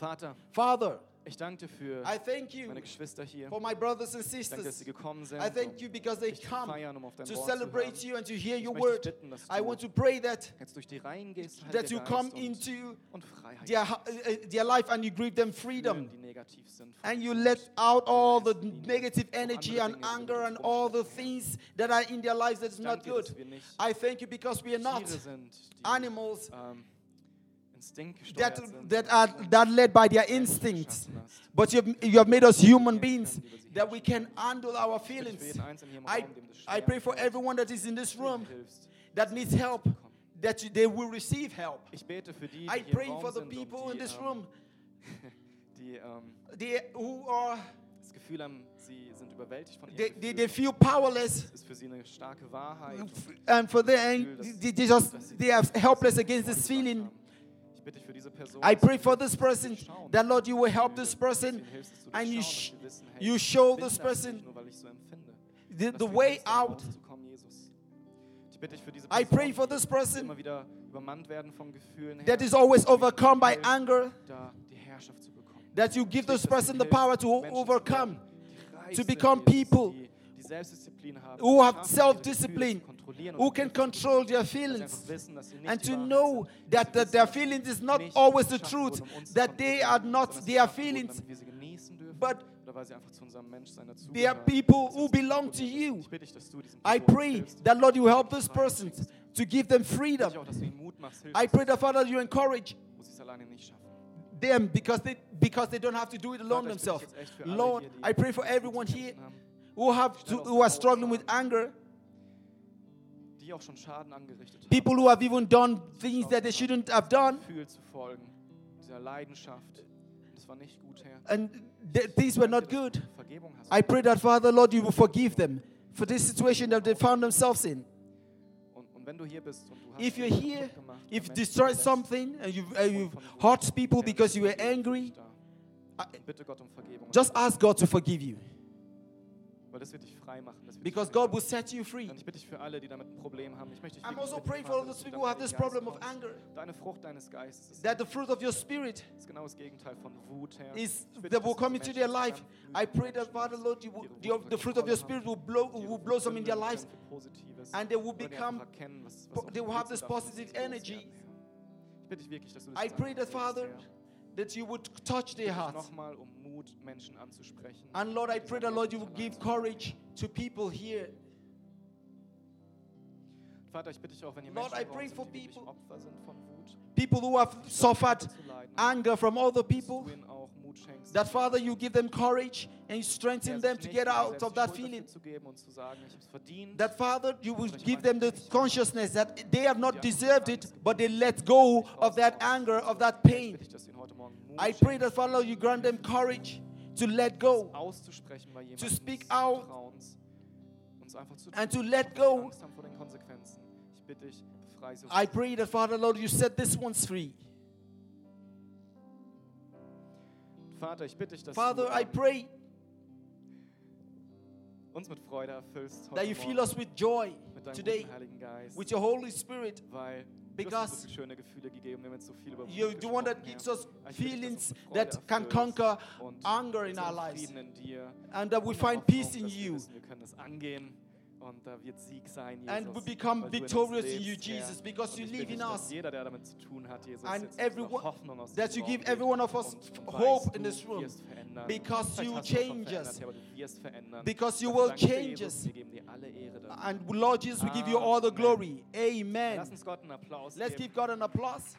Speaker 1: Vater,
Speaker 2: Father,
Speaker 1: ich danke dir für
Speaker 2: I thank you
Speaker 1: meine Geschwister hier.
Speaker 2: for my brothers and
Speaker 1: Ich danke, dass sie
Speaker 2: sisters.
Speaker 1: gekommen sind.
Speaker 2: I thank you
Speaker 1: um
Speaker 2: because they
Speaker 1: dich zu
Speaker 2: come
Speaker 1: feiern, um auf dein
Speaker 2: to
Speaker 1: Wort zu
Speaker 2: celebrate
Speaker 1: hören.
Speaker 2: you and to hear
Speaker 1: Ich möchte
Speaker 2: your
Speaker 1: dich
Speaker 2: word.
Speaker 1: bitten, dass
Speaker 2: I
Speaker 1: du
Speaker 2: want to pray that
Speaker 1: jetzt durch die Reihen gehst, Heiliger
Speaker 2: that you
Speaker 1: Geist,
Speaker 2: come
Speaker 1: und,
Speaker 2: into
Speaker 1: und Freiheit
Speaker 2: their uh, uh, their life and you give them freedom.
Speaker 1: Gefühlen, die negativ sind. von
Speaker 2: and you
Speaker 1: uns.
Speaker 2: let out all the
Speaker 1: Geist in ihnen,
Speaker 2: negative
Speaker 1: auch andere
Speaker 2: energy and
Speaker 1: Dinge, die uns
Speaker 2: anger and all the
Speaker 1: rumschwirren, Herr.
Speaker 2: things that are in their lives that's
Speaker 1: Ich
Speaker 2: not
Speaker 1: danke dir,
Speaker 2: good.
Speaker 1: dass wir nicht
Speaker 2: I thank you because we are not
Speaker 1: Tiere sind, die
Speaker 2: animals
Speaker 1: ähm, instinktgesteuert
Speaker 2: that,
Speaker 1: sind,
Speaker 2: that
Speaker 1: die
Speaker 2: are
Speaker 1: du
Speaker 2: that led by their
Speaker 1: selbst
Speaker 2: instincts,
Speaker 1: geschaffen hast.
Speaker 2: but you have, you have made us human beings that we can handle our
Speaker 1: Ich bitte dich für
Speaker 2: feelings.
Speaker 1: jeden Einzelnen hier im
Speaker 2: I,
Speaker 1: Raum, dem das
Speaker 2: I
Speaker 1: schwerfällt,
Speaker 2: pray for everyone that is in this
Speaker 1: dass du ihnen
Speaker 2: room
Speaker 1: hilfst,
Speaker 2: that needs help,
Speaker 1: zu kommen.
Speaker 2: that you, they will receive help.
Speaker 1: Ich bete für die, die
Speaker 2: I
Speaker 1: hier im
Speaker 2: pray
Speaker 1: Raum
Speaker 2: for the um,
Speaker 1: sind und
Speaker 2: people
Speaker 1: die,
Speaker 2: in this
Speaker 1: ähm,
Speaker 2: room
Speaker 1: die ähm,
Speaker 2: they, who are
Speaker 1: das Gefühl haben, sie sind überwältigt von ihren
Speaker 2: they, they, they
Speaker 1: Gefühlen.
Speaker 2: feel powerless.
Speaker 1: Das ist für sie eine starke Wahrheit. und
Speaker 2: and for them, they, they just they are helpless against this feeling.
Speaker 1: Ich Ich bitte dich für diese Person,
Speaker 2: I
Speaker 1: dass du
Speaker 2: pray for this person that, Lord, you will help this person
Speaker 1: ihnen hilfst, dass du
Speaker 2: and
Speaker 1: dich
Speaker 2: you,
Speaker 1: schauen
Speaker 2: sh-
Speaker 1: und sie wissen, hey,
Speaker 2: you
Speaker 1: ich
Speaker 2: show
Speaker 1: bin
Speaker 2: this
Speaker 1: das nicht
Speaker 2: person
Speaker 1: nur, weil ich so empfinde.
Speaker 2: the,
Speaker 1: Und
Speaker 2: the
Speaker 1: dass du
Speaker 2: way
Speaker 1: hilfst, da
Speaker 2: out.
Speaker 1: rauszukommen, Jesus. Ich bitte dich für diese
Speaker 2: I
Speaker 1: Person,
Speaker 2: pray for this
Speaker 1: die
Speaker 2: person
Speaker 1: immer wieder übermannt werden von Gefühlen
Speaker 2: that
Speaker 1: Herr,
Speaker 2: is always
Speaker 1: dass du
Speaker 2: overcome by
Speaker 1: hilfst,
Speaker 2: anger,
Speaker 1: da die Herrschaft zu bekommen.
Speaker 2: that you give
Speaker 1: Ich bitte, dass
Speaker 2: this
Speaker 1: du
Speaker 2: person the
Speaker 1: hilfst,
Speaker 2: power to
Speaker 1: Menschen zu
Speaker 2: overcome,
Speaker 1: werden, die reif sind,
Speaker 2: become
Speaker 1: Jesus,
Speaker 2: people
Speaker 1: die- die Selbstdisziplin haben,
Speaker 2: who
Speaker 1: die
Speaker 2: have
Speaker 1: schaffen, ihre
Speaker 2: self-discipline,
Speaker 1: Gefühle zu kontrollieren und
Speaker 2: who can
Speaker 1: ihre
Speaker 2: control their
Speaker 1: dass sie
Speaker 2: feelings.
Speaker 1: einfach wissen, dass sie nicht
Speaker 2: and
Speaker 1: die
Speaker 2: to
Speaker 1: Wahrheit
Speaker 2: know
Speaker 1: sind,
Speaker 2: that,
Speaker 1: dass
Speaker 2: that
Speaker 1: sie
Speaker 2: their
Speaker 1: wissen,
Speaker 2: feelings is not
Speaker 1: nicht
Speaker 2: always the
Speaker 1: geschaffen wurden,
Speaker 2: truth,
Speaker 1: um uns zu
Speaker 2: that they are
Speaker 1: kontrollieren,
Speaker 2: not
Speaker 1: sondern sie
Speaker 2: their
Speaker 1: geschaffen wurden,
Speaker 2: feelings,
Speaker 1: damit wir sie genießen dürfen,
Speaker 2: but
Speaker 1: oder weil sie einfach zu unserem Menschsein dazugehören,
Speaker 2: they are
Speaker 1: dass
Speaker 2: people
Speaker 1: sie
Speaker 2: who
Speaker 1: uns
Speaker 2: belong to
Speaker 1: kontrollieren.
Speaker 2: you.
Speaker 1: Ich bitte dich, dass du diesen
Speaker 2: I
Speaker 1: Personen
Speaker 2: pray
Speaker 1: hilfst.
Speaker 2: that, Lord, you help this person to give them
Speaker 1: Ich bitte dich
Speaker 2: freedom.
Speaker 1: auch, dass du ihnen Mut machst, hilfst,
Speaker 2: I pray that, Father, you encourage
Speaker 1: wo sie es alleine nicht schaffen.
Speaker 2: them because they, because they don't have to do it alone
Speaker 1: Vater, ich bitte dich
Speaker 2: themselves.
Speaker 1: jetzt echt für alle
Speaker 2: Lord,
Speaker 1: hier, die
Speaker 2: I pray for
Speaker 1: mit Wut zu
Speaker 2: everyone
Speaker 1: kämpfen
Speaker 2: here
Speaker 1: haben,
Speaker 2: who, have to, who are struggling with anger,
Speaker 1: die auch schon Schaden angerichtet haben,
Speaker 2: people who have even done things that they shouldn't have done,
Speaker 1: diesem Gefühl zu folgen, dieser Leidenschaft. Und Das war nicht gut, Herr.
Speaker 2: and th- things were not
Speaker 1: Danke, dass
Speaker 2: good.
Speaker 1: du Vergebung hast.
Speaker 2: I pray that, Father, Lord, you will forgive them for this situation that they found themselves in.
Speaker 1: Und, und wenn du hier bist und du hast
Speaker 2: If you're
Speaker 1: Menschen
Speaker 2: here,
Speaker 1: kaputt gemacht,
Speaker 2: if you
Speaker 1: Menschen
Speaker 2: destroy
Speaker 1: verletzt,
Speaker 2: something and you've, and
Speaker 1: und
Speaker 2: you've
Speaker 1: von Wut,
Speaker 2: hurt people
Speaker 1: dann ist
Speaker 2: because you were
Speaker 1: Vergebung
Speaker 2: angry,
Speaker 1: nicht da.
Speaker 2: I-
Speaker 1: Und Bitte Gott um Vergebung. und
Speaker 2: just
Speaker 1: Vergebung,
Speaker 2: ask God to forgive you
Speaker 1: weil das wird dich frei machen. Das wird dich
Speaker 2: because
Speaker 1: frei
Speaker 2: God will
Speaker 1: machen.
Speaker 2: set you free.
Speaker 1: Und ich bitte dich für alle, die damit ein Problem haben. Ich möchte dich
Speaker 2: I'm
Speaker 1: wirklich
Speaker 2: also
Speaker 1: bitten,
Speaker 2: praying for
Speaker 1: Vater,
Speaker 2: all
Speaker 1: dass
Speaker 2: those
Speaker 1: du
Speaker 2: people who have
Speaker 1: damit
Speaker 2: this
Speaker 1: den Geist
Speaker 2: problem of
Speaker 1: kommst.
Speaker 2: anger.
Speaker 1: Deine Frucht deines Geistes ist,
Speaker 2: That the fruit of your spirit
Speaker 1: ist genau das Gegenteil von Wut, Herr.
Speaker 2: is
Speaker 1: Ich bitte,
Speaker 2: that will
Speaker 1: dass du
Speaker 2: come into their
Speaker 1: Menschen
Speaker 2: life.
Speaker 1: zusammenfügst,
Speaker 2: I pray
Speaker 1: Menschen,
Speaker 2: that Father
Speaker 1: die
Speaker 2: Lord, you will,
Speaker 1: ihre Wut
Speaker 2: the,
Speaker 1: unter
Speaker 2: the fruit of your
Speaker 1: Kontrolle haben,
Speaker 2: spirit will blow
Speaker 1: die
Speaker 2: will
Speaker 1: ihre
Speaker 2: blow some in their
Speaker 1: Gründe
Speaker 2: lives,
Speaker 1: für Positives,
Speaker 2: and they will
Speaker 1: wo die
Speaker 2: become.
Speaker 1: einfach erkennen, was- was
Speaker 2: po-
Speaker 1: auf
Speaker 2: they
Speaker 1: dem
Speaker 2: will
Speaker 1: Weg
Speaker 2: have
Speaker 1: zu
Speaker 2: this
Speaker 1: darf, dass sie es
Speaker 2: positive
Speaker 1: loswerden,
Speaker 2: energy.
Speaker 1: Herr. Ich bitte dich wirklich, dass du das
Speaker 2: I
Speaker 1: jetzt
Speaker 2: pray that
Speaker 1: einfach hilfst,
Speaker 2: Father
Speaker 1: Herr.
Speaker 2: that you would touch their hearts.
Speaker 1: Nochmal um Mut, Menschen anzusprechen.
Speaker 2: And Lord, I
Speaker 1: die
Speaker 2: pray
Speaker 1: sagen,
Speaker 2: that Lord,
Speaker 1: wir
Speaker 2: you
Speaker 1: sind
Speaker 2: will
Speaker 1: allein
Speaker 2: give
Speaker 1: zu Hause.
Speaker 2: courage to people here.
Speaker 1: Vater, ich bitte dich auch, wenn hier
Speaker 2: Lord, I
Speaker 1: Menschen
Speaker 2: pray
Speaker 1: bei uns
Speaker 2: for
Speaker 1: sind, die wirklich
Speaker 2: people-
Speaker 1: Opfer sind von Wut,
Speaker 2: People who have suffered
Speaker 1: zu leiden,
Speaker 2: anger from other
Speaker 1: dass
Speaker 2: people.
Speaker 1: du ihnen auch Mut schenkst,
Speaker 2: That Father, you give them courage and you
Speaker 1: Herr,
Speaker 2: strengthen
Speaker 1: sich
Speaker 2: them to
Speaker 1: nicht
Speaker 2: get
Speaker 1: ihnen
Speaker 2: out
Speaker 1: selbst
Speaker 2: of
Speaker 1: die
Speaker 2: that
Speaker 1: Schuld dafür
Speaker 2: feeling.
Speaker 1: Zu geben und zu sagen, ich hab's verdient.
Speaker 2: That Father, you will give them the consciousness that they have not deserved it, but they let
Speaker 1: ich
Speaker 2: go
Speaker 1: weiß,
Speaker 2: of that
Speaker 1: dass du
Speaker 2: anger,
Speaker 1: das
Speaker 2: of
Speaker 1: tust.
Speaker 2: that
Speaker 1: Ich
Speaker 2: pain.
Speaker 1: bitte dich, dass du ihnen heute Morgen Mut
Speaker 2: I
Speaker 1: schenkst,
Speaker 2: pray that Father, you grant them courage to let go
Speaker 1: auszusprechen bei jemandem
Speaker 2: speak
Speaker 1: des
Speaker 2: out
Speaker 1: Vertrauens, uns einfach zu
Speaker 2: and to
Speaker 1: tun,
Speaker 2: let
Speaker 1: auch wenn wir
Speaker 2: go.
Speaker 1: Angst haben vor den Konsequenzen. Ich bitte dich, befreie sie. aus
Speaker 2: I pray that Father, Lord, you set these ones free.
Speaker 1: Vater, ich bitte dich, dass
Speaker 2: Father,
Speaker 1: du
Speaker 2: I
Speaker 1: ähm,
Speaker 2: pray
Speaker 1: uns mit Freude erfüllst heute
Speaker 2: that you
Speaker 1: Morgen,
Speaker 2: fill us with joy
Speaker 1: mit deinem
Speaker 2: today,
Speaker 1: guten Heiligen Geist,
Speaker 2: with your Holy Spirit.
Speaker 1: weil du hast uns
Speaker 2: because
Speaker 1: so viele schöne Gefühle gegeben, wir haben jetzt so viel über Wut
Speaker 2: You're the one that
Speaker 1: gesprochen,
Speaker 2: gives
Speaker 1: Herr.
Speaker 2: us
Speaker 1: Ich bitte dich, dass
Speaker 2: feelings
Speaker 1: du uns mit Freude
Speaker 2: that can
Speaker 1: erfüllst
Speaker 2: conquer
Speaker 1: und
Speaker 2: anger in
Speaker 1: unseren
Speaker 2: our lives
Speaker 1: Frieden in dir.
Speaker 2: and that we
Speaker 1: und auch Hoffnung,
Speaker 2: find peace in
Speaker 1: dass wir
Speaker 2: you.
Speaker 1: wissen, Wir können das angehen und da wird Sieg sein, Jesus.
Speaker 2: And we become
Speaker 1: weil du in uns
Speaker 2: victorious in
Speaker 1: lebst,
Speaker 2: you,
Speaker 1: Herr.
Speaker 2: Jesus, because
Speaker 1: Und
Speaker 2: you
Speaker 1: ich
Speaker 2: live
Speaker 1: bitte
Speaker 2: in
Speaker 1: dich, dass
Speaker 2: us.
Speaker 1: Jeder, der damit zu tun hat, Jesus, jetzt
Speaker 2: And
Speaker 1: mit dieser
Speaker 2: everyone-
Speaker 1: Hoffnung aus
Speaker 2: that
Speaker 1: diesem
Speaker 2: you give
Speaker 1: Raum geht.
Speaker 2: every one of us
Speaker 1: Und- und
Speaker 2: hope
Speaker 1: weißt,
Speaker 2: in
Speaker 1: du
Speaker 2: this room
Speaker 1: wirst verändern.
Speaker 2: because
Speaker 1: Vielleicht
Speaker 2: you
Speaker 1: hast du schon
Speaker 2: change
Speaker 1: verändert,
Speaker 2: us.
Speaker 1: Herr, aber du wirst verändern.
Speaker 2: Because you
Speaker 1: Dafür
Speaker 2: will
Speaker 1: danke dir,
Speaker 2: change
Speaker 1: Jesus.
Speaker 2: us.
Speaker 1: Wir geben dir alle Ehre dafür.
Speaker 2: And Lord Jesus, we give you all the
Speaker 1: Amen.
Speaker 2: glory.
Speaker 1: Lass
Speaker 2: Amen.
Speaker 1: uns Gott einen Applaus
Speaker 2: Let's
Speaker 1: geben.
Speaker 2: give God an applause.